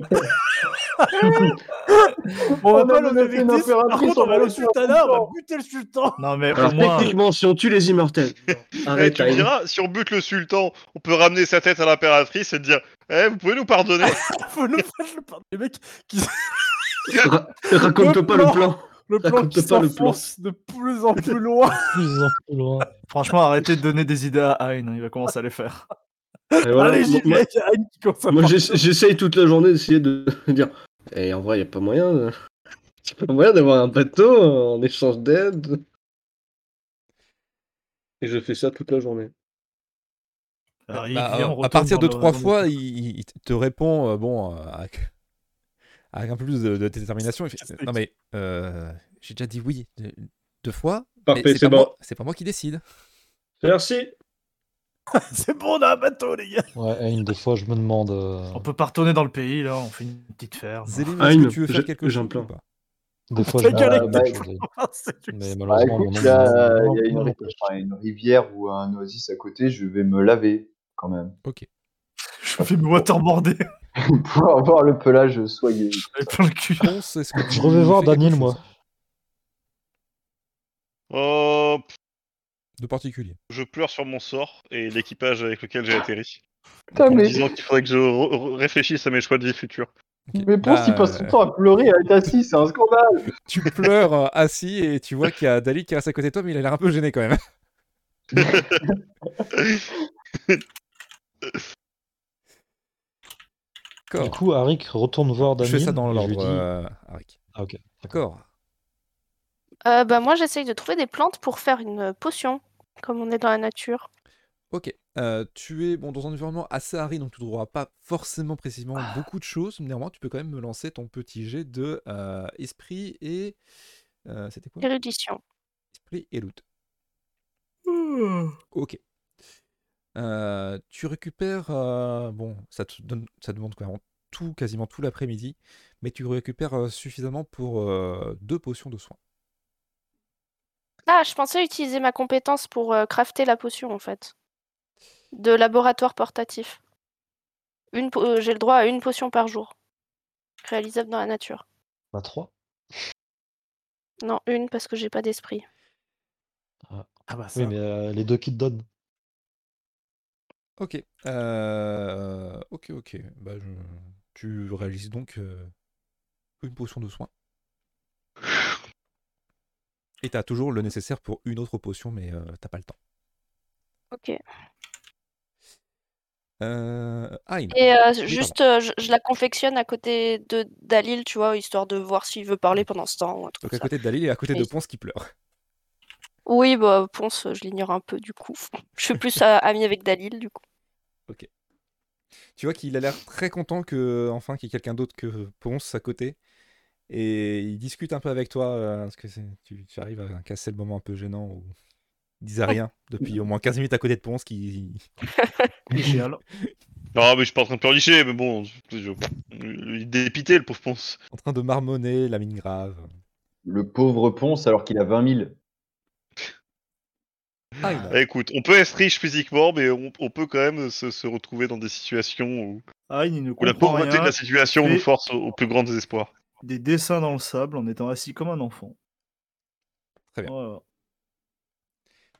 S6: va
S2: On
S6: pas
S2: a
S6: aller au
S2: menacé
S6: Vectis, par
S2: l'impératrice,
S6: contre, on va aller au sultanat, on va
S2: sultan.
S6: buter le sultan.
S4: Non mais au
S3: Alors,
S4: moins,
S3: techniquement, si on tue les immortels,
S7: Eh,
S3: arrête,
S7: tu me
S3: Aïe.
S7: diras, si on bute le sultan, on peut ramener sa tête à l'impératrice et dire Eh, vous pouvez nous pardonner
S6: Faut nous faire le pardon. Les mecs,
S3: Ra- raconte
S6: Le
S3: pas
S6: plan.
S3: le plan.
S6: Le plan
S3: compte
S6: qui
S3: pas, le plan.
S6: s'enfonce de plus en plus loin.
S8: Plus en plus loin.
S4: Franchement, arrêtez de donner des idées à Hein, il va commencer à les faire.
S3: Et voilà,
S6: Allez, j'y
S3: moi-
S6: vais, il y a Anne qui commence à
S3: Moi,
S6: partir.
S3: j'essa- j'essaye toute la journée d'essayer de dire. Et en vrai, il n'y a pas moyen. de- y a pas moyen d'avoir un bateau euh, en échange d'aide. Et je fais ça toute la journée.
S4: Alors, il
S1: Bah,
S4: vient, on
S1: à
S4: retourne
S1: partir de
S4: dans le-
S1: trois
S4: dans le-
S1: fois, il, il- il te répond, euh, bon, euh, avec, avec un peu plus de, de détermination. il fait, non mais, euh, j'ai déjà dit oui deux, deux fois. mais
S3: Parfait, c'est
S1: pas
S3: bon.
S1: moi- C'est pas moi qui décide.
S3: Merci.
S6: C'est bon, on a un bateau, les gars.
S8: Ouais, et une des fois, je me demande. euh,
S4: On peut pas retourner dans le pays, là, on fait une petite ferme.
S1: Zélim,
S3: Ah,
S1: est-ce
S3: une-
S1: que tu veux faire
S3: j'ai-
S1: quelque chose
S3: j'en
S1: ou
S3: plains.
S1: pas
S8: Des fois, je me
S6: Ta gueule,
S8: demande,
S2: mec.
S8: je dis,
S6: C'est juste-
S8: Mais
S2: Bah,
S8: malheureusement, mon
S2: écoute,
S8: oncle-
S2: là, il y a
S8: mon
S2: une,
S8: oncle-
S2: ri- enfin, une rivière ou un oasis à côté, je vais me laver quand même.
S4: Je vais me waterboarder
S2: pour avoir le pelage soigné.
S4: avec plein le cul.
S1: Ponce, est-ce que
S8: Je
S1: tu
S8: revais voir
S1: fais quelque
S8: Daniel,
S1: chose
S8: moi.
S7: Oh, pff,
S1: De particulier.
S7: je pleure sur mon sort et l'équipage avec lequel j'ai atterri.
S2: Putain,
S7: En
S2: mais,
S7: disant qu'il faudrait que je re- re- réfléchisse à mes choix de vie futurs.
S1: Ok.
S2: mais Ponce, il
S1: Bah,
S2: passe son temps à pleurer à être assis, c'est un scandale.
S1: Tu pleures euh, assis et tu vois qu'il y a Dali qui reste à côté de toi, mais il a l'air un peu gêné quand même.
S8: Du
S1: D'accord.
S8: coup, Arik retourne voir
S1: Je
S8: Daniel.
S1: fais ça dans
S8: et je lui
S1: l'ordre,
S8: dis-
S1: euh, Arik.
S8: Ah, ok.
S1: D'accord.
S9: Euh, bah, moi, j'essaye de trouver des plantes pour faire une potion, comme on est dans la nature.
S1: Ok. Euh, tu es bon, dans un environnement assez aride, donc tu ne trouveras pas forcément précisément
S8: Ah.
S1: beaucoup de choses. Néanmoins, tu peux quand même me lancer ton petit jet de euh, esprit et. euh, C'était quoi
S9: Érudition.
S1: Esprit et loot. Ok. Euh, tu récupères. euh, bon, ça te donne, ça demande quand même tout, quasiment tout l'après-midi, mais tu récupères euh, suffisamment pour euh, deux potions de soins.
S9: Ah, je pensais utiliser ma compétence pour euh, crafter la potion, en fait. De laboratoire portatif. Une po- euh, J'ai le droit à une potion par jour. Réalisable dans la nature.
S8: Bah, trois.
S9: Non, une parce que j'ai pas d'esprit.
S6: Ah bah, ça.
S8: Oui, mais euh, les deux qui te donnent.
S1: Ok. Euh, ok, ok. Bah, je- Tu réalises donc euh, une potion de soin. Et t'as toujours le nécessaire pour une autre potion, mais euh, t'as pas le temps.
S9: Ok.
S1: Euh... Ayn,
S9: Et euh,
S1: Oui,
S9: juste, euh, je, je la confectionne à côté de Dalil, tu vois, histoire de voir s'il veut parler pendant ce temps ou un truc
S1: donc à
S9: comme ça.
S1: côté de Dalil et à côté de
S9: Oui.
S1: Ponce qui pleure.
S9: Oui, bah, Ponce, euh, je l'ignore un peu du coup. Je suis plus euh, amie avec Dalil du coup.
S1: Tu vois qu'il a l'air très content que enfin qu'il y ait quelqu'un d'autre que Ponce à côté. Et il discute un peu avec toi, euh, parce que c'est- tu, tu arrives à casser le moment un peu gênant où il disait
S9: Oh.
S1: rien depuis au moins 15 minutes à côté de Ponce qui,
S6: hein.
S4: Génial.
S7: Non, Ah, mais je suis pas en train de pleurnicher, mais bon, je- je- il est dépité le pauvre ponce.
S1: en train de marmonner la mine grave.
S2: Le pauvre Ponce, alors qu'il a 20 000.
S4: Ah,
S1: Ayn,
S7: Bah, écoute, on peut être riche physiquement, mais on, on peut quand même se, se retrouver dans des situations où,
S4: Ah, il ne
S7: où la
S4: comprend
S7: pauvreté
S4: rien.
S7: de la situation
S4: mais-
S7: nous force au, au plus grand désespoir.
S4: Des dessins dans le sable en étant assis comme un enfant.
S1: Très bien.
S4: Voilà.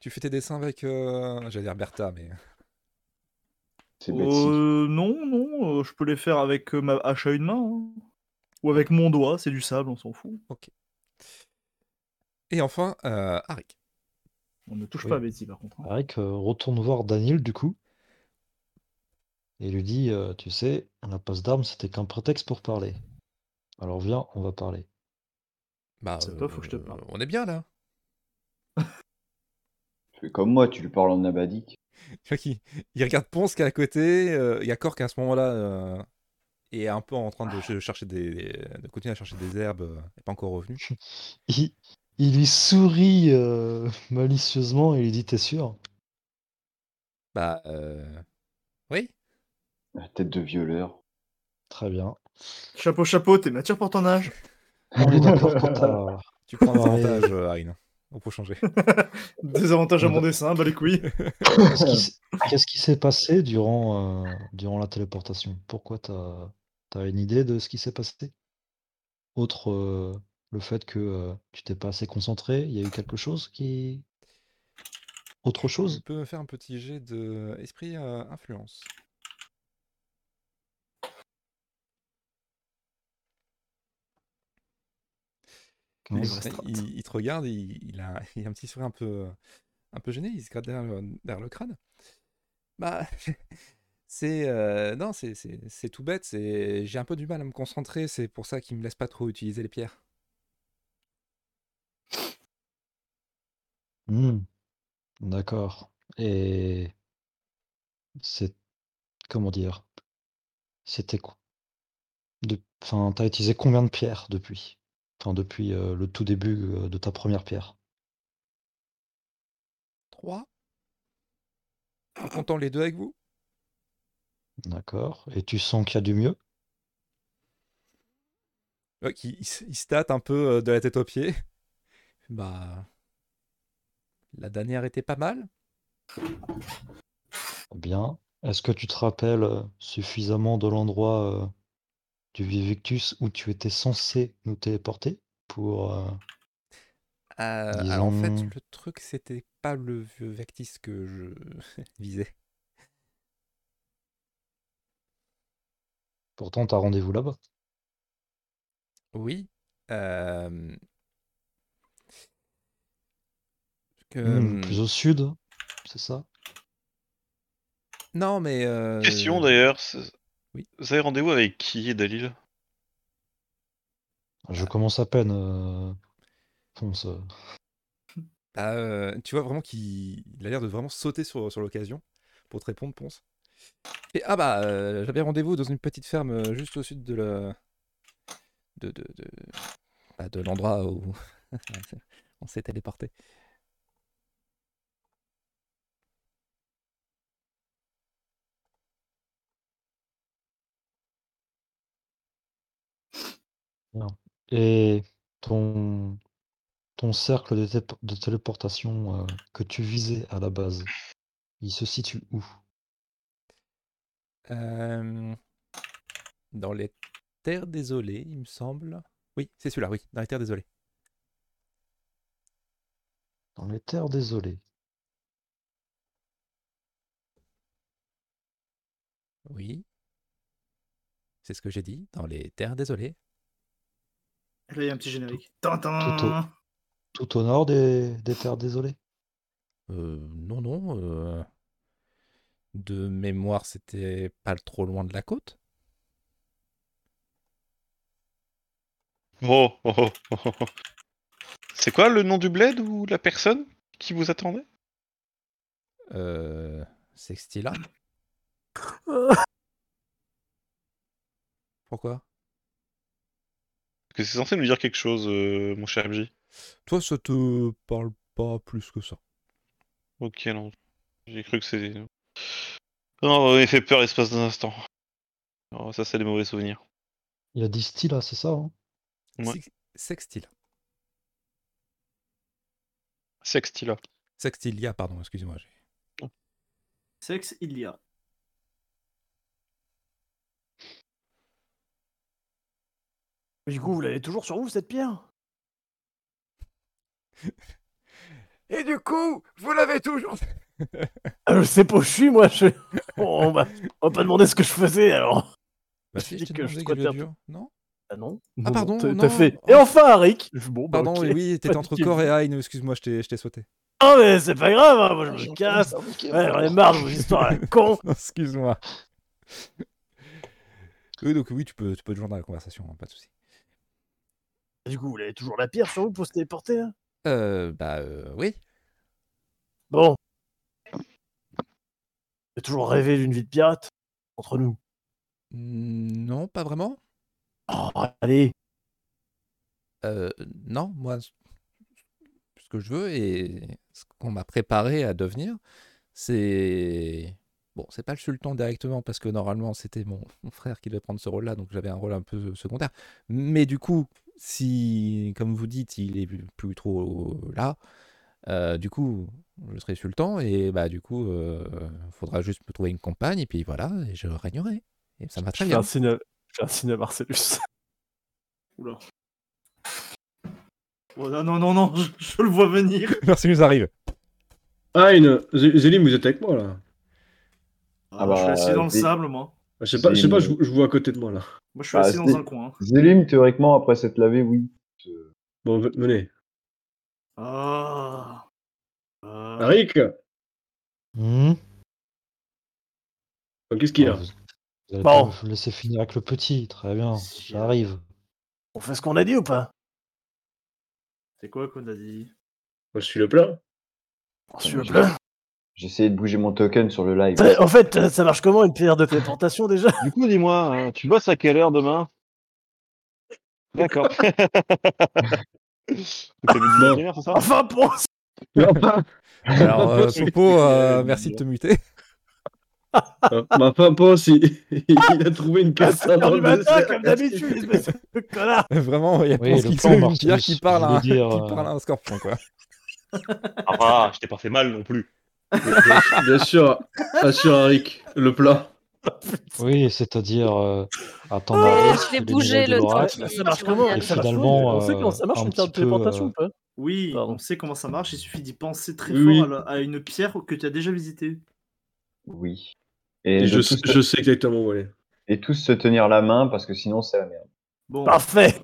S1: tu fais tes dessins avec, euh, j'allais dire Bertha, mais
S2: C'est bête.
S3: Oh.
S4: Euh, non, non, euh, je peux les faire avec euh, ma hache à une main. hein. Ou avec mon doigt, c'est du sable, on s'en fout.
S1: Et enfin, euh, Arik.
S4: On ne touche
S8: Oui.
S4: pas à Betty par contre. hein.
S8: Arik euh, retourne voir Daniel, du coup. Et lui dit euh, Tu sais, la passe d'armes, c'était qu'un prétexte pour parler. Alors viens, on va parler.
S1: Bah,
S4: C'est toi, faut que je te parle.
S1: On est bien là.
S2: Tu fais comme moi, tu lui parles en abadique.
S1: Tu vois qu'il- il regarde Ponce qui est à côté. euh, Il y a Cork à ce moment-là euh, est un peu en train
S4: Ah.
S1: de, ch- chercher des, de continuer à chercher des herbes. euh, il n'est pas encore revenu.
S8: Il, il lui sourit euh, malicieusement et lui dit T'es sûr
S1: Bah, euh, oui.
S2: La tête de violeur.
S8: Très bien.
S4: Chapeau, chapeau, t'es mature pour ton âge.
S8: On est d'accord pour ta.
S1: Tu prends un
S8: Ah ouais.
S1: avantage, euh, Ayn. On peut changer.
S4: Des avantages à mon dessin, bah les couilles.
S8: Qu'est-ce qui s- Qu'est-ce qui s'est passé durant, euh, durant la téléportation Pourquoi t'as as une idée de ce qui s'est passé Autre euh, le fait que euh, tu t'es pas assez concentré, il y a eu quelque chose qui. Autre
S1: Tu
S8: chose
S1: peux me faire un petit jet de esprit euh, influence.
S8: Non,
S1: Il-
S8: c'est-
S4: Strate.
S1: il, il te regarde, il, il a, il a un petit sourire un peu, un peu gêné, il se gratte derrière le, derrière le crâne. Bah, c'est. euh, non, c'est- c'est c'est tout bête, c'est- j'ai un peu du mal à me concentrer, c'est pour ça qu'il me laisse pas trop utiliser les pierres.
S8: Hmm. D'accord. Et c'est comment dire? C'était quoi? De... Enfin, t'as utilisé combien de pierres depuis? Enfin, depuis euh, le tout début euh, de ta première pierre.
S1: Trois En comptant les deux avec vous
S8: D'accord. Et tu sens qu'il y a du mieux?
S1: Ouais, Euh, qui, il, se- il se tâte un peu euh, de la tête aux pieds. Bah. La dernière était pas mal.
S8: Bien. Est-ce que tu te rappelles euh, suffisamment de l'endroit euh, du Vivictus où tu étais censé nous téléporter pour euh,
S1: Euh, Alors en fait,
S8: Disons-
S1: le truc, c'était pas le vieux Vectis que je visais.
S8: pourtant t'as rendez-vous là-bas?
S1: Oui. euh, que- mmh,
S8: Hmm, plus au sud, c'est ça?
S1: Non, mais. euh,
S7: Question d'ailleurs. c'est-
S1: oui.
S7: Vous avez rendez-vous avec qui, Dalil
S8: Je commence à peine. euh, Ponce. euh.
S1: bah, euh, tu vois vraiment qu'il il a l'air de vraiment sauter sur, sur l'occasion pour te répondre, Ponce. Et, ah bah, euh, j'avais rendez-vous dans une petite ferme euh, juste au sud de la... de, de, de... bah, de l'endroit où on s'est téléporté.
S8: Et ton, ton cercle de, télépo- de téléportation euh, que tu visais à la base, il se situe où?
S1: Euh, Dans les terres désolées, il me semble. Oui, c'est celui-là, oui, dans les terres désolées.
S8: Dans les terres désolées.
S1: Oui. C'est ce que j'ai dit, dans les terres désolées.
S4: Et Là, il y a un petit générique.
S8: Toto.
S4: Tintin
S8: Tout au nord des, des terres désolées.
S1: Euh, non, non. euh, De mémoire, c'était pas trop loin de la côte.
S7: oh, oh, oh, oh, oh, oh. C'est quoi le nom du bled ou la personne qui vous attendait
S1: Euh... Sextila Pourquoi
S7: Parce que c'est censé nous dire quelque chose, euh, mon cher MJ.
S1: Toi, ça te parle pas plus que ça.
S7: Ok, non. J'ai cru que c'était. Non, il fait peur l'espace d'un instant. Oh, ça, c'est des mauvais souvenirs.
S8: Il a dit Stila, c'est ça, hein?
S7: Ouais.
S1: Sex- Sextila.
S7: Sextila.
S1: Sextilia, pardon, excusez-moi. j'ai-
S4: Sexe, il y a.
S6: Mais du coup, vous l'avez toujours sur vous, cette pierre
S1: Et du coup, vous l'avez toujours
S6: ah, Je sais pas où je suis, moi. Je... Bon, on, va... on va pas demander ce que je faisais, alors.
S1: Bah si,
S6: dis
S1: je t'ai
S6: que je
S1: demandé
S6: squatte
S1: Galio
S6: un peu.
S1: Dur, non
S6: Ah non
S1: Ah, pardon,
S6: t'as-
S1: non.
S6: T'as fait... Et enfin, Rick Bon, bah,
S1: Pardon,
S6: ok.
S1: oui, oui, t'étais
S6: Pas de
S1: entre
S6: kill.
S1: corps et Aïn, excuse-moi, je t'ai- je t'ai sauté.
S6: Ah, mais c'est pas grave, hein, moi je me casse. Ouais, j'en ai marre de vos histoires à la con.
S1: excuse-moi. Oui, donc oui, tu peux, tu peux te joindre à la conversation, hein, pas de souci.
S6: Du coup, vous l'avez toujours la pierre sur vous pour se téléporter hein
S1: Euh, bah euh, oui.
S6: Bon. J'ai toujours rêvé d'une vie de pirate. Entre nous.
S1: Mm, Non, pas vraiment.
S6: Oh, allez.
S1: Euh, non, moi, ce ce que je veux et ce qu'on m'a préparé à devenir, c'est... Bon, c'est pas le sultan directement, parce que normalement, c'était mon, mon frère qui devait prendre ce rôle-là, donc j'avais un rôle un peu secondaire. Mais du coup, si, comme vous dites, il est plus, plus trop là, euh, du coup, je serai sultan, et bah du coup, euh, faudra juste me trouver une compagne, et puis voilà, et je régnerai. Et ça m'a
S6: Je
S1: très
S6: fais,
S1: bien.
S6: un signe à... je fais un signe à Marcellus.
S4: Oh, non, non, non, non, je, je le vois venir.
S1: Merci, nous arrive.
S5: Ah, une... Zé- Zélim, vous êtes avec moi là.
S2: Ah
S4: je suis
S2: bah,
S4: assis dans le
S2: des-
S4: sable, moi.
S5: Je sais pas, je sais
S2: Zélim,
S5: pas, je, je vous vois à côté de moi là.
S4: Moi, je suis
S2: Bah,
S4: assis dans
S2: c'est-
S4: un coin.
S2: Zélim, théoriquement, après s'être lavé, oui.
S3: Bon, ve- venez.
S4: Ah. Ah.
S3: Arik,
S8: Hmm
S3: donc, qu'est-ce qu'il y
S8: Ah,
S3: a
S8: vous, vous allez
S6: Bon.
S8: pas me laisser finir avec le petit, très bien,
S6: Si.
S8: j'arrive.
S6: On fait ce qu'on a dit ou pas
S4: C'est quoi qu'on a dit
S3: Moi, je suis le plat.
S6: On suit le plan.
S2: J'essayais de bouger mon token sur le live.
S6: Ça- En fait, euh, ça marche comment une pierre de téléportation déjà
S11: Du coup, dis-moi, euh, tu bosses à quelle heure demain D'accord. Donc, t'as mis
S3: Bon.
S11: 18h, c'est ça
S6: Enfin, pour
S3: Non, pas.
S1: Alors, euh, Popo, euh, merci de te muter.
S3: Euh, Ma femme pense, il, il a trouvé
S1: Ah,
S3: une casse
S6: ça
S3: dans
S6: du
S3: le
S6: matin,
S3: désert.
S6: comme d'habitude, espèce de connard
S1: Vraiment, il y a
S8: Oui,
S1: pense
S8: le
S1: qu'il
S8: plan
S1: fait une
S8: marche
S1: pierre
S8: tous,
S1: qui
S8: je
S1: parle, à, un-
S8: voulais dire,
S1: qui
S8: euh,
S1: parle à un scorpion, quoi.
S7: Ah, bah, je t'ai pas fait mal non plus.
S3: Bien sûr, assure Arik, le plat.
S8: Oui, c'est-à-dire euh, attendre
S9: Ah,
S8: Aris,
S9: je vais
S8: les
S9: bouger
S8: nouvelles de
S9: le temps
S8: l'oracle.
S9: qu'il-
S6: Ça marche
S9: Et
S6: comment
S8: finalement,
S6: Ça marche
S8: euh,
S6: On sait comment ça marche
S8: un
S6: une pierre de
S8: petit peu, euh,
S6: téléportation ou pas
S4: Oui,
S6: Pardon.
S4: on sait comment ça marche, il suffit d'y penser très
S3: Oui,
S4: fort
S3: oui.
S4: à, la- à une pierre que tu as déjà visitée.
S2: Oui. Et,
S3: Et
S2: de
S3: je,
S2: tous,
S3: je sais exactement où elle est.
S2: et tous se tenir la main parce que sinon c'est la merde.
S4: Bon,
S6: Parfait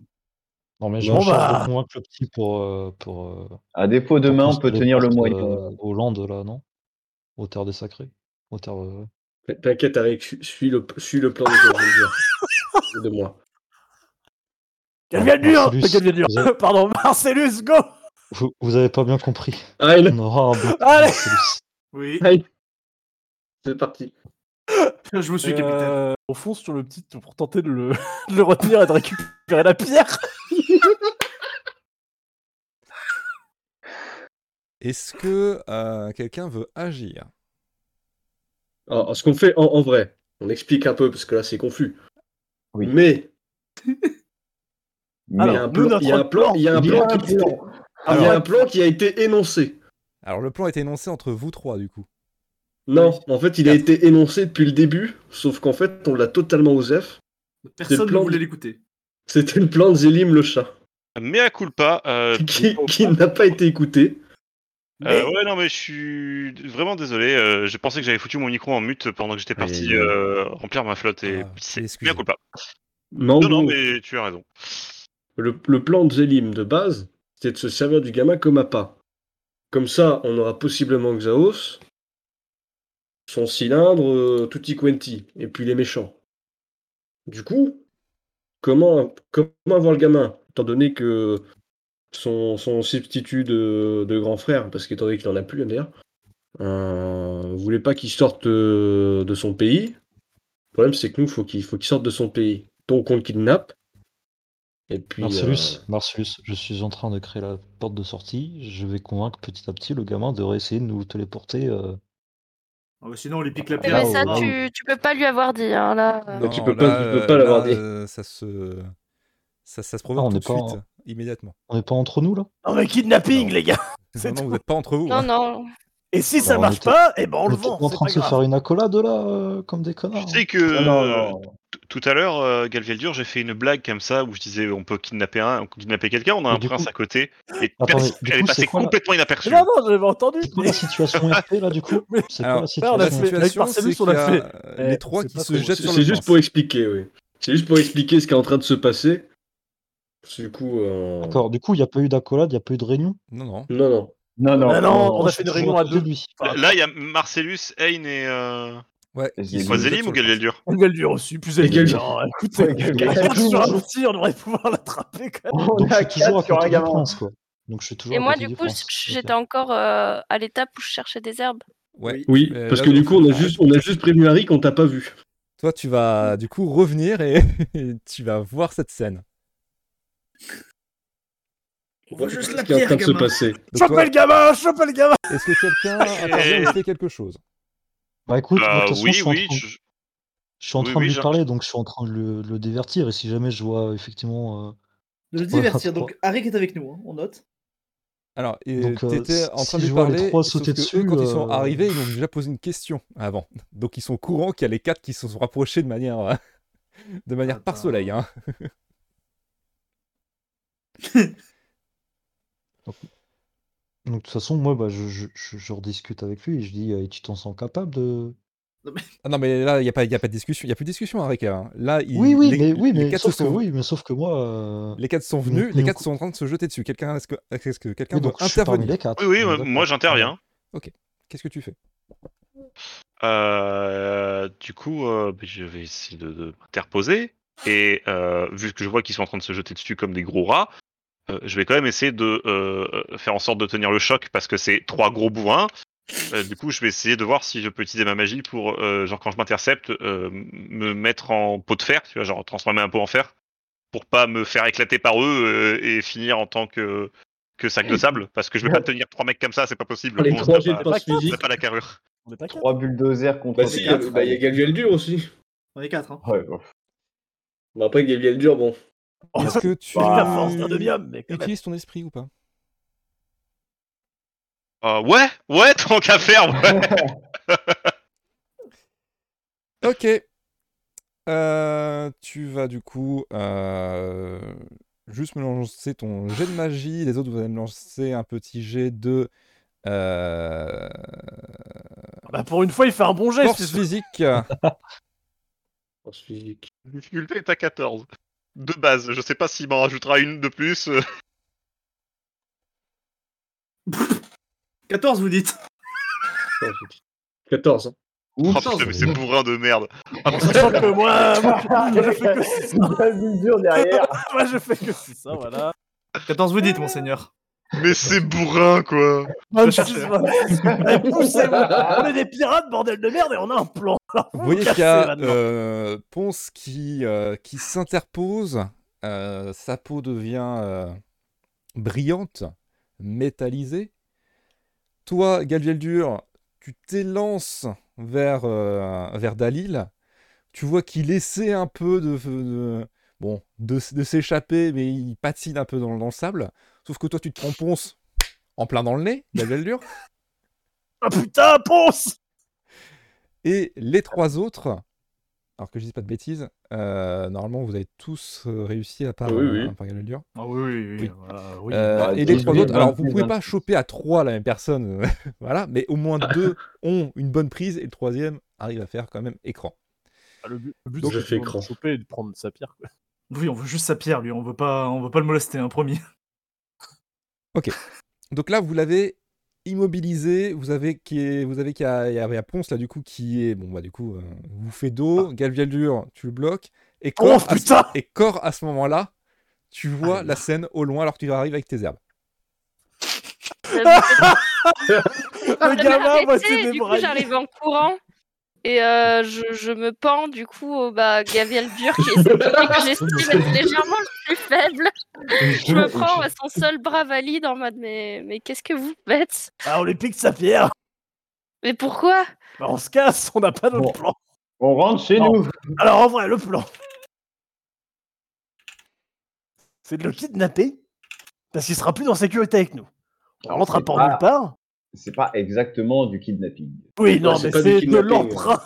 S8: Non, mais je
S3: Bon,
S8: vais
S6: bah.
S8: de convaincre le petit pour. euh, pour euh,
S2: À défaut de
S8: pour
S2: main,
S8: qu'on
S2: on
S8: se
S2: peut tenir le
S8: téléporte,
S2: moignon.
S8: euh, Au land, là, non Aux terres des sacrés Aux terres. euh,
S3: T'in- T'inquiète Arik, je- je suis le, je suis le plan de ce que je veux dire. De moi.
S6: Qu'elle vienne dur
S8: Marcellus,
S6: Qu'elle vienne
S8: vous avez-
S6: dur Pardon, Marcellus, go
S8: Vous, vous avez pas bien compris.
S3: Ah, il-
S8: On aura un bon
S6: Allez
S8: Marcellus.
S4: oui,
S3: c'est parti.
S4: je vous suis, capitaine.
S6: Euh, On fonce sur le petit pour tenter de le, de le retenir et de récupérer la pierre
S1: Est-ce que euh, quelqu'un veut agir
S3: Alors, alors, ce qu'on fait en, en vrai, on explique un peu parce que là c'est confus.
S2: Oui.
S3: Mais il y
S2: Merde.
S3: a un
S6: nous,
S3: plan,
S6: notre
S3: il y a un plan, il y a un
S2: il
S3: plan
S2: est
S3: qui- il
S2: important.
S3: y a un plan qui a été énoncé.
S1: Alors, le plan est énoncé entre vous trois, du coup.
S3: Non, en fait, il a été énoncé depuis le début, sauf qu'en fait, on l'a totalement osef.
S4: personne ne
S3: plan-
S4: voulait l'écouter.
S3: C'était le plan de Zélim le chat,
S7: Mais à culpa. Euh,
S3: qui, qui n'a pas été écouté.
S7: euh, ouais, non, mais je suis vraiment désolé. euh, je pensais que j'avais foutu mon micro en mute pendant que j'étais parti
S3: Aïe, aïe, aïe.
S7: euh, remplir ma flotte et
S1: Ah,
S7: c'est
S1: excusez.
S7: bien culpa.
S3: Non,
S7: Non, non,
S3: bon,
S7: mais tu as raison.
S3: le, le plan de Zélim de base, c'était de se servir du gamin comme appât. Comme ça, on aura possiblement Xaos, son cylindre, euh, tutti quanti, et puis les méchants. Du coup, comment, comment avoir le gamin Étant donné que son, son substitut de, de grand frère, parce qu'étant donné qu'il n'en a plus hein, d'ailleurs, euh, voulait pas qu'il sorte euh, de son pays. Le problème, c'est que nous, faut qu'il faut qu'il sorte de son pays. Donc, on le kidnappe. Et puis.
S8: Marcellus,
S3: euh,
S8: Marcellus, je suis en train de créer la porte de sortie. Je vais convaincre petit à petit le gamin de réessayer de nous téléporter. euh,
S4: Ah bah sinon, on lui pique la
S9: Eh
S4: pierre.
S8: Là,
S9: ben
S8: oh,
S9: ça,
S8: là,
S9: tu, tu peux pas lui avoir dit. Hein, là. euh.
S3: Bah, tu peux pas- tu peux
S1: euh,
S3: pas l'avoir
S1: là,
S3: dit.
S1: euh, ça se, ça, ça se
S8: Ah,
S1: provoque
S8: on
S1: tout
S8: n'est
S1: de
S8: pas
S1: suite,
S8: en-
S1: immédiatement.
S8: On n'est pas entre nous, là
S6: Non mais kidnapping,
S1: Non.
S6: les gars C'est
S1: Non, non,
S6: tout.
S1: vous n'êtes pas entre vous.
S9: Non,
S1: hein.
S9: non.
S6: Et si ça
S8: Alors, on
S6: marche
S8: était-
S6: pas, eh ben on le
S8: On était
S6: vend,
S8: pas en
S6: c'est
S8: train
S6: pas
S8: de se
S6: grave
S8: faire une accolade, là, euh, comme des connards.
S7: Tu sais que
S2: Ah, non, non, non.
S7: t- tout à l'heure, euh, Galveldur, j'ai fait une blague comme ça où je disais on peut kidnapper un, on peut kidnapper quelqu'un, on a
S8: Mais
S7: un
S8: du
S7: prince
S8: coup-
S7: à côté et
S8: Attendez,
S7: personne- elle
S8: du coup,
S7: est
S8: c'est
S7: passée
S8: quoi la-
S7: complètement inaperçue.
S6: Non, non, j'avais entendu
S8: C'est quoi
S6: mais-
S8: la situation RP, là, du coup C'est
S1: Alors,
S8: quoi la
S6: là, on
S1: La
S6: a fait-
S8: situation
S6: avec
S1: situation,
S6: Marcellus,
S1: c'est
S6: on l'a
S1: qu'il y a, euh, les
S6: Eh,
S1: trois
S6: c'est
S1: qui
S6: pas
S1: se
S6: trop-
S1: jettent
S3: C'est
S1: sur le
S3: c'est juste
S1: prince.
S3: pour expliquer, oui. C'est juste pour expliquer ce qui est en train de se passer. Parce que Du coup, euh,
S8: D'accord, du coup, il n'y a pas eu d'accolade, il n'y a pas eu de réunion.
S1: Non, non.
S3: non, non.
S2: Non, non.
S6: Ah non,
S8: Euh,
S6: on a
S8: moi,
S6: fait une
S8: je suis
S6: réunion à
S8: toujours côté
S6: deux.
S8: de lui.
S6: Enfin,
S7: Là, il y a Marcellus, Ayn et. Euh...
S1: Ouais,
S2: Et
S1: ils
S2: Zélim.
S1: se
S7: Quoi,
S1: jettent
S7: Zélim
S1: sur le
S7: ou
S1: prince.
S7: Galveldur
S6: On va lui aussi, plus
S3: Et quel-
S6: elle Non, écoute, euh,
S2: Ouais, quel-
S6: on regarde sur un outil, on devrait pouvoir l'attraper quand même.
S2: On
S8: Donc, je
S2: a
S8: suis toujours à
S2: quatre sur
S8: côté
S2: un
S8: du
S2: gamin.
S8: prince, quoi. Donc, je suis toujours
S9: Et
S8: à
S9: moi,
S8: côté
S9: du
S8: du
S9: coup,
S8: prince.
S9: je- je-
S8: Ok.
S9: j'étais encore euh, à l'étape où je cherchais des herbes.
S1: Ouais.
S3: Oui,
S1: Euh,
S3: parce
S1: là,
S3: que du
S1: donc,
S3: coup, on a
S1: arrête.
S3: juste, on a juste prévenu Harry qu'on t'a pas vu.
S1: Toi, tu vas du coup revenir et et tu vas voir cette scène.
S4: On voit juste
S3: ce
S4: la
S3: qui est en train
S4: pierre,
S3: de se
S4: gamin.
S3: passer.
S1: Donc, toi,
S6: Chopez le gamin, chopez le gamin
S1: Est-ce que quelqu'un intervient ou fait quelque chose
S8: Bah, écoute, moi, de
S7: Bah
S8: toute façon, je
S7: oui,
S8: suis en
S7: oui.
S8: train de-
S7: je-
S8: je suis en
S7: Oui,
S8: train de
S7: oui,
S8: lui
S7: j'ai-
S8: parler, donc je suis en train de le, de le divertir. Et si jamais je vois euh, effectivement. euh,
S4: Le
S8: trois-
S4: divertir,
S8: trois-
S4: donc Arik est avec nous, hein, on note.
S1: Alors, euh,
S8: Donc, euh,
S1: t'étais
S8: si-
S1: en train
S8: si
S1: de
S8: je
S1: lui
S8: vois les
S1: parler,
S8: trois
S1: sauf
S8: sauter
S1: que eux,
S8: dessus,
S1: quand ils sont
S8: euh,
S1: arrivés, ils ont déjà posé une question avant. Donc, ils sont courants qu'il y a les quatre qui se sont rapprochés de manière, euh, de
S6: Ah,
S1: manière par
S4: Attends.
S1: soleil. hein.
S8: bah, Donc, de toute façon, moi, bah, je, je, je- je rediscute avec lui et je dis euh, Et tu t'en sens capable de,
S1: Ah non, mais là, il n'y a, pas- y a pas de discussion. Il n'y a plus de discussion, hein, Ricard. hein. Là, il-
S8: Oui, oui,
S1: les,
S8: mais, oui,
S1: les
S8: mais
S1: quatre se
S8: sauf que,
S1: sont-
S8: oui, mais sauf que moi. euh,
S1: les quatre sont venus,
S8: Nous-
S1: les
S8: nous-
S1: quatre sont en train de se jeter dessus. Quelqu'un, est-ce que, est-ce que quelqu'un
S8: oui,
S1: doit
S8: donc je suis parmi
S1: intervenir
S8: les quatre.
S7: Oui, oui,
S8: on est
S7: moi,
S8: d'accord.
S7: moi, j'interviens.
S1: Qu'est-ce que tu fais
S7: Euh, du coup, euh, bah, je vais essayer de, de m'interposer. Et euh, vu que je vois qu'ils sont en train de se jeter dessus comme des gros rats, euh, je vais quand même essayer de euh, faire en sorte de tenir le choc parce que c'est trois gros bourrins. Euh, du coup, je vais essayer de voir si je peux utiliser ma magie pour, euh, genre, quand je m'intercepte, euh, me mettre en pot de fer, tu vois, genre transformer un pot en fer, pour pas me faire éclater par eux euh, et finir en tant que, que sac de sable, parce que je vais pas tenir trois mecs comme ça, c'est pas possible.
S5: Les
S7: Bon,
S5: trois
S7: t'as
S5: jets de
S7: pas-
S5: passe
S6: pas quatre.
S5: physique.
S7: t'as pas la carrure.
S6: On est pas quatre.
S2: Trois bulldozers contre
S5: Bah si, il y a-
S3: euh,
S2: quatre.
S5: bah, il y a Galviel Dur aussi.
S4: On est quatre. Hein.
S2: Ouais, bon.
S5: Bah après, Galviel Dur, bon.
S1: Est-ce que tu
S2: Bah,
S6: la force d'un demi-homme, mais quand même.
S1: utilises ton esprit ou pas
S7: Euh, ouais, ouais, tant qu'à faire, ouais.
S1: Ok. Euh, tu vas du coup euh, juste me lancer ton jet de magie. Les autres, vous allez me lancer un petit jet de euh,
S6: Bah, pour une fois, il fait un bon geste.
S1: force physique. Euh,
S5: Force physique.
S7: Difficulté est à 14. De base, je sais pas s'il m'en rajoutera une de plus. euh.
S4: 14, vous dites.
S5: Force physique. 14. hein.
S7: Oh
S2: Oups,
S7: putain, mais c'est bourrin de merde.
S6: Sachant que moi, moi, moi, je fais que six, hein.
S2: pas vu dur derrière.
S6: Moi, je fais que six, hein, voilà.
S4: 14, vous dites, monseigneur.
S7: Mais c'est bourrin, quoi.
S6: 26, 26. Eh, poussez-vous. On est des pirates, bordel de merde, et on a un plan.
S1: Vous voyez
S6: Cassez
S1: qu'il y a
S6: maintenant.
S1: euh, Ponce qui, euh, qui s'interpose. Euh, sa peau devient euh, brillante, métallisée. Toi, Galviel Dur, tu t'élances vers, euh, vers Dalil. Tu vois qu'il essaie un peu de, de- bon, de, de s'échapper, mais il patine un peu dans, dans le sable. Sauf que toi, tu te prends Ponce en plein dans le nez, Galviel Dur.
S6: Ah putain, ponce
S1: Et les trois autres, alors que je dis pas de bêtises, euh, normalement vous avez tous euh, réussi à part, euh,
S5: Oui, oui.
S1: à part Galileo Dur.
S4: Ah oui, oui, oui.
S1: Oui.
S4: voilà, oui.
S1: Euh,
S2: bah,
S1: et les
S2: deux,
S1: trois
S2: deux,
S1: autres, alors vous
S2: vingt-six,
S1: pouvez pas choper à trois la même personne, voilà, mais au moins deux ont une bonne prise et le troisième arrive à faire quand même écran.
S6: Ah, Le but, le but,
S5: Donc,
S6: c'est
S5: je fais
S6: de
S5: écran.
S6: choper et de prendre sa pierre. quoi.
S4: Oui, on veut juste sa pierre, lui. On veut pas, on veut pas le molester, hein, promis.
S1: Donc là vous l'avez immobilisé, vous avez qui est, vous avez qu'il y a, il y a- il y a Ponce là du coup qui est, bon bah du coup euh, vous fait dos, Galviel Dur tu le bloques, et
S6: Oh
S1: corps, à, ce-
S6: putain
S1: et corps à ce moment-là, tu vois la scène au loin alors que tu arrives avec tes herbes.
S6: Le
S9: Je
S6: gamin,
S9: m'arrêtais,
S6: voici des
S9: Ah, Du coup,
S6: bras.
S9: j'arrive en courant et euh, je, je me pends du coup au bah, Gaviel Dur qui est celui que j'estime être légèrement le plus faible. Je me prends à son seul bras valide en mode mais, mais qu'est-ce que vous faites
S6: Ah, on lui pique sa pierre
S9: Mais pourquoi
S6: Bah, On se casse, on n'a pas d'autre
S2: Bon.
S6: plan.
S2: On rentre chez
S6: Non.
S2: nous.
S6: Alors, en vrai, le plan, c'est de le kidnapper parce qu'il sera plus en sécurité avec nous. On rentre à port
S2: Ah.
S6: nulle part.
S2: C'est pas exactement du kidnapping.
S6: Oui, non,
S5: Ouais, c'est
S6: mais
S5: pas du
S6: c'est de
S5: kidnapping,
S6: l'emprunt.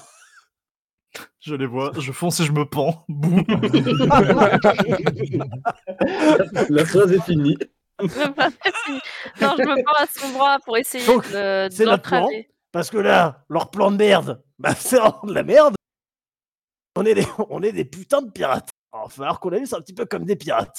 S4: Je les vois, je fonce et je me pends. Boum.
S5: La phrase est finie.
S9: Non, je me pends à son bras pour essayer
S6: Donc,
S9: de, de
S6: c'est notre plan.
S9: l'entraver.
S6: Parce que là, leur plan de merde, bah, c'est vraiment de la merde. On est des, on est des putains de pirates. Alors, il va falloir qu'on agisse un petit peu comme des pirates.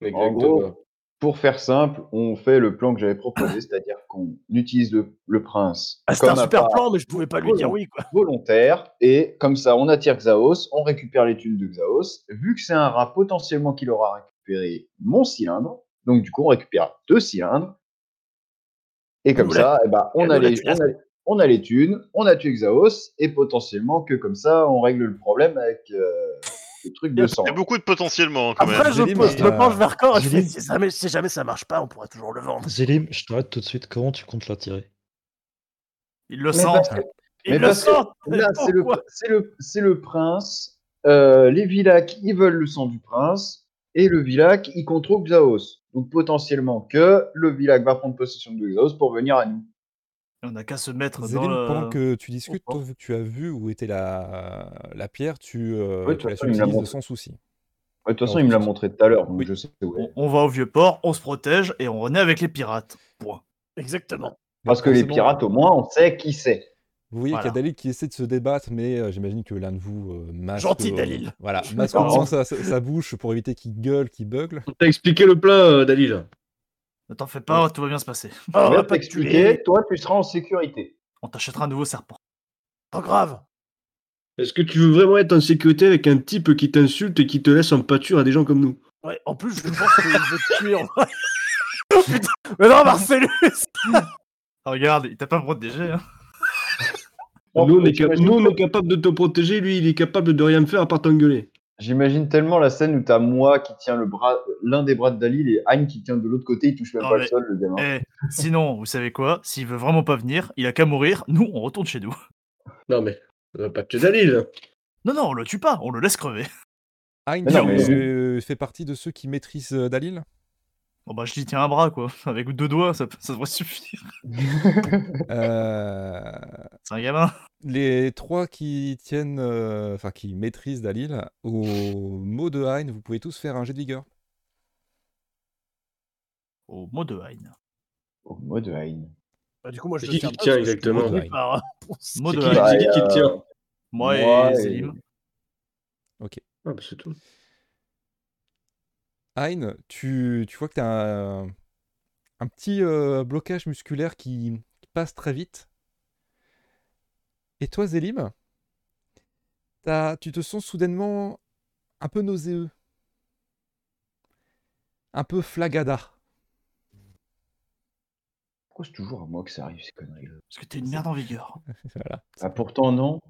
S2: gros. Pour faire simple, on fait le plan que j'avais proposé, c'est-à-dire qu'on utilise le, le prince
S6: Ah, C'était
S2: comme
S6: un
S2: un
S6: super
S2: part
S6: plan, mais je pouvais pas lui dire oui. quoi.
S2: volontaire et comme ça, on attire Xaos, on récupère les thunes de Xaos. Vu que c'est un rat potentiellement qu'il aura récupéré mon cylindre, donc du coup, on récupère deux cylindres. Et comme
S6: Nous
S2: ça, eh ben, on,
S6: nous
S2: a
S6: la
S2: les, on,
S6: classe.
S2: a, on a les thunes, on a tué Xaos et potentiellement que comme ça, on règle le problème avec euh, le truc de sang.
S7: Il y a beaucoup de potentiellement, quand même.
S6: Ah, Après, je,
S1: Zélim,
S6: pose- je
S1: euh,
S6: me penche vers corps et je fais,
S8: Zélim.
S6: si jamais, si jamais ça marche pas, on pourra toujours le vendre.
S8: Zélim, je t'arrête tout de suite. Comment tu comptes la tirer
S4: Il le
S2: Mais
S4: sent.
S2: parce que-
S6: Il
S2: Mais
S6: le
S2: parce que
S6: sent
S2: Là, c'est le,
S6: Pourquoi
S2: c'est le, c'est le prince. euh, les Vilac, ils veulent le sang du prince. Et le Vilac, il contrôle Xaos. Donc potentiellement que le Vilac va prendre possession de Xaos pour venir à nous.
S4: On n'a qu'à se mettre dans
S1: Zéline, pendant
S6: euh,
S4: le.
S1: que tu discutes,
S4: au
S1: toi, vu que tu as vu où était la, la pierre, tu, euh,
S2: Oui, de
S1: tu
S2: toute
S1: la
S2: façon, il me l'a
S1: subtilises de
S2: montré.
S1: sans souci.
S2: De toute façon,
S1: Alors,
S2: il me l'a
S1: tu-
S2: montré tout à l'heure, donc
S1: Oui.
S2: je sais où. elle
S4: On,
S2: est.
S4: on va au vieux port, on se protège et on renaît avec les pirates. Point.
S6: Exactement.
S1: Mais
S2: Parce que les
S1: forcément-
S2: pirates, au moins, on sait qui c'est.
S1: Vous voyez
S4: Voilà.
S1: qu'il y a Dalil qui essaie de se débattre, mais euh, j'imagine que l'un de vous euh, masque.
S6: Gentil,
S1: euh,
S6: Dalil.
S1: Voilà, masque
S4: Non.
S1: dans sa, sa bouche pour éviter qu'il gueule, qu'il bugle.
S5: On t'a expliqué le plat, euh, Dalil.
S4: Ne t'en fais pas, tout va bien se passer.
S6: Ah,
S2: On
S6: on
S2: va
S6: va pas te tuer.
S2: t'expliquer, toi tu seras en sécurité.
S4: On t'achètera un nouveau serpent.
S6: Pas grave.
S5: Est-ce que tu veux vraiment être en sécurité avec un type qui t'insulte et qui te laisse en pâture à des gens comme nous
S6: Ouais, en plus, je pense qu'il veut te tuer en vrai. Putain, mais non, Marcellus
S4: Ah, regarde, il t'a pas protégé. Hein.
S5: Nous, on est, cap-
S2: J'imagine-
S5: nous, on est capable de te protéger, lui, il est capable de rien faire à part t'engueuler.
S2: J'imagine tellement la scène où t'as moi qui tient le bras, l'un des bras de Dalil et Anne qui tient de l'autre côté, il touche même
S4: Non,
S2: pas
S4: mais-
S2: le sol, le gamin.
S4: Eh, sinon, vous savez quoi S'il veut vraiment pas venir, il a qu'à mourir. Nous, on retourne chez nous.
S5: Non, mais on va pas tuer Dalil.
S4: Non, non, on le tue pas, on le laisse crever.
S1: Hein,
S2: Mais
S1: qui,
S2: non, mais-
S1: euh, fait partie de ceux qui maîtrisent euh, Dalil.
S4: Bon, bah, je lui tiens un bras, quoi. Avec deux doigts, ça, ça devrait suffire.
S1: Euh,
S4: C'est un gamin.
S1: les trois qui tiennent, euh, enfin qui maîtrisent Dalil, au mot de Hein, vous pouvez tous faire un jet de vigueur.
S4: Au mot de Hein.
S2: Au mot de Haine.
S6: bah, Du coup, moi, je
S5: C'est
S6: le
S5: qui
S6: tiens
S5: qui
S6: pas,
S5: tient
S6: parce que je suis
S5: exactement
S6: retenu par-
S4: Mot
S5: C'est
S4: de
S5: qui,
S4: Hein.
S5: c'est qui qui
S2: euh,
S5: tient
S4: Moi
S2: moi
S4: et
S2: et-
S4: Selim.
S5: Ah, bah, c'est tout.
S1: Hein, tu, tu vois que tu as un, un petit euh, blocage musculaire qui, qui passe très vite. Et toi, Zélim, t'as- tu te sens soudainement un peu nauséeux. Un peu flagada.
S2: Pourquoi c'est toujours à moi que ça arrive ces conneries là
S4: Parce que t'es une merde en vigueur.
S1: Voilà.
S2: Ah pourtant non.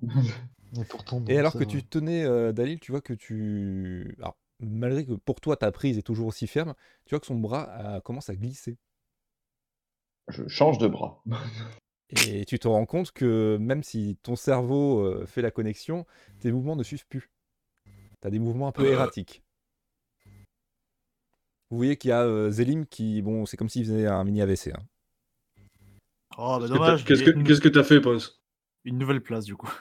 S8: Et pourtant,
S1: Et
S8: non,
S1: alors
S8: c'est
S1: que
S8: vrai.
S1: tu tenais euh, Dalil, tu vois que tu. Alors, malgré que pour toi ta prise est toujours aussi ferme, tu vois que son bras euh, commence à glisser.
S2: Je change de bras.
S1: Et tu te rends compte que même si ton cerveau euh, fait la connexion, tes mouvements ne suivent plus. T'as des mouvements un peu erratiques. Vous voyez qu'il y a euh, Zélim qui, bon, c'est comme s'il faisait un mini AVC. hein.
S4: Oh, bah,
S5: Qu'est-ce que t'as-
S4: dommage.
S5: Qu'est-ce
S4: il y a
S5: que
S4: une,
S5: qu'est-ce que t'as fait, Ponce
S4: une nouvelle place, du coup.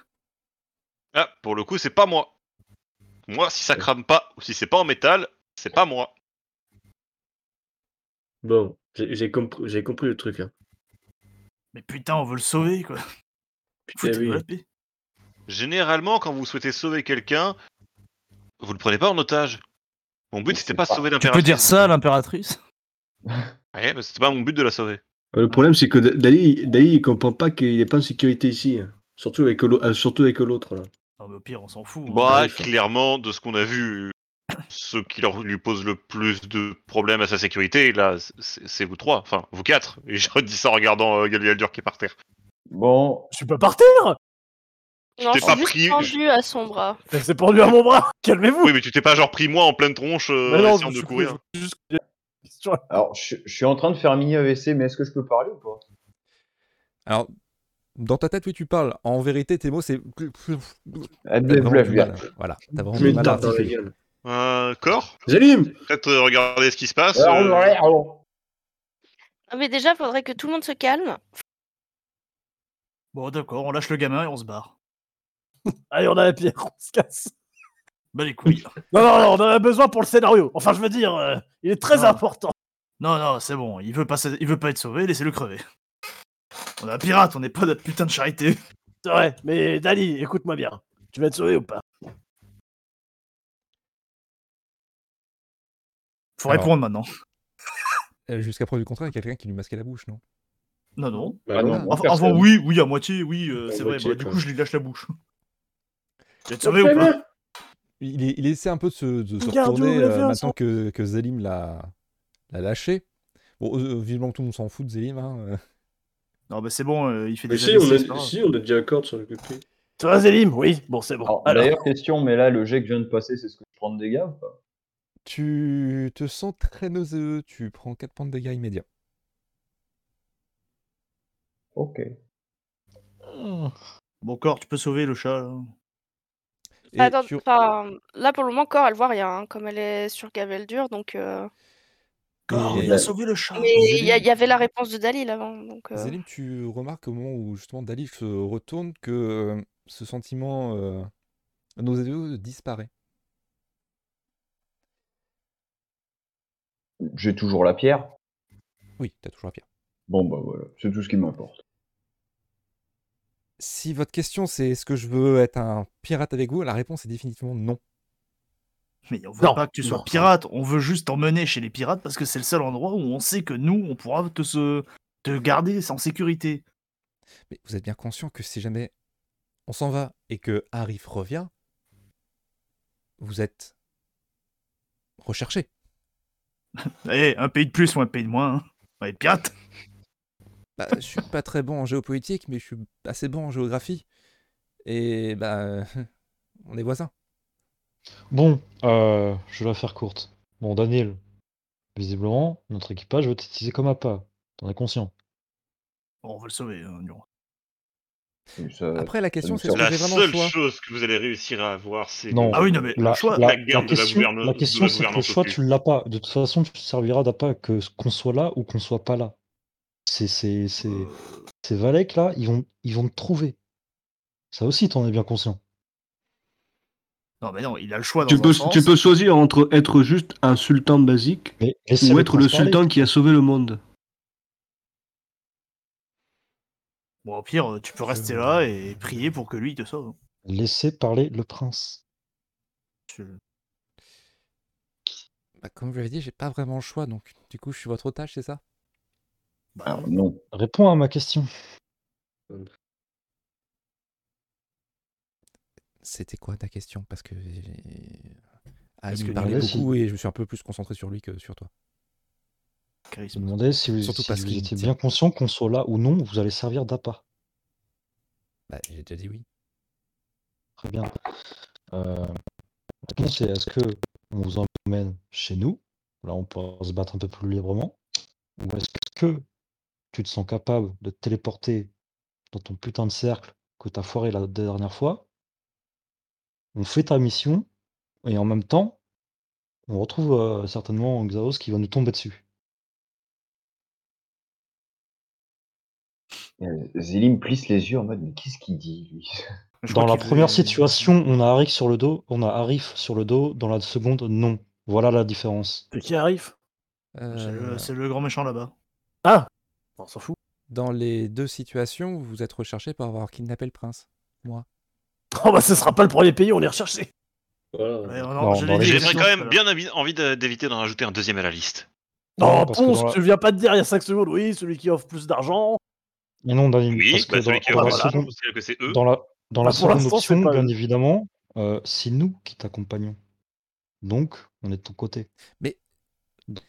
S7: Ah, pour le coup, c'est pas moi. Moi, si ça crame pas, ou si c'est pas en métal, c'est pas moi.
S5: Bon, j'ai j'ai compr- j'ai compris le truc. Hein.
S4: Mais putain, on veut le sauver, quoi.
S5: Putain, oui.
S4: Foutez-moi la paix.
S7: Généralement, quand vous souhaitez sauver quelqu'un, vous le prenez pas en otage. Mon but,
S2: Mais
S7: c'était
S2: c'est
S7: pas de
S2: pas-
S7: sauver
S4: Tu
S7: l'impératrice.
S4: peux dire ça à l'impératrice
S7: Ouais, mais c'était pas mon but de la sauver.
S5: Le problème, c'est que Da- Dali, Dali, il comprend pas qu'il est pas en sécurité ici. hein. Surtout avec l'au- euh, surtout avec l'autre, là.
S4: Non, mais au pire, on s'en fout. hein.
S7: Bah,
S5: tarif.
S7: clairement, de ce qu'on a vu, ce qui leur, lui pose le plus de problèmes à sa sécurité, là, c'est c'est vous trois, enfin, vous quatre. Et je redis ça en regardant euh, Gabriel Dur qui est par terre.
S2: Bon,
S6: Je suis pas par terre hein.
S7: Tu
S9: Non,
S7: t'es
S9: je
S7: pas
S9: suis juste
S7: pris-
S9: tendue à son bras.
S6: Elle s'est pendue à mon bras Calmez-vous
S7: Oui, mais tu t'es pas genre pris moi en pleine tronche euh,
S6: Mais non,
S7: en
S6: je
S7: essayant
S6: me
S7: de
S6: suis
S7: courir.
S6: pris, je- juste- c'est sûr.
S2: alors je, je suis en train de faire un mini AVC, mais est-ce que je peux parler ou pas
S1: Alors, dans ta tête, oui, tu parles. En vérité, tes mots, c'est.
S2: Elle
S8: Bah
S1: T'as vraiment
S2: développe
S1: du
S2: bien.
S1: mal. Voilà, t'as
S4: Ah,
S1: vraiment
S5: Mais
S1: du mal à
S5: tape dans la
S1: articuler.
S5: gueule.
S7: Un corps
S5: Zélim
S7: Peut-être euh, regarder ce qui se passe.
S2: Alors,
S7: euh,
S2: ouais, alors.
S9: Ah, Mais déjà, faudrait que tout le monde se calme.
S4: Bon, d'accord, on lâche le gamin et on se barre.
S6: Allez, on a la pierre, on se casse
S4: Bah, les couilles.
S6: Non, non, non, on en a besoin pour le scénario Enfin, je veux dire, euh, il est très
S4: Non.
S6: important
S4: non, non, c'est bon, il veut, pas, se- il veut pas être sauvé, laissez-le crever. On est un pirate, on n'est pas de putain de charité.
S6: C'est vrai, mais Dali, écoute-moi bien. Tu vas être sauvé ou pas
S4: Faut
S1: Alors.
S4: répondre maintenant.
S1: Euh, Jusqu'à preuve du contraire, il y a quelqu'un qui lui masquait la bouche, non
S4: Non, Ah, non.
S5: Bah non,
S2: non,
S4: Enfin,
S2: personne.
S4: enfin, oui, oui, à moitié, oui, euh,
S5: À
S4: c'est
S5: moitié,
S4: vrai. bah, du
S5: quoi.
S4: coup, je lui lâche la bouche. Tu vas être sauvé
S5: hein.
S4: ou pas
S1: Il, il- il essaie un peu de se, de se
S6: Regarde où
S1: retourner
S6: il a
S1: euh,
S6: fait un
S1: maintenant que, que Zélim l'a l'a lâché. Bon, euh, vivement que tout le monde s'en fout de Zélim. hein.
S4: Non, bah, c'est bon, euh, il fait
S5: Mais
S4: des
S5: si, on
S4: AVC, c'est
S5: est,
S4: pas grave.
S5: si, on est déjà d'accord sur le côté.
S6: Tu vas Zélim Oui, bon, c'est bon.
S2: Alors,
S6: Alors,
S2: D'ailleurs, question, mais là, le jet que je viens de passer, c'est ce que je prends de dégâts ou pas
S1: Tu te sens très nauséeux, tu prends 4 points de dégâts immédiats.
S2: Ok.
S4: Bon, corps, tu peux sauver le chat. là.
S1: Et
S9: Attends,
S1: tu-
S9: enfin, là, pour le moment, encore, elle voit rien, hein, comme elle est sur Gaveldur, donc... euh,
S4: Corps,
S5: Ah,
S1: Et-
S4: viens sauver le chat.
S9: Mais il y, a-
S1: Zélim-
S9: il y avait la réponse de Dalil avant, donc... euh,
S1: Zélim, tu remarques au moment où justement Dalif se retourne que euh, ce sentiment euh, nauséeux disparaît.
S2: J'ai toujours la pierre.
S1: Oui, t'as toujours la pierre.
S2: Bon, bah voilà, c'est tout ce qui m'importe.
S1: Si votre question c'est est-ce que je veux être un pirate avec vous, la réponse est définitivement non.
S4: Mais on veut
S6: Non,
S4: pas que tu sois
S6: non.
S4: pirate, on veut juste t'emmener chez les pirates parce que c'est le seul endroit où on sait que nous, on pourra te, se... te garder en sécurité.
S1: Mais vous êtes bien conscient que si jamais on s'en va et que Arif revient, vous êtes recherché.
S4: Eh, un pays de plus ou un pays de moins, hein. on va être pirate.
S1: Bah, je suis pas très bon en géopolitique, mais je suis assez bon en géographie. Et bah, on est voisins.
S8: Bon, euh, je vais la faire courte. Bon, Daniel, visiblement, notre équipage veut t'utiliser comme appât. T'en es conscient.
S4: Bon, on va le sauver, hein, Nero.
S2: Ça-
S1: Après, la question
S2: nous
S1: c'est est-ce que
S7: Euh, La
S1: j'ai vraiment le
S7: seule
S1: choix
S7: chose que vous allez réussir à avoir, c'est
S8: Non.
S4: Ah oui, non, mais
S8: La,
S4: le choix.
S8: la-
S7: La garde de la
S8: la question,
S7: gouverne-
S8: la
S7: de
S8: question,
S7: la
S8: c'est que le
S7: gouvernance au
S8: choix,
S7: cul.
S8: tu l'as pas. De toute façon, tu ne serviras d'appât que qu'on soit là ou qu'on soit pas là. C'est c'est- c'est- ces Valek là, ils vont ils vont te trouver. Ça aussi, t'en es bien conscient.
S4: Non, mais non, il a le choix dans
S5: Tu
S4: un
S5: peux,
S4: sens.
S5: tu peux choisir entre être juste un sultan basique
S8: Mais
S5: ou
S8: laissez-le
S5: être le
S8: prince parler.
S5: sultan qui a sauvé le monde.
S4: Bon, au pire, euh, tu peux rester là et prier pour que lui il te sauve. hein.
S8: Laissez parler le prince.
S4: Tu-
S1: Bah, Comme je l'avais dit, j'ai pas vraiment le choix, donc du coup, je suis votre otage, c'est ça
S4: bah,
S2: Alors, non.
S8: Réponds à ma question.
S1: C'était quoi ta question Parce que. Ah,
S8: Parce
S1: il
S8: que
S1: me parlait
S8: Nicolas,
S1: beaucoup et je me suis un peu plus concentré sur lui que sur toi.
S8: Je
S4: charisme.
S8: me demandais si vous,
S1: Surtout
S8: si
S1: parce
S8: vous
S1: qu'il
S8: étiez
S1: tient.
S8: bien conscient qu'on soit là ou non, vous allez servir d'appât.
S1: Bah, j'ai déjà dit oui.
S8: Très bien. Euh, la question, c'est est-ce que on vous emmène chez nous? Là, on peut se battre un peu plus librement. Ou est-ce que tu te sens capable de te téléporter dans ton putain de cercle que t'as foiré la dernière fois? On fait ta mission et en même temps, on retrouve euh, certainement Xaos qui va nous tomber dessus.
S2: Euh, Zélim plisse les yeux en mode mais qu'est-ce qu'il dit lui
S4: Je
S8: Dans
S4: crois
S8: la
S4: qu'il
S8: première
S4: veut-
S8: situation, on a Arif sur le dos, on a Arif sur le dos. Dans la seconde, non. Voilà la différence.
S6: Qui arrive
S4: C'est
S1: Euh,
S4: le, c'est le grand méchant là-bas.
S6: Ah On s'en fout.
S1: Dans les deux situations, vous êtes recherché pour avoir kidnappé le prince.
S6: Oh bah ce sera pas le premier pays où on est recherché.
S4: Ouais,
S5: Voilà.
S4: non,
S8: Non,
S4: je
S8: dans
S4: l'ai
S8: les-
S4: dit,
S7: J'aimerais
S4: attention,
S7: quand
S4: tout à
S7: même bien envie- envie de- d'éviter d'en rajouter un deuxième à la liste.
S6: Non,
S8: parce que
S6: Ponce,
S8: dans la-
S6: tu viens pas de dire il y a 5 secondes, oui, celui qui offre plus d'argent.
S8: Mais non, Daniel,
S7: Oui,
S8: parce que
S7: bah,
S8: dans,
S7: celui qui
S8: dans
S7: aura
S8: la
S6: voilà.
S7: raison,
S8: seconde,
S7: vous savez que c'est eux.
S8: dans la, dans
S6: Bah,
S8: la
S6: pour
S8: seconde
S6: l'instant, c'est
S8: option,
S6: pas
S8: bien
S6: eux.
S8: évidemment, euh, c'est nous qui t'accompagnons. Donc, on est de ton côté.
S1: Mais-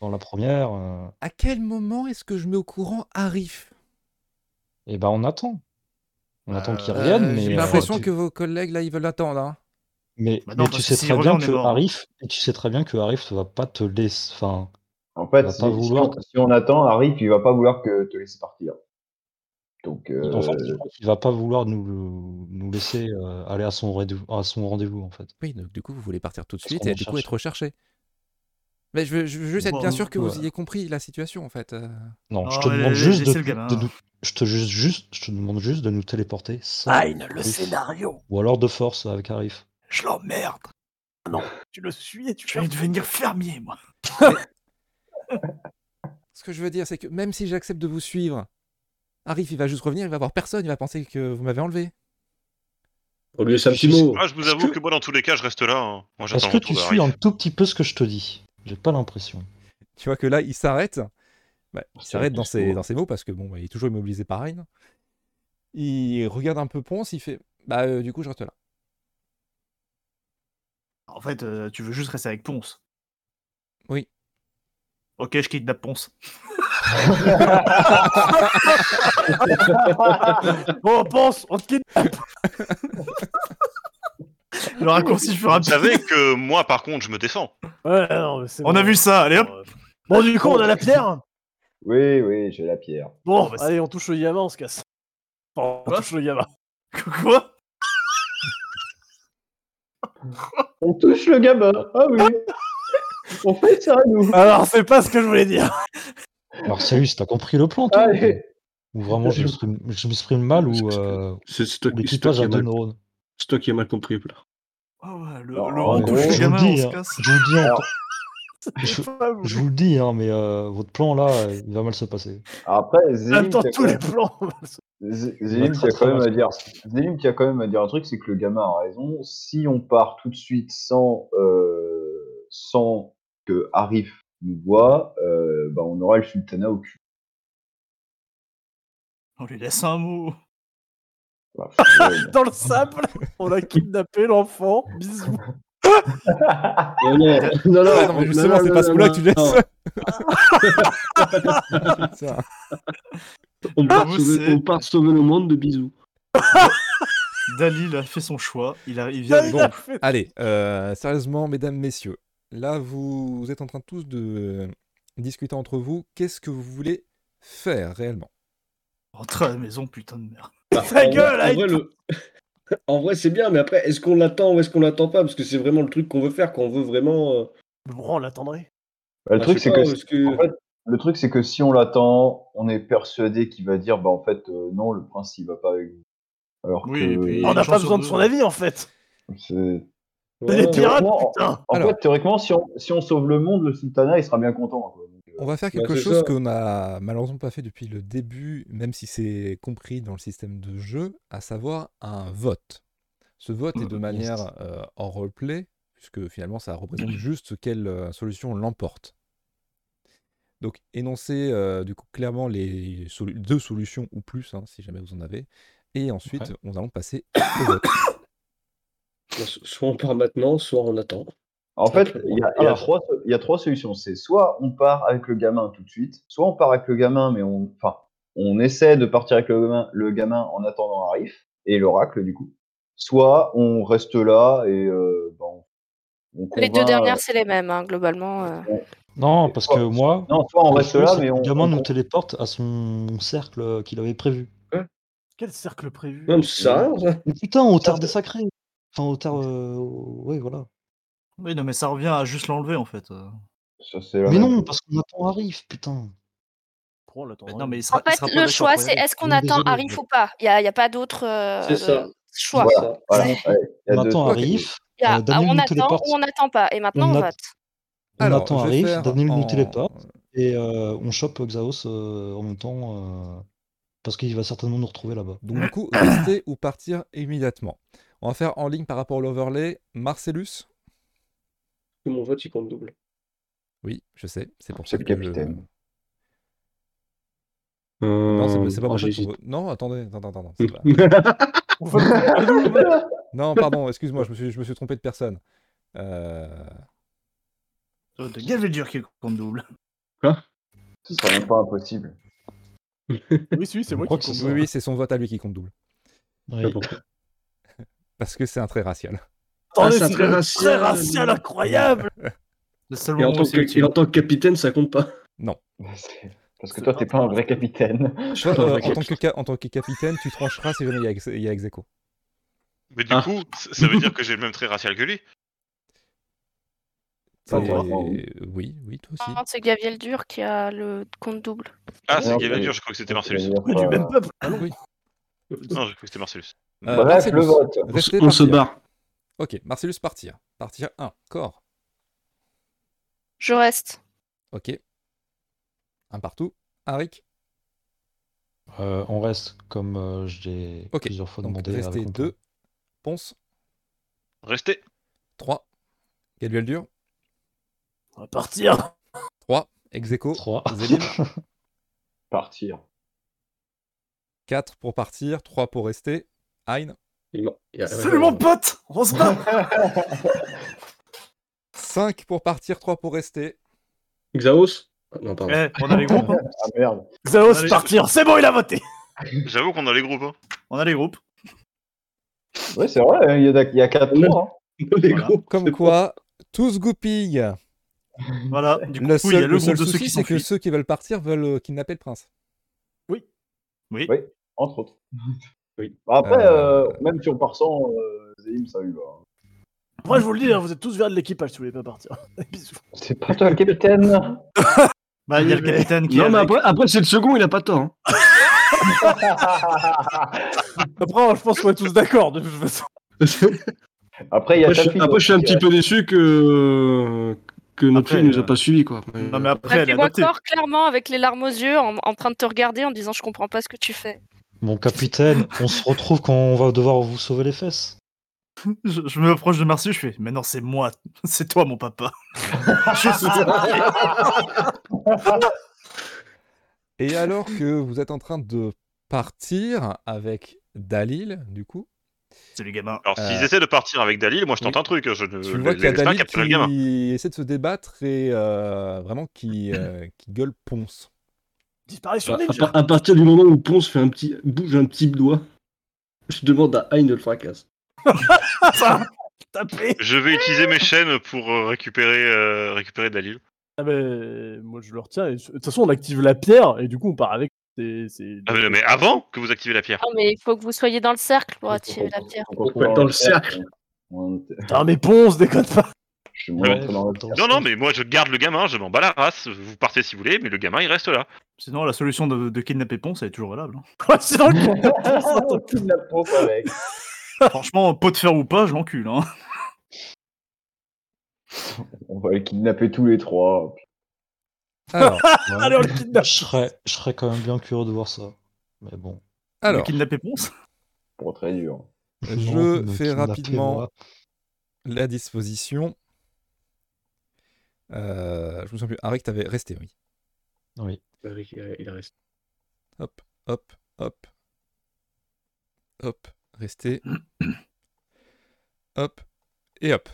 S8: dans la première, euh,
S1: À quel moment est-ce que je mets au courant Arif
S8: eh ben, on attend. On
S4: Bah,
S8: attend qu'ils
S4: euh,
S8: reviennent,
S1: Euh,
S8: mais,
S1: J'ai
S8: euh,
S1: l'impression
S4: tu-
S1: que vos collègues là, ils veulent l'attendre. hein.
S8: mais,
S4: Bah non,
S8: mais tu
S4: parce que
S8: sais
S4: s'il
S8: très bien
S4: revient, on est
S8: que
S4: mort.
S8: Arif, et tu sais très bien que Arif ne va pas te laisser. Enfin,
S2: En
S8: Il
S2: fait,
S8: va
S2: si,
S8: pas
S2: si
S8: vouloir
S2: on, si on attend, Harry, il va pas vouloir que te laisser partir. Donc,
S8: il-
S2: euh,
S8: en fait, je crois qu'il va pas vouloir nous, nous laisser euh, aller à son, rendez- à son rendez-vous, en fait.
S1: Oui, donc du coup, vous voulez partir tout de
S8: Parce
S1: suite
S8: qu'on
S1: et
S8: en
S1: du coup
S8: cherche.
S1: être recherché. Mais je veux, je veux juste être
S4: Bon,
S1: bien sûr que vous
S8: ouais.
S1: ayez compris la situation en fait. euh.
S8: Non, je
S4: Non,
S8: te
S4: mais
S8: demande
S4: la-
S8: juste de,
S4: laissez le gamin.
S8: de nous. Je te, juste, juste, je te demande juste de nous téléporter sans
S6: Nine, Ah, le
S8: Arif.
S6: scénario.
S8: Ou alors de force avec Arif.
S6: Je l'emmerde. Ah Non, tu le suis et tu
S4: Je vais devenir fermier, moi.
S1: Ce que je veux dire, c'est que même si j'accepte de vous suivre, Arif, il va juste revenir, il va voir personne, il va penser que vous m'avez enlevé.
S5: On lui laisse un
S8: Je
S5: petit
S8: suis-
S5: mot.
S7: Ah, je vous
S8: Est-ce
S7: avoue
S8: que-
S7: que moi, dans tous les cas, je reste là. hein. Moi,
S8: Est-ce
S7: j'attends le
S8: que
S7: retour
S8: tu
S7: de
S8: suis
S7: Harry.
S8: un tout petit peu ce que je te dis J'ai pas l'impression.
S1: Tu vois que là, il s'arrête. Bah, il
S8: C'est
S1: s'arrête dans
S8: plus
S1: ses,
S8: pour-
S1: dans ses mots parce que bon, bah, il est toujours immobilisé par Rain. Il regarde un peu Ponce, il fait Bah, euh, du coup, je reste là.
S4: En fait, euh, tu veux juste rester avec Ponce.
S1: Oui.
S4: Ok, je kidnappe Ponce.
S6: bon, pense, on te quitte.
S4: Le raccourci
S1: Ah, bah.
S4: fera
S7: Vous savez que moi, par contre, je me défends.
S6: Ouais, non, mais c'est
S4: On
S6: bon. Euh,
S4: a vu ça, allez hop
S6: Bon, du coup, on a la pierre.
S2: oui, oui, j'ai la pierre.
S6: Bon,
S4: Oh, bah, c'est-
S6: allez, on touche le Yama, on se casse. Enfin, on
S4: Quoi
S6: touche le Yama.
S4: Quoi
S2: On touche le gamin. Ah oui. on fait ça, nous.
S6: Alors, c'est pas ce que je voulais dire.
S8: Alors, salut, t'as compris le plan, toi
S2: Allez.
S8: Ou vraiment, je m'exprime- je m'exprime mal
S5: Parce
S8: ou
S5: que-
S8: euh,
S5: C'est c'est
S8: ou
S5: toi, qui- c'est toi
S8: l'équipage
S5: qui
S8: a
S5: as
S8: deux
S5: mal-
S8: neurones
S5: c'est toi qui as mal compris. Plat.
S4: Ah ouais, le,
S2: Oh,
S4: le
S2: en
S4: on
S2: gros,
S4: touche le
S8: Je vous
S4: gamin,
S8: le
S4: on
S8: dis,
S4: se
S8: hein,
S4: casse.
S8: je vous le dis, en-
S2: Alors-
S8: je,
S6: Pas voulu.
S8: je vous le dis, hein, mais euh, votre plan là, euh, il va mal se passer.
S2: Après,
S6: En même
S2: Zélim,
S6: temps,
S2: t'as
S4: euh,
S6: tous
S2: quand
S6: les
S2: même-
S6: plans.
S2: Z- Zélim qui, a quand même à dire, Zélim qui a quand même à dire un truc, c'est que le gamin a raison. Si on part tout de suite sans, euh, sans que Arif nous voit, euh, bah, on aura le sultanat au cul.
S4: On lui laisse un mot.
S2: Bah, faut- ouais,
S6: Dans le sable, on a kidnappé l'enfant. Bisous.
S5: Non, non, non,
S1: Ah, non, mais justement, c'est pas ce coup-là que tu laisses.
S5: non.
S1: Putain.
S5: On part,
S4: Vous,
S5: sauver,
S4: c'est-
S5: on part sauver le monde de bisous.
S4: Dalil a fait son choix. Il, a, il vient
S6: Bah, Il
S4: avec
S6: a fait-
S1: Allez, euh, sérieusement, mesdames, messieurs, là, vous, vous êtes en train tous de discuter entre vous. Qu'est-ce que vous voulez faire réellement
S4: Rentre à la maison, putain de merde.
S3: en,
S6: gueule,
S3: vrai-
S6: hein,
S3: en vrai,
S6: il-
S3: le- en vrai, c'est bien, mais après, est-ce qu'on l'attend ou est-ce qu'on l'attend pas Parce que c'est vraiment le truc qu'on veut faire, qu'on veut vraiment. euh,
S6: Mais Bon, on l'attendrait.
S2: le
S3: bah,
S2: truc,
S3: je sais
S2: c'est
S3: pas,
S2: que
S3: est-ce que-
S2: en fait, le truc, c'est que si on l'attend, on est persuadé qu'il va dire, bah en fait, euh, non, le prince, il va pas avec vous. Alors
S4: Oui,
S2: que,
S4: et puis- Il y a
S6: On
S4: une
S6: n'a
S4: chance
S6: pas
S4: sur
S6: besoin de
S4: deux,
S6: son
S4: ouais.
S6: avis en fait.
S2: c'est-
S6: C'est
S3: Ouais,
S6: les pirates,
S2: Théoriquement,
S6: putain.
S2: en
S1: Alors.
S2: fait, théoriquement, si on, si on sauve le monde, le sultanat, il sera bien content. quoi. Donc, euh,
S1: On va faire
S3: Bah,
S1: quelque
S3: c'est
S1: chose
S3: ça.
S1: qu'on a malheureusement pas fait depuis le début, même si c'est compris dans le système de jeu, à savoir un vote. Ce vote est de
S3: Mm,
S4: Mhm.
S1: manière euh, en roleplay, puisque finalement ça représente juste quelle euh, solution l'emporte. Donc énoncer euh, du coup clairement les solu- deux solutions ou plus, hein, si jamais vous en avez, et ensuite
S8: Ouais.
S1: on allons passer au vote.
S3: Soit on part maintenant, soit on attend.
S2: En fait,
S3: Après,
S2: il y, a-
S3: voilà.
S2: il y a trois- il y a trois solutions. C'est soit on part avec le gamin tout de suite, soit on part avec le gamin, mais on, enfin, on essaie de partir avec le gamin, le gamin en attendant Arif et l'oracle du coup. Soit on reste là et euh, ben, on, on euh,
S9: Les deux
S2: convainc-
S9: dernières, c'est les mêmes, hein, globalement. euh.
S8: Non, parce que
S2: Oh,
S8: moi,
S2: Non, soit on
S8: le
S2: reste
S8: choix,
S2: là,
S8: c'est
S2: mais
S8: que
S2: on.
S8: le gamin
S2: on-
S8: nous téléporte à son cercle euh, qu'il avait prévu.
S6: Quel cercle prévu
S3: Non, mais ça, ça.
S8: Mais putain, au terre
S2: c'est-
S8: des sacrés Enfin, au terre... euh, Ouais, voilà.
S4: Oui, non, mais ça revient à juste l'enlever en fait. euh.
S2: ça, c'est la
S8: Mais
S2: même-
S8: non, parce qu'on attend Arif, putain.
S6: Pourquoi on l'attendrait
S4: Bah, Non, mais il sera,
S9: En
S4: il
S9: fait,
S4: sera pas
S9: le
S4: d'accord
S9: choix,
S4: pour y
S9: c'est
S4: aller.
S9: est-ce qu'on
S8: Oui,
S9: attend
S8: désolé,
S9: Arif
S8: mais-
S9: ou pas Il n'y a, il y a pas d'autre euh,
S3: C'est ça.
S9: choix.
S2: Voilà,
S3: ça.
S2: voilà.
S8: C'est-
S2: Ouais, il y
S8: On
S2: a deux-
S8: attend
S1: Ok.
S8: Arif,
S9: Il y a,
S8: euh, Daniel
S9: ah, on
S8: nous
S9: attend
S8: téléporte,
S9: ou on n'attend pas. Et maintenant,
S8: On
S9: on
S8: a-
S9: vote.
S8: on
S1: Alors,
S8: attend
S1: je vais
S8: Arif,
S1: faire
S8: Daniel nous
S1: en-
S8: téléporte, et euh, on chope Xaos euh, en même temps, euh, parce qu'il va certainement nous retrouver là-bas.
S1: Donc du coup, rester ou partir immédiatement. On va faire en ligne par rapport à l'overlay. Marcellus
S3: Mon vote, il compte double.
S1: Oui, je sais, c'est pour
S2: C'est
S1: ça
S2: le
S1: que...
S2: capitaine.
S1: Non,
S3: Euh,
S1: c'est, c'est pas pour ça que...
S3: j'hésite.
S1: vous- Non, attendez, attendez, attendez. c'est pas-
S6: On veut le couper nous,
S1: Non, pardon, excuse-moi, je me suis, je me suis trompé de personne. Euh,
S4: Oh, De Galvedur qui compte double.
S2: Ce sera même pas impossible.
S6: Oui, si, c'est
S8: Je
S6: moi
S8: crois
S6: qui
S8: que
S6: compte.
S8: c'est
S1: Oui, oui, c'est son vote à lui qui compte double.
S8: Oui.
S1: Parce que c'est un trait racial.
S3: Ah,
S6: Attendez,
S3: c'est un
S6: c'est
S3: trait
S6: le trait
S3: racial.
S6: racial incroyable
S4: Le seul
S3: Et en,
S4: moment
S3: tant
S4: où c'est
S3: que, et en
S4: utile.
S3: tant que capitaine, ça compte pas.
S2: C'est- Parce que toi, t'es pas un vrai capitaine.
S1: Toi,
S3: suis un
S1: euh,
S3: vrai
S1: en, tant que, ca- en tant que capitaine, tu trancheras si jamais il y a, ex- il y a ex aequo.
S7: Mais du
S3: Ah.
S7: coup, c- ça veut dire que j'ai le même trait racial que lui.
S2: Pas
S1: C'est-
S2: toi.
S1: Oui, oui, toi aussi.
S9: Non, hein, c'est Gaviel Dur qui a le compte double.
S7: Ah, c'est
S2: Non,
S7: Gavidur,
S2: mais-
S7: je crois que c'était Marcellus.
S6: On
S2: euh,
S3: Oh.
S6: est du même peuple.
S1: Ah Oui.
S7: Non, je crois que c'était Marcellus.
S1: Euh,
S2: Bref, le
S1: Marcellus,
S2: vote.
S3: On, s-
S1: Rester,
S3: on se
S1: partir.
S3: barre.
S1: Ok, Marcellus partir. Partir 1, corps.
S9: Je reste.
S1: Ok. Un partout. Arik.
S8: Euh, on reste, comme euh, je l'ai
S1: Ok,
S8: plusieurs fois
S1: Donc
S8: demandé.
S1: rester
S8: avec mon
S1: 2. Ponce.
S7: Restez.
S1: 3. Gaduel dur.
S6: On va partir.
S1: 3. Execo.
S8: 3.
S1: Zélim.
S2: Partir.
S1: 4 pour partir. 3 pour rester. Hein.
S3: Il m'a- il y a-
S6: Salut mon pote On se bat
S1: 5 pour partir. 3 pour rester.
S3: Xaos Ah, Non, pardon.
S4: Eh, on a les groupes. hein.
S2: Ah merde.
S6: Xaos
S4: Allez.
S6: partir, c'est bon, il a voté
S7: J'avoue qu'on a les groupes. Hein.
S4: On a les groupes.
S2: Ouais, c'est vrai, hein, il y, a- il y a quatre
S3: Ouais.
S2: ans.
S3: Les
S4: Voilà.
S3: groupes,
S1: Comme
S3: c'est
S1: quoi, tous goupillent.
S4: Voilà. Du coup,
S1: Le
S4: il y a
S1: seul,
S4: le,
S1: le
S4: groupe
S1: seul
S4: de ceux
S1: souci,
S4: qui
S1: c'est que
S4: s'enfuient.
S1: ceux qui veulent partir veulent euh, kidnapper le prince.
S2: Oui, entre autres.
S3: Oui.
S2: Bah après,
S1: Euh,
S2: euh, même si on part sans euh, Zélim, ça lui va. hein.
S6: Moi, je vous le dis, hein, vous êtes tous vers de l'équipage si vous voulez pas partir. Bisous.
S2: C'est pas toi le capitaine
S4: Bah, il y a le capitaine qui est
S3: Non, mais
S4: avec.
S3: après, après c'est le second, il a pas tort. hein.
S6: Après, je pense qu'on est tous d'accord, de toute façon.
S2: Après, il y a
S3: Après, je,
S2: ta
S3: suis-
S2: fille.
S3: après, je suis un petit peu déçu que, que notre
S4: Après,
S3: fille nous a
S4: euh,
S3: pas suivis. Quoi. Mais-
S4: Non, mais après,
S9: Après,
S4: elle est
S9: moi
S4: adoptée.
S9: encore clairement avec les larmes aux yeux, en, en train de te regarder en disant je comprends pas ce que tu fais.
S8: Mon capitaine, on se retrouve quand on va devoir vous sauver les fesses.
S4: Je, je me approche de Marcius, je fais Maintenant, c'est moi, c'est toi, mon papa. Je suis-
S1: Et alors que vous êtes en train de partir avec Dalil, du coup,
S4: c'est les gamins.
S7: Alors, s'ils
S1: Euh,
S7: essaient de partir avec Dalil, moi je tente
S1: oui.
S7: un truc. hein, Je
S4: Euh,
S7: ne
S1: tu
S7: je
S1: vois
S7: les
S1: qu'il y a
S7: laisse pas
S1: Dalil
S7: capturer le gamin.
S1: qui essaie de se débattre et euh, vraiment qui, euh, qui gueule ponce.
S6: Disparition
S3: À, à
S6: ninja.
S3: par- à partir du moment où Ponce fait un petit, bouge un petit doigt, je demande à Hein de le fracasse.
S6: Ah, Tapé.
S7: Je vais utiliser mes chaînes pour euh, récupérer, euh, récupérer Dalil.
S12: Ah ben, moi je le retiens. et- De toute façon, on active la pierre et du coup on part avec. C'est, c'est-
S7: Ah, mais, non, mais avant que vous activez la pierre.
S9: Non, mais il faut que vous soyez dans le cercle pour attirer Oh, la pierre.
S2: On comprend
S3: Ouais,
S2: pas
S3: dans
S2: la
S3: le
S2: pierre,
S3: cercle.
S2: on- on-
S6: Putain, mais Ponce, déconne pas.
S2: Je suis moins
S8: Ouais,
S2: dans la
S8: dans
S2: pierre.
S8: le
S7: Non, non,
S8: cercle.
S7: mais moi je garde le gamin, je m'en bats la race. Vous partez si vous voulez, mais le gamin il reste là.
S4: Sinon, la solution de, de kidnapper Ponce, elle est toujours valable. hein.
S6: Ouais, c'est dans le con.
S4: Ah,
S2: On kidnappe la pompe avec.
S4: Franchement, pot de fer ou pas, je l'encule. Hein.
S2: On va les kidnapper tous les trois.
S1: Alors,
S8: Ouais.
S6: Allez, on le kidnappe.
S8: Je serais, je serais quand même bien curieux de voir ça. Mais bon.
S4: Le
S1: alors
S4: Kidnapper Ponce
S2: Pour très dur.
S8: Non,
S1: je
S8: me
S1: fais
S8: kidnappez,
S1: rapidement
S8: moi.
S1: la disposition. Euh, je me souviens plus. Arik, t'avais resté, oui.
S8: Oui.
S5: Eric, il il reste.
S1: Hop, hop, hop. Hop, restez. hop, et hop.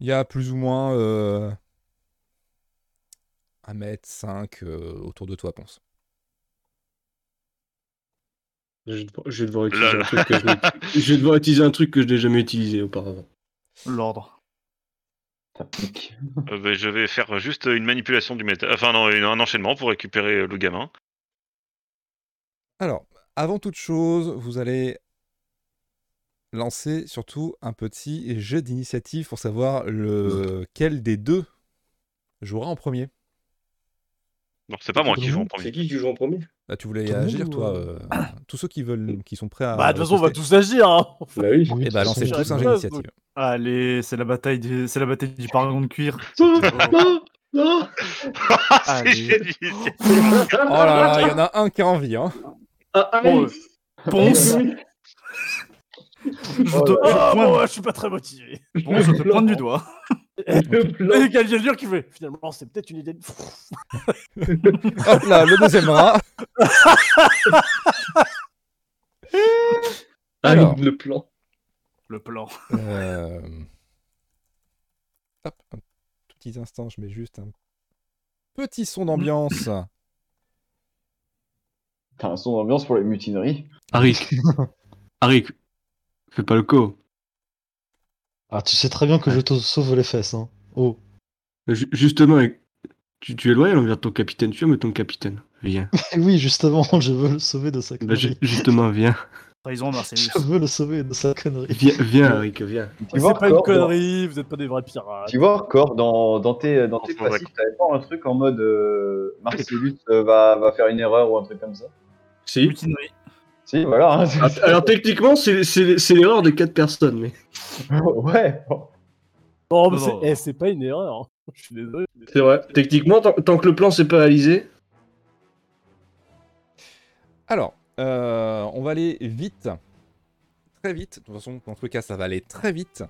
S1: Il y a plus ou moins euh, 1m5 euh, autour de toi, Ponce.
S5: Je vais devoir- je vais devoir utiliser
S7: Lol.
S5: un truc que je n'ai- je vais devoir utiliser un truc que je n'ai jamais utilisé auparavant.
S4: L'ordre.
S2: Ça pique.
S7: Euh, ben, je vais faire juste une manipulation du métal. Enfin, non, une- un enchaînement pour récupérer euh, le gamin.
S1: Alors, avant toute chose, vous allez lancer surtout un petit jeu d'initiative pour savoir lequel des deux jouera en premier.
S7: Non, c'est pas moi
S8: Tout
S7: qui
S8: le
S7: joue en
S8: monde,
S7: premier.
S5: C'est qui qui joue en premier
S1: Là, Ah, tu voulais
S8: Tout le monde
S1: agir,
S8: ou,
S1: toi
S8: euh,
S1: euh, Tous ceux qui veulent, qui sont prêts à.
S6: Bah, de toute façon, on va
S1: riposter.
S6: tous agir. Hein.
S5: Bah oui.
S3: ben,
S8: Oui,
S1: Eh
S8: de
S1: bah,
S8: toute
S1: lancez
S8: façon,
S6: j'ai
S1: tous un jeu
S6: la place,
S1: d'initiative.
S4: Allez, c'est la bataille du, c'est la bataille du paragon de cuir.
S1: Oh,
S5: Non, non.
S4: Allez.
S7: c'est génial.
S1: Oh là là, il y en a un qui a envie, hein.
S5: Ah,
S4: Bon,
S5: Hein.
S4: euh, Ponce, je te,
S6: Oh,
S4: je
S6: bon,
S4: pointe-
S6: ouais, je suis pas très motivé.
S4: Ponce, je te pointe du doigt.
S5: Le plan.
S6: Et il y a le dur qui fait. Finalement, c'est peut-être une idée. de- Pfff.
S1: Hop là, le deuxième rat.
S5: Ah,
S1: Alors.
S5: le plan.
S4: Le plan.
S1: Euh, Hop, un tout petit instant, je mets juste un petit son d'ambiance.
S2: T'as un son d'ambiance pour les mutineries.
S5: Arik. Arik. Fais pas le co.
S8: Ah, tu sais très bien que je te sauve les fesses. Hein. Oh.
S5: Ju- Justement, avec- tu, tu es loyal envers ton capitaine. Tu aimes ton capitaine. Viens.
S8: Et Eh oui, justement, je veux le sauver de sa
S5: Bah, ju-
S8: connerie.
S5: justement, viens.
S4: Trahison, Marcellus.
S8: Je veux le sauver de sa connerie.
S5: Viens, viens, Arik, viens.
S2: Tu
S6: C'est pas une
S2: encore dans-
S6: connerie, vous êtes pas des vrais pirates.
S2: Tu vois, encore dans, dans tes, dans tes
S7: Enfin,
S2: passifs, t'avais pas un truc en mode euh, Marcellus euh, va, va faire une erreur ou un truc comme ça
S5: Si.
S4: Mutinerie.
S2: Si, voilà. hein,
S5: Ah,
S2: c'est-
S5: Alors, techniquement, c'est c'est- c'est l'erreur de quatre personnes, mais
S2: ouais.
S6: Non, mais
S4: Non,
S6: c'est-
S4: non.
S6: eh, c'est pas une erreur. hein. Je suis désolé.
S5: c'est vrai. Techniquement, tant, tant que le plan s'est pas réalisé,
S1: Alors, euh, on va aller vite. Très vite. De toute façon, dans tous les cas, ça va aller très vite.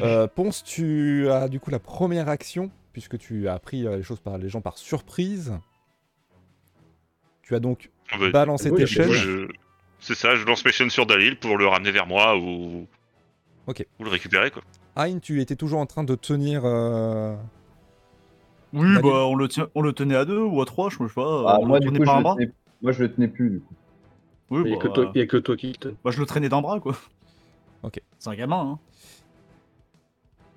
S1: Euh, Ponce, tu as du coup la première action, puisque tu as pris euh, les choses par les gens par surprise. Tu as donc
S7: Ah, bah,
S1: balancé
S5: Euh, oui,
S1: tes
S5: mais
S1: chaînes.
S7: je- C'est ça, je lance mes chaînes sur Dalil pour le ramener vers moi ou.
S1: Ok.
S7: Ou le récupérer, quoi.
S1: Hein, tu étais toujours en train de tenir. euh,
S4: Oui,
S1: Vas-y.
S4: bah on le, tient- on le tenait à deux ou à trois, je sais pas.
S2: Ah,
S4: on
S2: moi,
S4: le
S2: du
S4: tenait
S2: coup, je
S4: par un bras.
S2: le tenais, moi, je le tenais plus, du coup.
S4: Oui,
S5: il n'y a,
S4: bah,
S5: que toi-
S4: euh,
S5: y a que toi qui te.
S4: bah, je le traînais d'un bras, quoi.
S1: Ok.
S4: C'est un gamin, hein.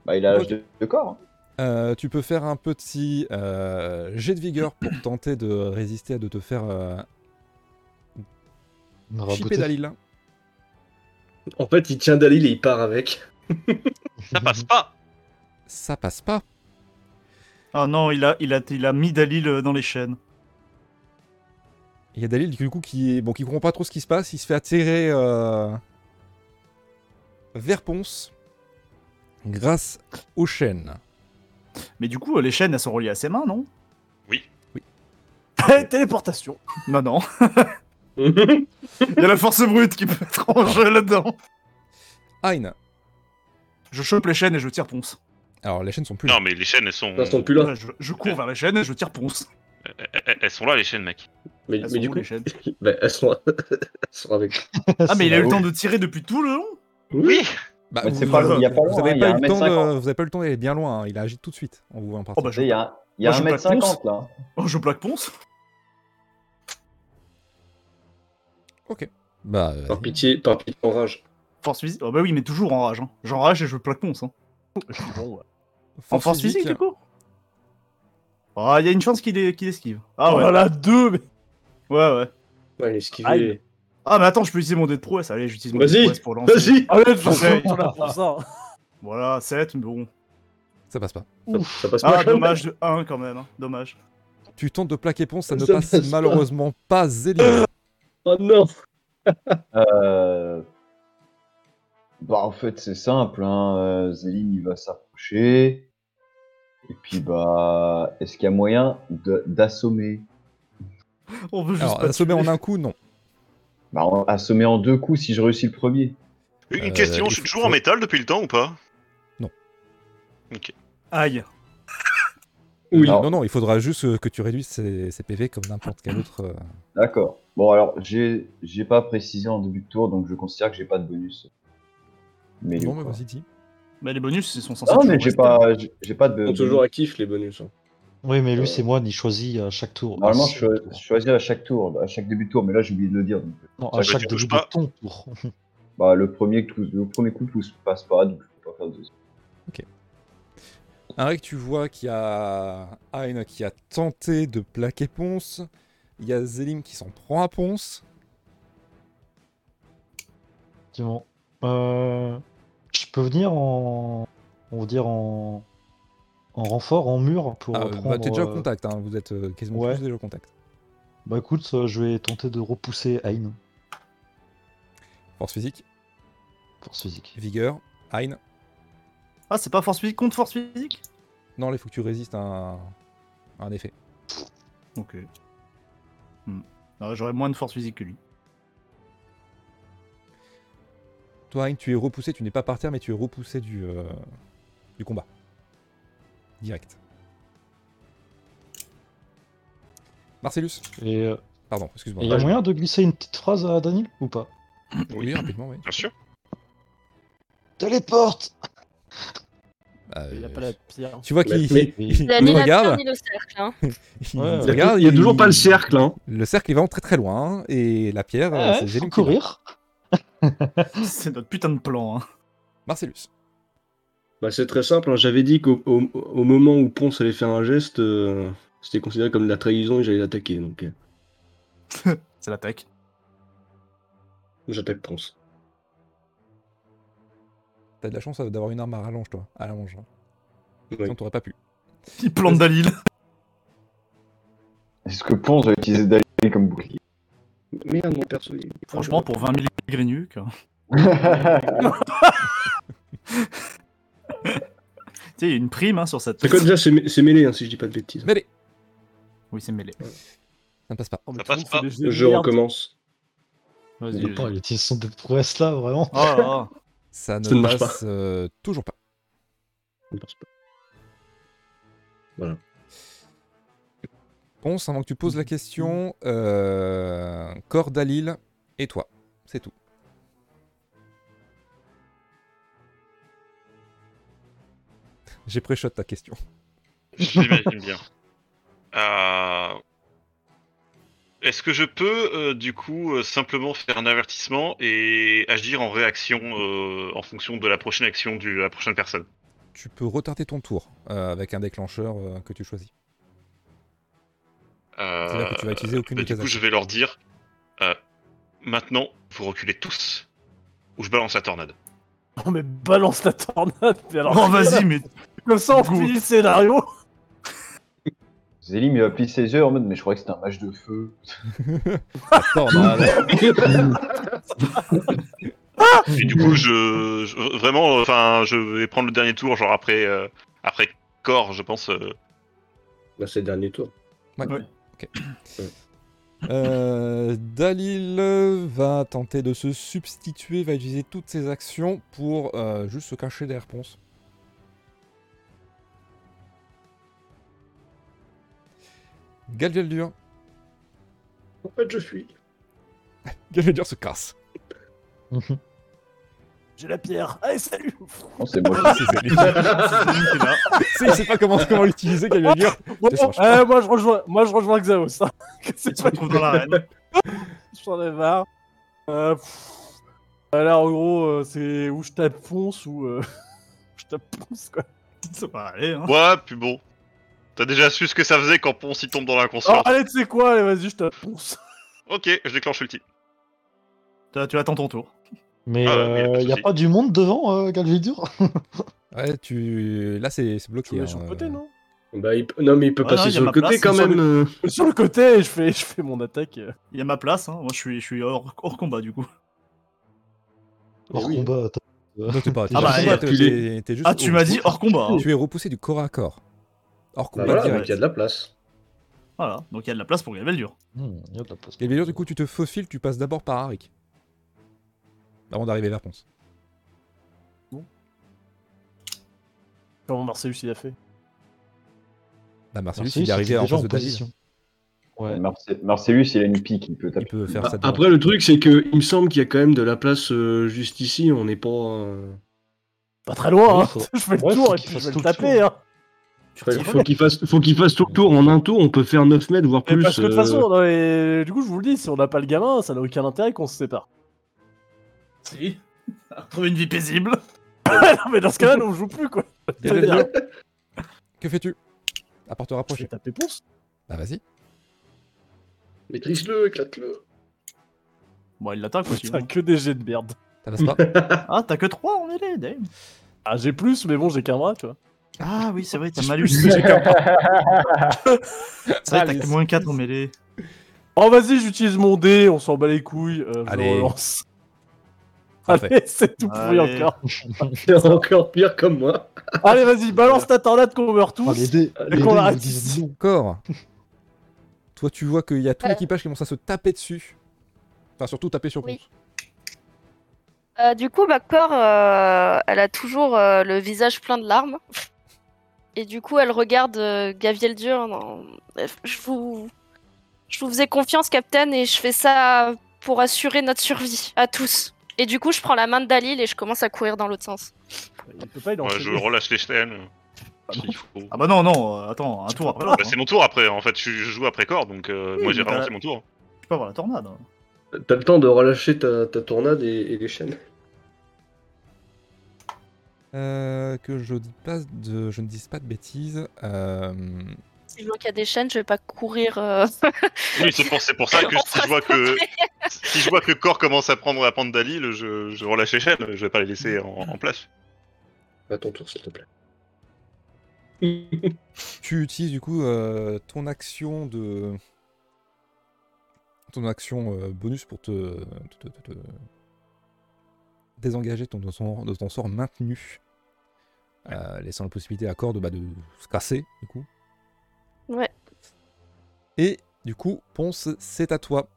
S2: Bah, il a l'âge
S1: Ok.
S2: de, de corps. hein.
S1: Euh, tu peux faire un petit euh, jet de vigueur pour tenter de résister à de te faire euh,
S8: On aura
S1: chipper
S8: beauté.
S1: Dalil.
S5: En fait, il tient Dalil et il part avec.
S1: Mhm.
S7: Ça passe pas
S1: Ça passe pas.
S4: Ah non, il a, il a, il a mis Dalil euh, dans les chaînes.
S1: Il y a Dalil du coup qui est bon, qui comprend pas trop ce qui se passe. Il se fait attirer euh, vers Ponce grâce aux chaînes.
S4: Mais du coup, euh, les chaînes, elles sont reliées à ses mains, non
S7: Oui.
S1: Oui.
S6: Téléportation.
S4: Non, non. Il y a la force brute qui peut être en jeu là-dedans.
S1: Hein.
S4: Je chope les chaînes et je tire ponce.
S1: Alors, les chaînes sont plus là.
S7: Non, mais les chaînes, elles sont.
S3: Elles sont plus là.
S4: Ouais, Je, je cours vers les chaînes et je tire ponce.
S7: Elles- Elles sont là, les chaînes, mec.
S3: Mais,
S4: Elles
S3: mais
S4: sont
S3: du
S4: où,
S3: coup,
S4: les chaînes
S3: bah, elles, sont... elles sont avec.
S4: Ah, mais il
S2: là
S4: a eu le
S2: où
S4: temps de tirer depuis tout le long
S7: Oui
S1: Bah,
S2: Mais c'est
S1: vous-
S2: pas loin, il y a pas
S1: vous
S2: loin,
S1: avez
S2: hein, il y
S1: pas
S2: a
S1: eu le temps
S2: 1m50.
S1: de- vous avez pas eu le temps d'aller bien loin. hein. Il agit tout de suite. On vous voit en partant.
S4: Oh, bah, je,
S2: Il y a, il y a
S4: Moi, je suis
S2: 1m50 là.
S4: oh, je plaque ponce.
S1: Bah, euh,
S3: Par pitié, par pitié, en rage.
S4: Force physique Oh, bah oui, mais toujours en rage. Hein. J'enrage et je plaque ponce. Hein. Je dis, bon, ouais. En force physique, du coup Ah, il y a une chance qu'il est- qu'il esquive. Ah, ouais.
S12: Voilà, deux mais-
S4: Ouais, ouais.
S3: Ouais, il esquive
S12: Aïe.
S3: les-
S4: Ah, mais attends, je peux utiliser mon dé de prouesse. Allez, j'utilise mon dé de
S3: Vas-y,
S4: prouesse pour lancer.
S3: Vas-y
S12: Ah ouais, de toute façon,
S4: J'essaye.
S12: on est là pour ça.
S6: hein.
S4: Voilà, 7, mais bon.
S1: Ça passe pas.
S3: Ça passe pas.
S4: Ah, dommage de 1 quand même. hein. Dommage.
S1: Tu tentes de plaquer Ponce, ça ne
S3: Ça
S1: passe,
S3: passe pas.
S1: malheureusement pas, Zélie.
S3: Oh non
S2: Euh, Bah, en fait, c'est simple. Hein. euh, Zéline, il va s'approcher. Et puis, bah, est-ce qu'il y a moyen de- d'assommer
S4: On veut juste
S1: Alors,
S12: euh,
S4: pas
S1: assommé
S4: tuer.
S1: en un coup, non.
S2: Bah, on- assommer en deux coups si je réussis le premier.
S1: Euh,
S7: Une question,
S1: il
S7: je suis
S1: faut-
S7: toujours en métal depuis le temps ou pas
S4: Aïe.
S3: Oui.
S1: Non, non, il faudra juste euh, que tu réduises ces, ces PV comme n'importe quel autre. euh,
S2: D'accord. Bon, alors, j'ai j'ai pas précisé en début de tour, donc je considère que j'ai pas de bonus. Mais
S1: Non, mais vas-y, dis.
S4: Mais Bah, les bonus, ils sont censés.
S2: Non,
S4: toujours
S2: mais j'ai
S4: rester.
S2: pas, j'ai- j'ai pas de
S3: Ils sont
S2: bonus.
S3: toujours actifs les bonus. hein.
S8: Oui, mais lui, c'est moi, il choisit à chaque tour.
S1: Ah,
S2: Normalement,
S8: À
S2: je,
S8: son
S2: cho-
S8: tour.
S2: je choisis à chaque tour, à chaque début de tour, mais là, j'ai oublié de le dire. donc,
S8: Non,
S2: Bah,
S8: à
S2: tu
S8: chaque
S7: touches
S8: début
S7: pas.
S8: de ton tour.
S2: bah, le premier coup, le premier coup de pouce passe pas, donc je peux pas faire de deuxième.
S1: Henrik, tu vois qu'il y a Hein qui a tenté de plaquer Ponce. Il y a Zélim qui s'en prend à Ponce.
S8: Effectivement. Euh, je peux venir en. On va dire en. En renfort, en mur pour.
S1: Ah,
S8: prendre,
S1: bah, T'es déjà au
S8: euh,
S1: contact, hein, vous êtes euh, quasiment
S8: Ouais.
S1: tous déjà au contact.
S8: Bah écoute, euh, je vais tenter de repousser Ayn.
S1: Force physique,
S8: Force physique.
S1: vigueur, Hein.
S4: Ah, c'est pas force physique contre force physique
S1: Non, il faut que tu résistes à un, à un effet.
S4: Ok. Hmm. Ah, J'aurais moins de force physique que lui.
S1: Toi, Hein, tu es repoussé, tu n'es pas par terre, mais tu es repoussé du, euh, du combat. Direct. Marcellus,
S8: Et euh,
S1: pardon, excuse-moi. Bah,
S8: il y a moyen de glisser une petite phrase à Daniel ou pas
S1: Oui, rapidement, oui.
S7: Bien sûr.
S8: Téléporte
S1: Bah,
S12: Il a
S1: euh,
S12: pas la pierre.
S1: Tu vois
S3: Mais-
S1: qu'il
S3: mais-
S1: il-
S9: Il a
S1: il
S9: ni la pierre
S1: regarde,
S9: ni le cercle. Hein.
S1: il
S8: Ouais.
S3: Il y a-
S1: regarde,
S3: il y a toujours pas le cercle. Hein.
S1: Le cercle est vraiment très très loin hein, et la pierre, euh,
S8: Ah
S1: c'est
S8: ouais, faut
S1: Zélim qui l'a.
S8: courir
S4: c'est notre putain de plan. Hein.
S1: Marcellus.
S3: Bah, c'est très simple. hein. J'avais dit qu'au au- au moment où Ponce allait faire un geste, euh, c'était considéré comme de la trahison et j'allais l'attaquer. Donc euh,
S4: C'est l'attaque.
S3: j'attaque Ponce.
S1: T'as de la chance euh, d'avoir une arme à rallonge, toi, à la manche. hein.
S3: Ouais.
S1: Sinon, t'aurais pas pu.
S4: Il plante Dalil.
S2: Est-ce que Ponce va utiliser Dalil comme bouclier
S3: Merde, mon perso. il-
S4: Franchement, pour 20 000 grignucs. hein. Tu sais, il y a une prime hein, sur cette.
S3: C'est quoi déjà C'est mê- c'est mêlé, hein, si je dis pas de bêtises.
S1: Mais allez,
S4: Oui, c'est mêlé.
S1: ça ne passe pas.
S12: Oh, mais tout
S7: Ça
S12: le
S7: passe
S12: monde fait
S7: pas.
S12: des jets de
S3: Je
S12: merde.
S3: recommence.
S4: Vas-y.
S8: Il
S4: vas-y. Oh
S8: utilise son de prouesse là, vraiment.
S4: là là.
S1: Ça ne
S3: Ça ne marche
S1: passe euh, toujours pas.
S3: Je pense pas.
S1: Ponce, avant que tu poses la question, euh, Cordalil et toi, c'est tout. J'ai pré-shot ta question.
S7: J'imagine bien. Euh, Est-ce que je peux, euh, du coup, euh, simplement faire un avertissement et agir en réaction euh, en fonction de la prochaine action de la prochaine personne
S1: Tu peux retarder ton tour euh, avec un déclencheur euh, que tu choisis.
S7: Euh,
S1: C'est-à-dire que tu vas utiliser aucune
S7: bah,
S1: de
S7: Du
S1: tes
S7: coup, je
S1: actions.
S7: vais leur dire euh, maintenant, vous reculez tous ou je balance la tornade.
S6: Non, mais balance la tornade. mais alors-
S4: Oh, vas-y, mais.
S6: Comme ça, on
S4: Go.
S6: finit le scénario.
S2: Zélim, il va plier ses yeux en mode, mais je croyais que c'était un match de feu.
S1: Attends, non, alors,
S7: Et du coup, je, je- vraiment, enfin, je vais prendre le dernier tour, genre après, euh, après corps, je pense. euh,
S3: Bah, c'est le dernier tour.
S1: Ok. Euh, Dalil va tenter de se substituer, va utiliser toutes ses actions pour euh, juste se cacher des réponses. Galveldur.
S3: En fait, je fuis.
S1: Galveldur se casse.
S13: J'ai la pierre. Allez, salut
S2: Non, c'est
S4: Ah,
S2: moi.
S1: C'est c'est lui. C'est- Il sait pas comment, comment l'utiliser, Galveldur.
S6: Ouais,
S1: ça marche
S6: eh, moi, je rejoins, moi, je rejoins Xaos. hein. Que C'est
S4: Tu te
S6: pas
S4: retrouves dans l'arène.
S6: j'en ai marre. Euh, pff. Ah, Là, en gros, euh, c'est où je tape fonce ou euh, je tape fonce, quoi.
S4: Ça va aller, hein.
S7: Ouais, puis bon. T'as déjà su ce que ça faisait quand Ponce il tombe dans
S6: Oh,
S7: l'inconscient.
S6: allez, tu sais quoi, allez, vas-y, je tape fonce.
S7: Ok, je déclenche ulti.
S4: Toi, Tu attends ton tour.
S8: Mais
S7: Ah, mais y a pas de
S8: il n'y a
S7: souci.
S8: pas du monde devant euh, Galvidur
S1: Ouais, tu... Là, c'est c'est bloqué.
S8: euh,
S6: Mais
S1: hein,
S6: sur le côté, non
S3: Bah, il peut- Non, mais il peut
S4: Ah,
S3: passer
S4: non, y a
S3: sur le
S4: ma
S3: côté
S4: place,
S3: quand
S4: il me
S3: même. euh.
S6: Sur le côté, je fais, je fais mon attaque. euh.
S4: Il y a ma place, hein. Moi, je suis, je suis hors, hors combat du coup.
S8: Hors
S3: oui.
S8: combat. t'as-
S1: Non, t'es pas. t'es
S4: Ah
S1: pas
S4: bah,
S1: combat,
S4: et
S1: t'es-
S3: puis les-
S1: t'es- t'es juste
S4: Ah, tu
S1: au-
S4: m'as dit hors combat. hein.
S1: Tu es repoussé du corps à corps. Hors
S3: Bah
S1: combat
S3: voilà,
S1: direct.
S3: donc il y a de la place.
S4: Voilà. Donc il y a de la place pour Gaveldur.
S8: Hmm, y a de la place.
S1: Galveldur, du coup, tu te faufiles, tu passes d'abord par Arik. Avant d'arriver vers Ponce.
S6: Comment Marcellus il a fait
S1: Bah, Marcellus,
S8: Marcellus,
S1: il est arrivé
S8: était
S1: en
S8: déjà
S1: face de David.
S8: position. Ouais.
S2: Marce- Marcellus, il a une pique, il peut
S1: Il
S2: taper.
S1: peut faire
S3: Bah,
S1: ça. devant.
S3: après, le truc, c'est que il me semble qu'il y a quand même de la place euh, juste ici. On n'est pas. euh,
S6: Pas très loin,
S8: Oui,
S6: hein.
S8: faut-
S6: Je fais le
S8: ouais, faut
S6: tour et
S8: qu'il
S6: puis je
S8: fasse
S6: vais
S8: tout
S6: le
S8: le
S6: taper,
S8: tour.
S6: hein.
S3: Il faut qu'il fasse, faut qu'il fasse tout le tour en un tour. On peut faire 9 mètres, voire
S6: Mais
S3: plus.
S6: Eh, parce que de toute
S3: euh,
S6: façon, non, mais du coup, je vous le dis, si on n'a pas le gamin, ça n'a aucun intérêt qu'on se sépare.
S4: Si. Trouver une vie paisible.
S6: non, mais dans ce cas-là, nous, on joue plus, quoi.
S1: Galveldur, que fais-tu À part te
S6: Je vais
S1: rapprocher.
S6: taper ponce.
S1: Bah, vas-y.
S3: Maîtrise-le, éclate-le.
S4: Bon, il l'attaque aussi. hein.
S6: Putain, que des jets de merde.
S1: Ça passe pas.
S4: Ah, t'as que 3 en mêlée, damn.
S6: Ah, j'ai plus, mais bon, j'ai qu'un bras, tu vois.
S4: Ah oui, c'est vrai, t'as malus. c'est vrai, t'as que moins 4 en mêlée.
S6: Oh, vas-y, j'utilise mon dé, on s'en bat les couilles, euh, je
S1: Allez.
S6: relance.
S1: Parfait.
S6: Allez, c'est tout pourri
S4: Allez.
S6: encore.
S3: C'est encore pire comme moi.
S6: Allez, vas-y, balance ta tornade qu'on meurt tous.
S8: Ah, les dés, les
S6: qu'on
S8: dés nous
S6: l'arrête
S8: disent
S6: ici.
S8: non.
S1: Encore. Toi, tu vois qu'il y a tout l'équipage qui commence à se taper dessus. Enfin, surtout taper sur
S9: Oui.
S1: Ponce.
S9: Euh, du coup, ma corps, euh, elle a toujours euh, le visage plein de larmes. Et du coup, elle regarde euh, Gaviel Dur. Je vous... je vous faisais confiance, Captain, et je fais ça pour assurer notre survie à tous. Et du coup, je prends la main de Dalil et je commence à courir dans l'autre sens.
S6: Il peut pas, il est en
S7: Ouais, je
S6: train de-
S7: relâche les chaînes. euh, s'il faut.
S4: Ah bah non, non, euh, attends, un tour après l'autre.
S7: Bah,
S4: hein.
S7: c'est mon tour après, en fait, je, je joue après corps, donc euh,
S4: Oui,
S7: moi j'ai
S4: bah-
S7: ralenti mon tour.
S4: Je peux pas avoir la tornade. hein.
S3: T'as le temps de relâcher ta, ta tornade et, et les chaînes.
S1: Euh, que je, dis pas de... je ne dise pas de bêtises. Euh,
S9: Si je vois qu'il y a des chaînes, je vais pas courir. euh,
S7: Oui, c'est pour, c'est pour ça que
S9: en
S7: si je
S9: train
S7: vois
S9: de
S7: que
S9: courir.
S7: si je vois que corps commence à prendre à prendre Dalil, je, je relâche les chaînes, je vais pas les laisser en, en place.
S3: À ton tour, s'il te plaît.
S1: Tu utilises du coup euh, ton action de. Ton action euh, bonus pour te. te- te- te- te- désengager ton- de, son- de ton sort maintenu. Euh, laissant la possibilité à Corde bah, de se casser, du coup.
S9: Ouais.
S1: Et du coup, Ponce, c'est à toi.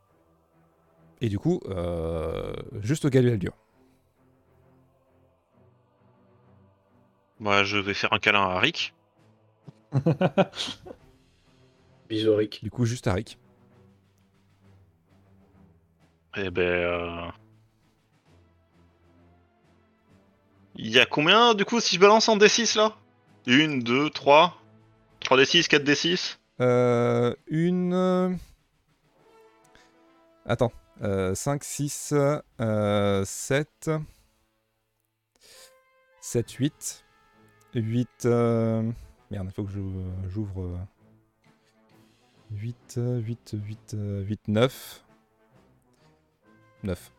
S1: Et du coup, euh, juste Galvaldur.
S7: Moi, je vais faire un câlin à Rick.
S3: Bisorique.
S1: Du coup, juste Arik.
S7: Eh ben. euh, Il y a combien du coup si je balance en D6 là Une, deux, trois. 3 D6, 4 D6
S1: Euh, une. euh, Attends. euh, 5, 6, euh, 7. 7, 8. 8. euh, Merde, il faut que je- j'ouvre. 8, 8, 8, 8, 9. 9.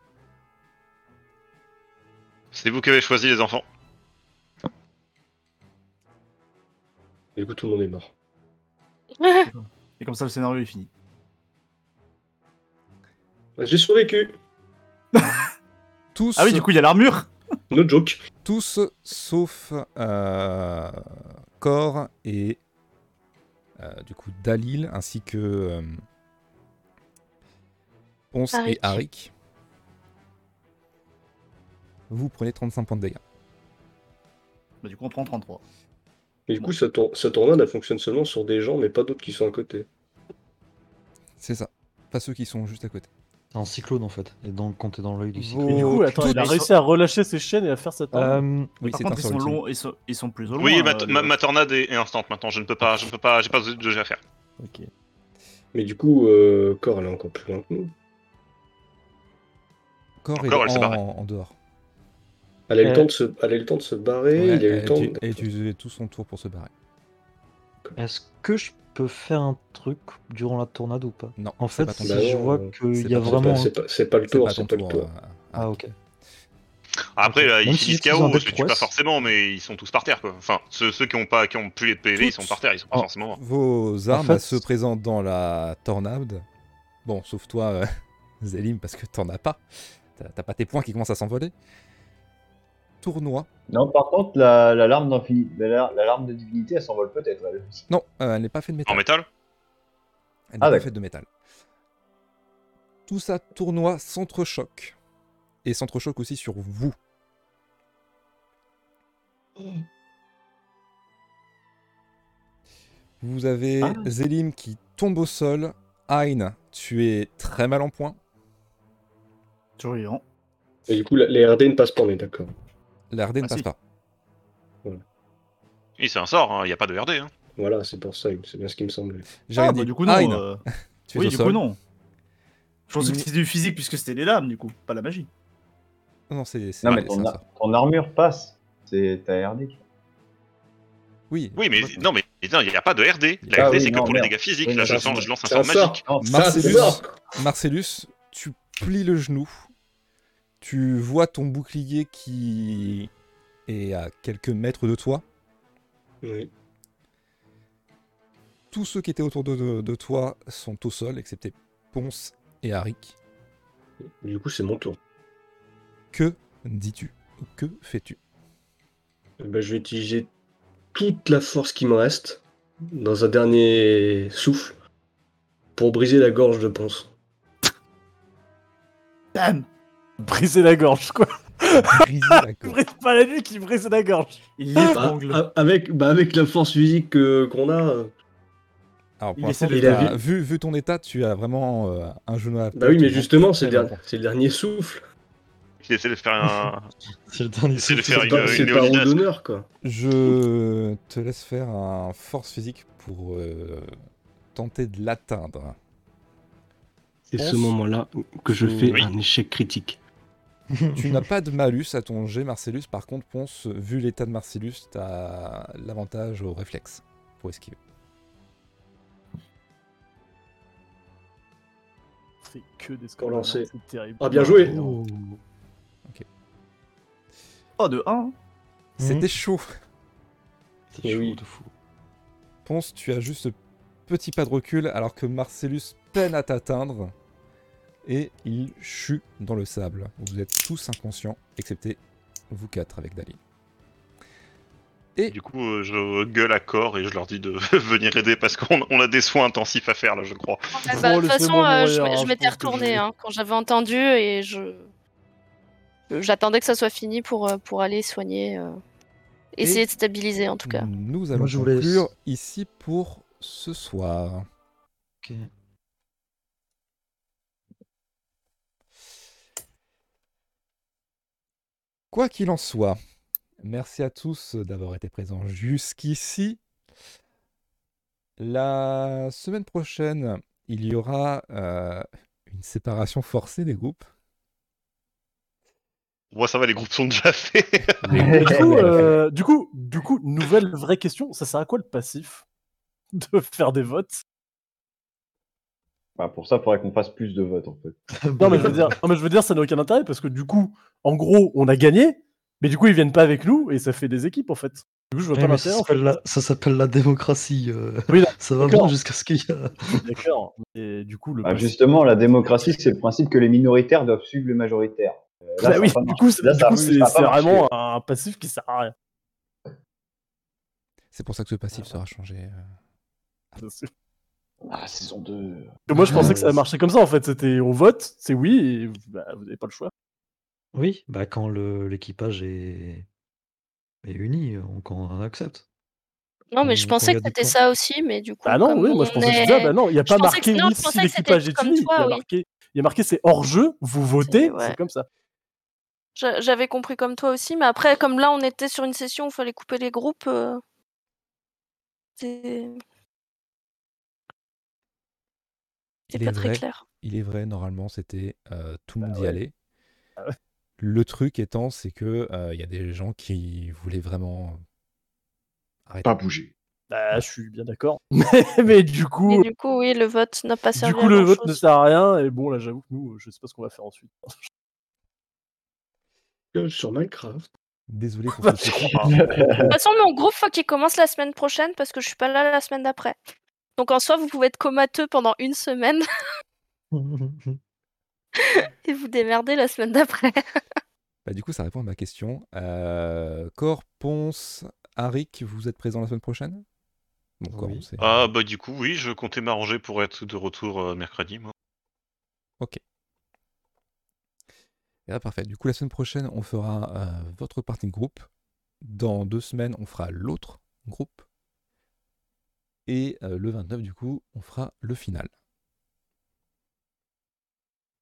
S7: C'est vous qui avez choisi les enfants.
S3: Du coup, tout le monde est mort.
S4: Et comme ça, le scénario est fini.
S3: J'ai survécu.
S1: Tous,
S4: Ah oui, du coup, il y a l'armure.
S3: No joke.
S1: tous sauf euh, Cor et euh, du coup Dalil ainsi que euh, Ponce et
S9: Arik.
S1: Arik. Vous prenez 35 points de dégâts.
S4: Bah, du coup, on prend 33.
S3: Et du coup, sa, tour- sa tornade, elle fonctionne seulement sur des gens, mais pas d'autres qui sont à côté.
S1: C'est ça. Pas ceux qui sont juste à côté.
S8: C'est un cyclone en fait, et donc quand t'es dans l'œil du cyclone.
S6: Mais du coup, attends,
S1: tout-
S6: il a réussi à relâcher ses chaînes et à faire sa tornade.
S8: Euh,
S1: Oui,
S4: Par
S1: c'est
S4: contre,
S1: un
S4: ils sont,
S1: seul.
S4: longs, ils, sont, ils sont plus au loin.
S7: Oui, ma,
S4: euh,
S7: ma- ma tornade est, est instante maintenant. Je ne peux pas, je ne peux pas, j'ai pas de de jeu à faire.
S6: Ok.
S3: Mais du coup, euh, Cor, elle est encore plus loin que nous.
S1: Corps est
S7: Encore, elle s'est
S1: en,
S7: barrée.
S1: en dehors.
S3: Elle a eu le
S6: Euh.
S3: temps de se, elle a eu le temps de se barrer,
S1: Ouais,
S3: il a eu
S1: elle-
S3: le temps.
S1: tu-
S3: de-
S1: elle a utilisé tout son tour pour se barrer.
S8: Est-ce que je peux faire un truc durant la tornade ou pas
S1: Non,
S8: En
S1: c'est
S8: fait,
S1: pas ton
S3: bah
S1: tour.
S8: si je
S3: non,
S8: vois
S3: euh,
S1: c'est
S8: qu'il y a
S1: pas-
S3: C'est
S8: vraiment.
S3: pas- C'est
S8: un-
S3: pas, c'est pas le
S1: C'est
S3: tour,
S1: pas ton
S3: c'est pas le
S1: tour.
S3: tour.
S1: euh,
S8: Ah ok.
S7: Après,
S8: Ok.
S7: euh,
S8: Même
S7: ils
S8: si
S7: finissent
S8: j'ai tous un
S7: KO,
S8: deck
S7: je les tue pas
S8: prouesse.
S7: forcément, mais ils sont tous par terre, quoi. Enfin, ceux, ceux qui ont pas, qui ont plus les PV, ils sont par terre, ils sont pas
S1: Oh.
S7: forcément morts.
S1: Vos
S8: En
S1: armes
S8: fait-
S1: se présentent dans la tornade. Bon, sauf toi, euh, Zélim, parce que t'en as pas. T'as t'as pas tes points qui commencent à s'envoler. Tournoi.
S2: Non, par contre, la, la larme, d'infini- la, la- la larme de divinité, elle s'envole peut-être. elle.
S1: Non, euh, elle n'est pas faite de
S7: En
S1: métal.
S7: métal
S1: Elle n'est
S2: Ah,
S1: pas
S2: d'accord.
S1: faite de métal. Tout ça, tournoi, s'entrechoque. Et s'entrechoque aussi sur vous. Vous avez
S2: Ah.
S1: Zélim qui tombe au sol. Ayn, tu es très mal en point.
S4: Toujours vivant.
S3: Et du coup, la- les RD ne passent pas, on est d'accord.
S1: La RD ne
S4: Ah,
S1: passe
S4: si.
S1: pas.
S7: Oui, c'est un sort, il n'y a pas de RD. hein.
S3: Voilà, c'est pour ça, c'est bien ce qui me semblait.
S1: J'ai
S4: Ah,
S1: rien
S4: bah,
S1: dit.
S4: du coup, non.
S1: Ayn,
S4: euh,
S1: tu es
S4: Oui,
S1: au
S4: du
S1: sol. Mm.
S4: coup, non. Je pensais que
S1: Mais-
S4: c'était du physique puisque c'était les lames, du coup, pas la magie.
S1: Non, non, c'est c'est-
S2: Non, mais
S1: c'est
S2: ton,
S1: un
S2: ar-
S1: sort.
S2: ton armure passe. C'est ta RD.
S1: Oui,
S7: Oui, mais
S1: complètement.
S7: non, mais putain, il n'y a pas de RD. La
S2: Ah
S7: RD,
S2: oui,
S7: c'est que
S2: non,
S7: pour les
S2: merde.
S7: dégâts physiques.
S2: Oui,
S7: Là,
S2: mais
S7: je,
S3: ça,
S7: sens-
S3: c'est-
S7: je lance un
S3: C'est un
S7: sort magique.
S3: sort
S2: Non,
S3: Ça, c'est
S1: Marcellus,
S3: ça
S1: Marcellus, tu plies le genou. Tu vois ton bouclier qui est à quelques mètres de toi.
S3: Oui.
S1: Tous ceux qui étaient autour de, de- de toi sont au sol, excepté Ponce et Arik.
S3: Du coup, c'est mon tour.
S1: Que dis-tu Que fais-tu
S3: Eh ben, je vais utiliser toute la force qui me reste dans un dernier souffle pour briser la gorge de Ponce.
S4: Bam
S6: Briser la gorge, quoi.
S1: Briser la
S6: Il
S1: gorge.
S6: brise pas la nuque, il brise la gorge.
S4: Il
S3: Bah,
S4: l'étrangle.
S3: a- avec, bah, avec la force physique que- qu'on a, euh,
S1: Alors, pour
S4: Il
S1: l'instant,
S4: essaie de-
S3: il a
S1: t'as- vu, vu ton état, tu as vraiment euh, un genou à la
S3: bah oui,
S1: plaque,
S3: mais
S1: tu-
S3: justement, c'est le,
S1: très mal
S3: der- c'est le dernier souffle.
S7: Il essaie de faire un.
S8: C'est le dernier
S7: C'est de
S8: souffle.
S7: faire
S3: C'est
S7: une-
S3: pas-
S7: une
S3: c'est pas roue
S7: Léonidas.
S3: d'honneur, quoi.
S1: Je te laisse faire un force physique pour euh, tenter de l'atteindre.
S3: C'est
S1: Ponce.
S3: ce moment-là que je fais
S7: Oui.
S3: un échec critique.
S1: Tu n'as pas de malus à ton jet Marcellus, par contre, Ponce, vu l'état de Marcellus, t'as l'avantage au réflexe pour esquiver.
S6: C'est que des
S3: Pour lancer.
S6: C'est terrible.
S3: Ah, bien joué.
S6: Non.
S4: Oh, de 1.
S1: C'était chaud.
S8: C'est
S3: Eh
S8: chaud
S3: oui.
S8: de fou.
S1: Ponce, tu as juste ce petit pas de recul alors que Marcellus peine à t'atteindre et il chute dans le sable. Vous êtes tous inconscients, excepté vous quatre avec Dali.
S7: Du coup, euh, je gueule à corps et je leur dis de venir aider parce qu'on on a des soins intensifs à faire, là, je crois.
S9: Ah bah, de
S6: Oh,
S9: toute façon,
S6: laissez-moi
S9: euh,
S6: mourir, hein,
S9: je, je
S6: je
S9: m'étais
S6: pense que
S9: retournée
S6: j'ai-
S9: hein, quand j'avais entendu et je j'attendais que ça soit fini pour, euh, pour aller soigner. euh, Essayer de stabiliser en tout
S12: Hmm.
S9: cas.
S1: Nous allons
S8: je vous laisse.
S1: conclure ici pour ce soir.
S8: Ok.
S1: Quoi qu'il en soit, merci à tous d'avoir été présents jusqu'ici. La semaine prochaine, il y aura euh, une séparation forcée des groupes.
S7: Moi, ça va, les groupes sont déjà faits.
S6: Du coup, euh, du coup, du coup, nouvelle vraie question, ça sert à quoi le passif de faire des votes
S2: Bah, pour ça, il faudrait qu'on fasse plus de votes en fait.
S6: non mais, je veux dire, non, mais je veux dire, ça n'a aucun intérêt parce que du coup, en gros, on a gagné, mais du coup, ils viennent pas avec nous et ça fait des équipes en fait. Du coup, je vois
S8: Ouais,
S6: pas
S8: mais ça
S6: l'intérêt. en fait.
S8: s'appelle la... ça s'appelle la démocratie. euh.
S6: Oui, non,
S8: ça va
S6: d'accord.
S8: bien jusqu'à ce qu'il y a.
S6: D'accord. Et du coup, le
S2: Bah,
S6: passif-
S2: justement, la démocratie, c'est le principe que les minoritaires doivent suivre les majoritaires. Euh, là,
S6: Bah
S2: ça
S6: oui,
S2: a pas
S6: du
S2: marché.
S6: coup, c'est
S2: Là,
S6: du
S2: ça a-
S6: coup,
S2: ça
S6: c'est-
S2: a pas
S6: c'est
S2: marché.
S6: vraiment un passif qui sert à rien.
S1: C'est pour ça que ce passif sera changé. euh.
S2: Ah, saison Mmh. 2.
S12: Moi, je pensais que ça marchait comme ça, en fait. C'était on vote, c'est oui, et bah, vous n'avez pas le choix.
S8: Oui, bah quand le- l'équipage est... est uni, on, quand on accepte.
S9: Non, mais je
S8: Qu'on-
S9: pensais
S8: qu'on
S9: que
S8: lui a dit
S9: c'était
S8: quoi
S9: ça aussi, mais du coup.
S12: Ah non,
S9: comme
S12: oui, moi je
S9: on
S12: pensais que
S9: est-
S12: c'était ça. Bah non, il n'y a
S9: Je
S12: pas
S9: pensais que-
S12: marqué
S9: non, je
S12: oui, si
S9: pensais que c'était
S12: l'équipage est
S9: comme
S12: uni.
S9: toi,
S12: Il y a
S9: oui.
S12: marqué, il y a marqué c'est hors jeu, vous votez,
S9: ouais.
S12: c'est comme ça.
S9: J'a- J'avais compris comme toi aussi, mais après, comme là, on était sur une session où il fallait couper les groupes. euh, C'est c'est
S1: Il est
S9: pas très
S1: vrai.
S9: clair.
S1: Il est vrai, normalement, c'était euh, tout le monde y
S12: Bah ouais.
S1: allait.
S12: Ah ouais.
S1: Le truc étant, c'est que euh, il y a des gens qui voulaient vraiment arrêter.
S2: Pas bouger.
S12: Bah, je suis bien d'accord. mais, mais du
S9: Et
S12: coup,
S9: du coup, oui, le vote n'a pas servi
S12: du coup
S9: à
S12: le
S9: grand
S12: vote ne
S9: chose.
S12: sert à rien. Et bon, là, j'avoue que nous, je sais pas ce qu'on va faire ensuite.
S5: Gueule Sur Minecraft.
S1: Désolé
S12: Bah,
S1: pour ce petit.
S9: De toute façon, mon groupe, faut qu'il commence la semaine prochaine parce que je suis pas là la semaine d'après. Donc en soi, vous pouvez être comateux pendant une semaine et vous démerder la semaine d'après.
S1: Bah, du coup, ça répond à ma question. Euh, Cor, Ponce, Arik, vous êtes présents la semaine prochaine Bon, Cor,
S8: Oui.
S1: on sait.
S7: Ah bah du coup oui, je comptais m'arranger pour être de retour euh, mercredi moi.
S1: Et là, Eh ben, parfait. Du coup, la semaine prochaine, on fera euh, votre partie de groupe. Dans deux semaines, on fera l'autre groupe. Et euh, le 29, du coup, on fera le final.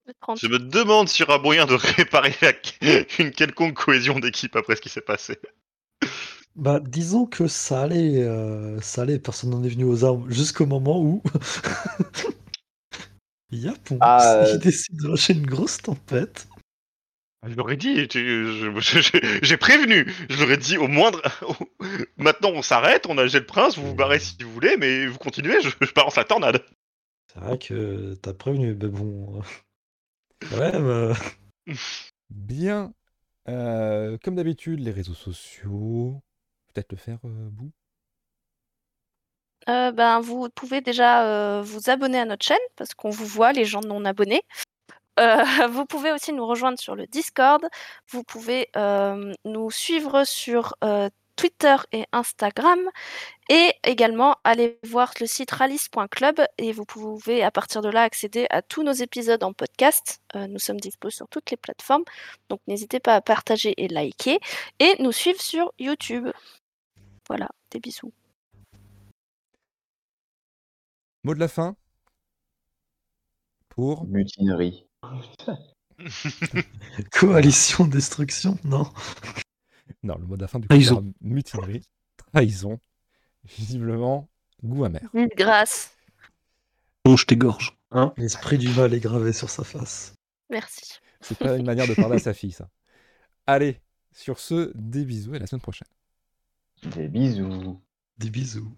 S9: Le 30.
S7: Je me demande s'il y aura moyen de réparer la- une quelconque cohésion d'équipe après ce qui s'est passé.
S8: Bah, disons que ça allait, euh, ça allait, personne n'en est venu aux armes jusqu'au moment où il y a Ponce
S2: Ah, euh,
S8: qui décide de lâcher une grosse tempête.
S7: Je l'aurais dit, tu- je- je- je- j'ai prévenu. Je l'aurais dit au moindre. Maintenant on s'arrête, on a j'ai le prince, vous vous barrez si vous voulez, mais vous continuez, je, je balance la tornade.
S8: C'est vrai que t'as prévenu, mais bon, euh, quand même, euh,
S1: Bien. Euh, comme d'habitude, les réseaux sociaux. Peut-être le faire, euh, Bou
S9: Euh, ben, vous pouvez déjà euh, vous abonner à notre chaîne parce qu'on vous voit, les gens non abonnés. Euh, vous pouvez aussi nous rejoindre sur le Discord. Vous pouvez euh, nous suivre sur euh, Twitter et Instagram. Et également aller voir le site ralice.club et vous pouvez à partir de là accéder à tous nos épisodes en podcast. Euh, nous sommes dispos sur toutes les plateformes, donc n'hésitez pas à partager et liker et nous suivre sur YouTube. Voilà, des bisous.
S1: Mot de la fin pour
S2: Mutinerie.
S8: coalition destruction, non?
S1: non le mot de la fin du
S8: Trahison.
S1: coup, sera mutinerie trahison visiblement goût amer
S9: Grâce.
S5: Bon, je t'égorge. Hein
S8: L'esprit du mal est gravé sur sa face.
S9: Merci.
S1: c'est pas une manière de parler à sa fille ça allez sur ce des bisous et à la semaine prochaine
S2: Des bisous.
S8: Des bisous.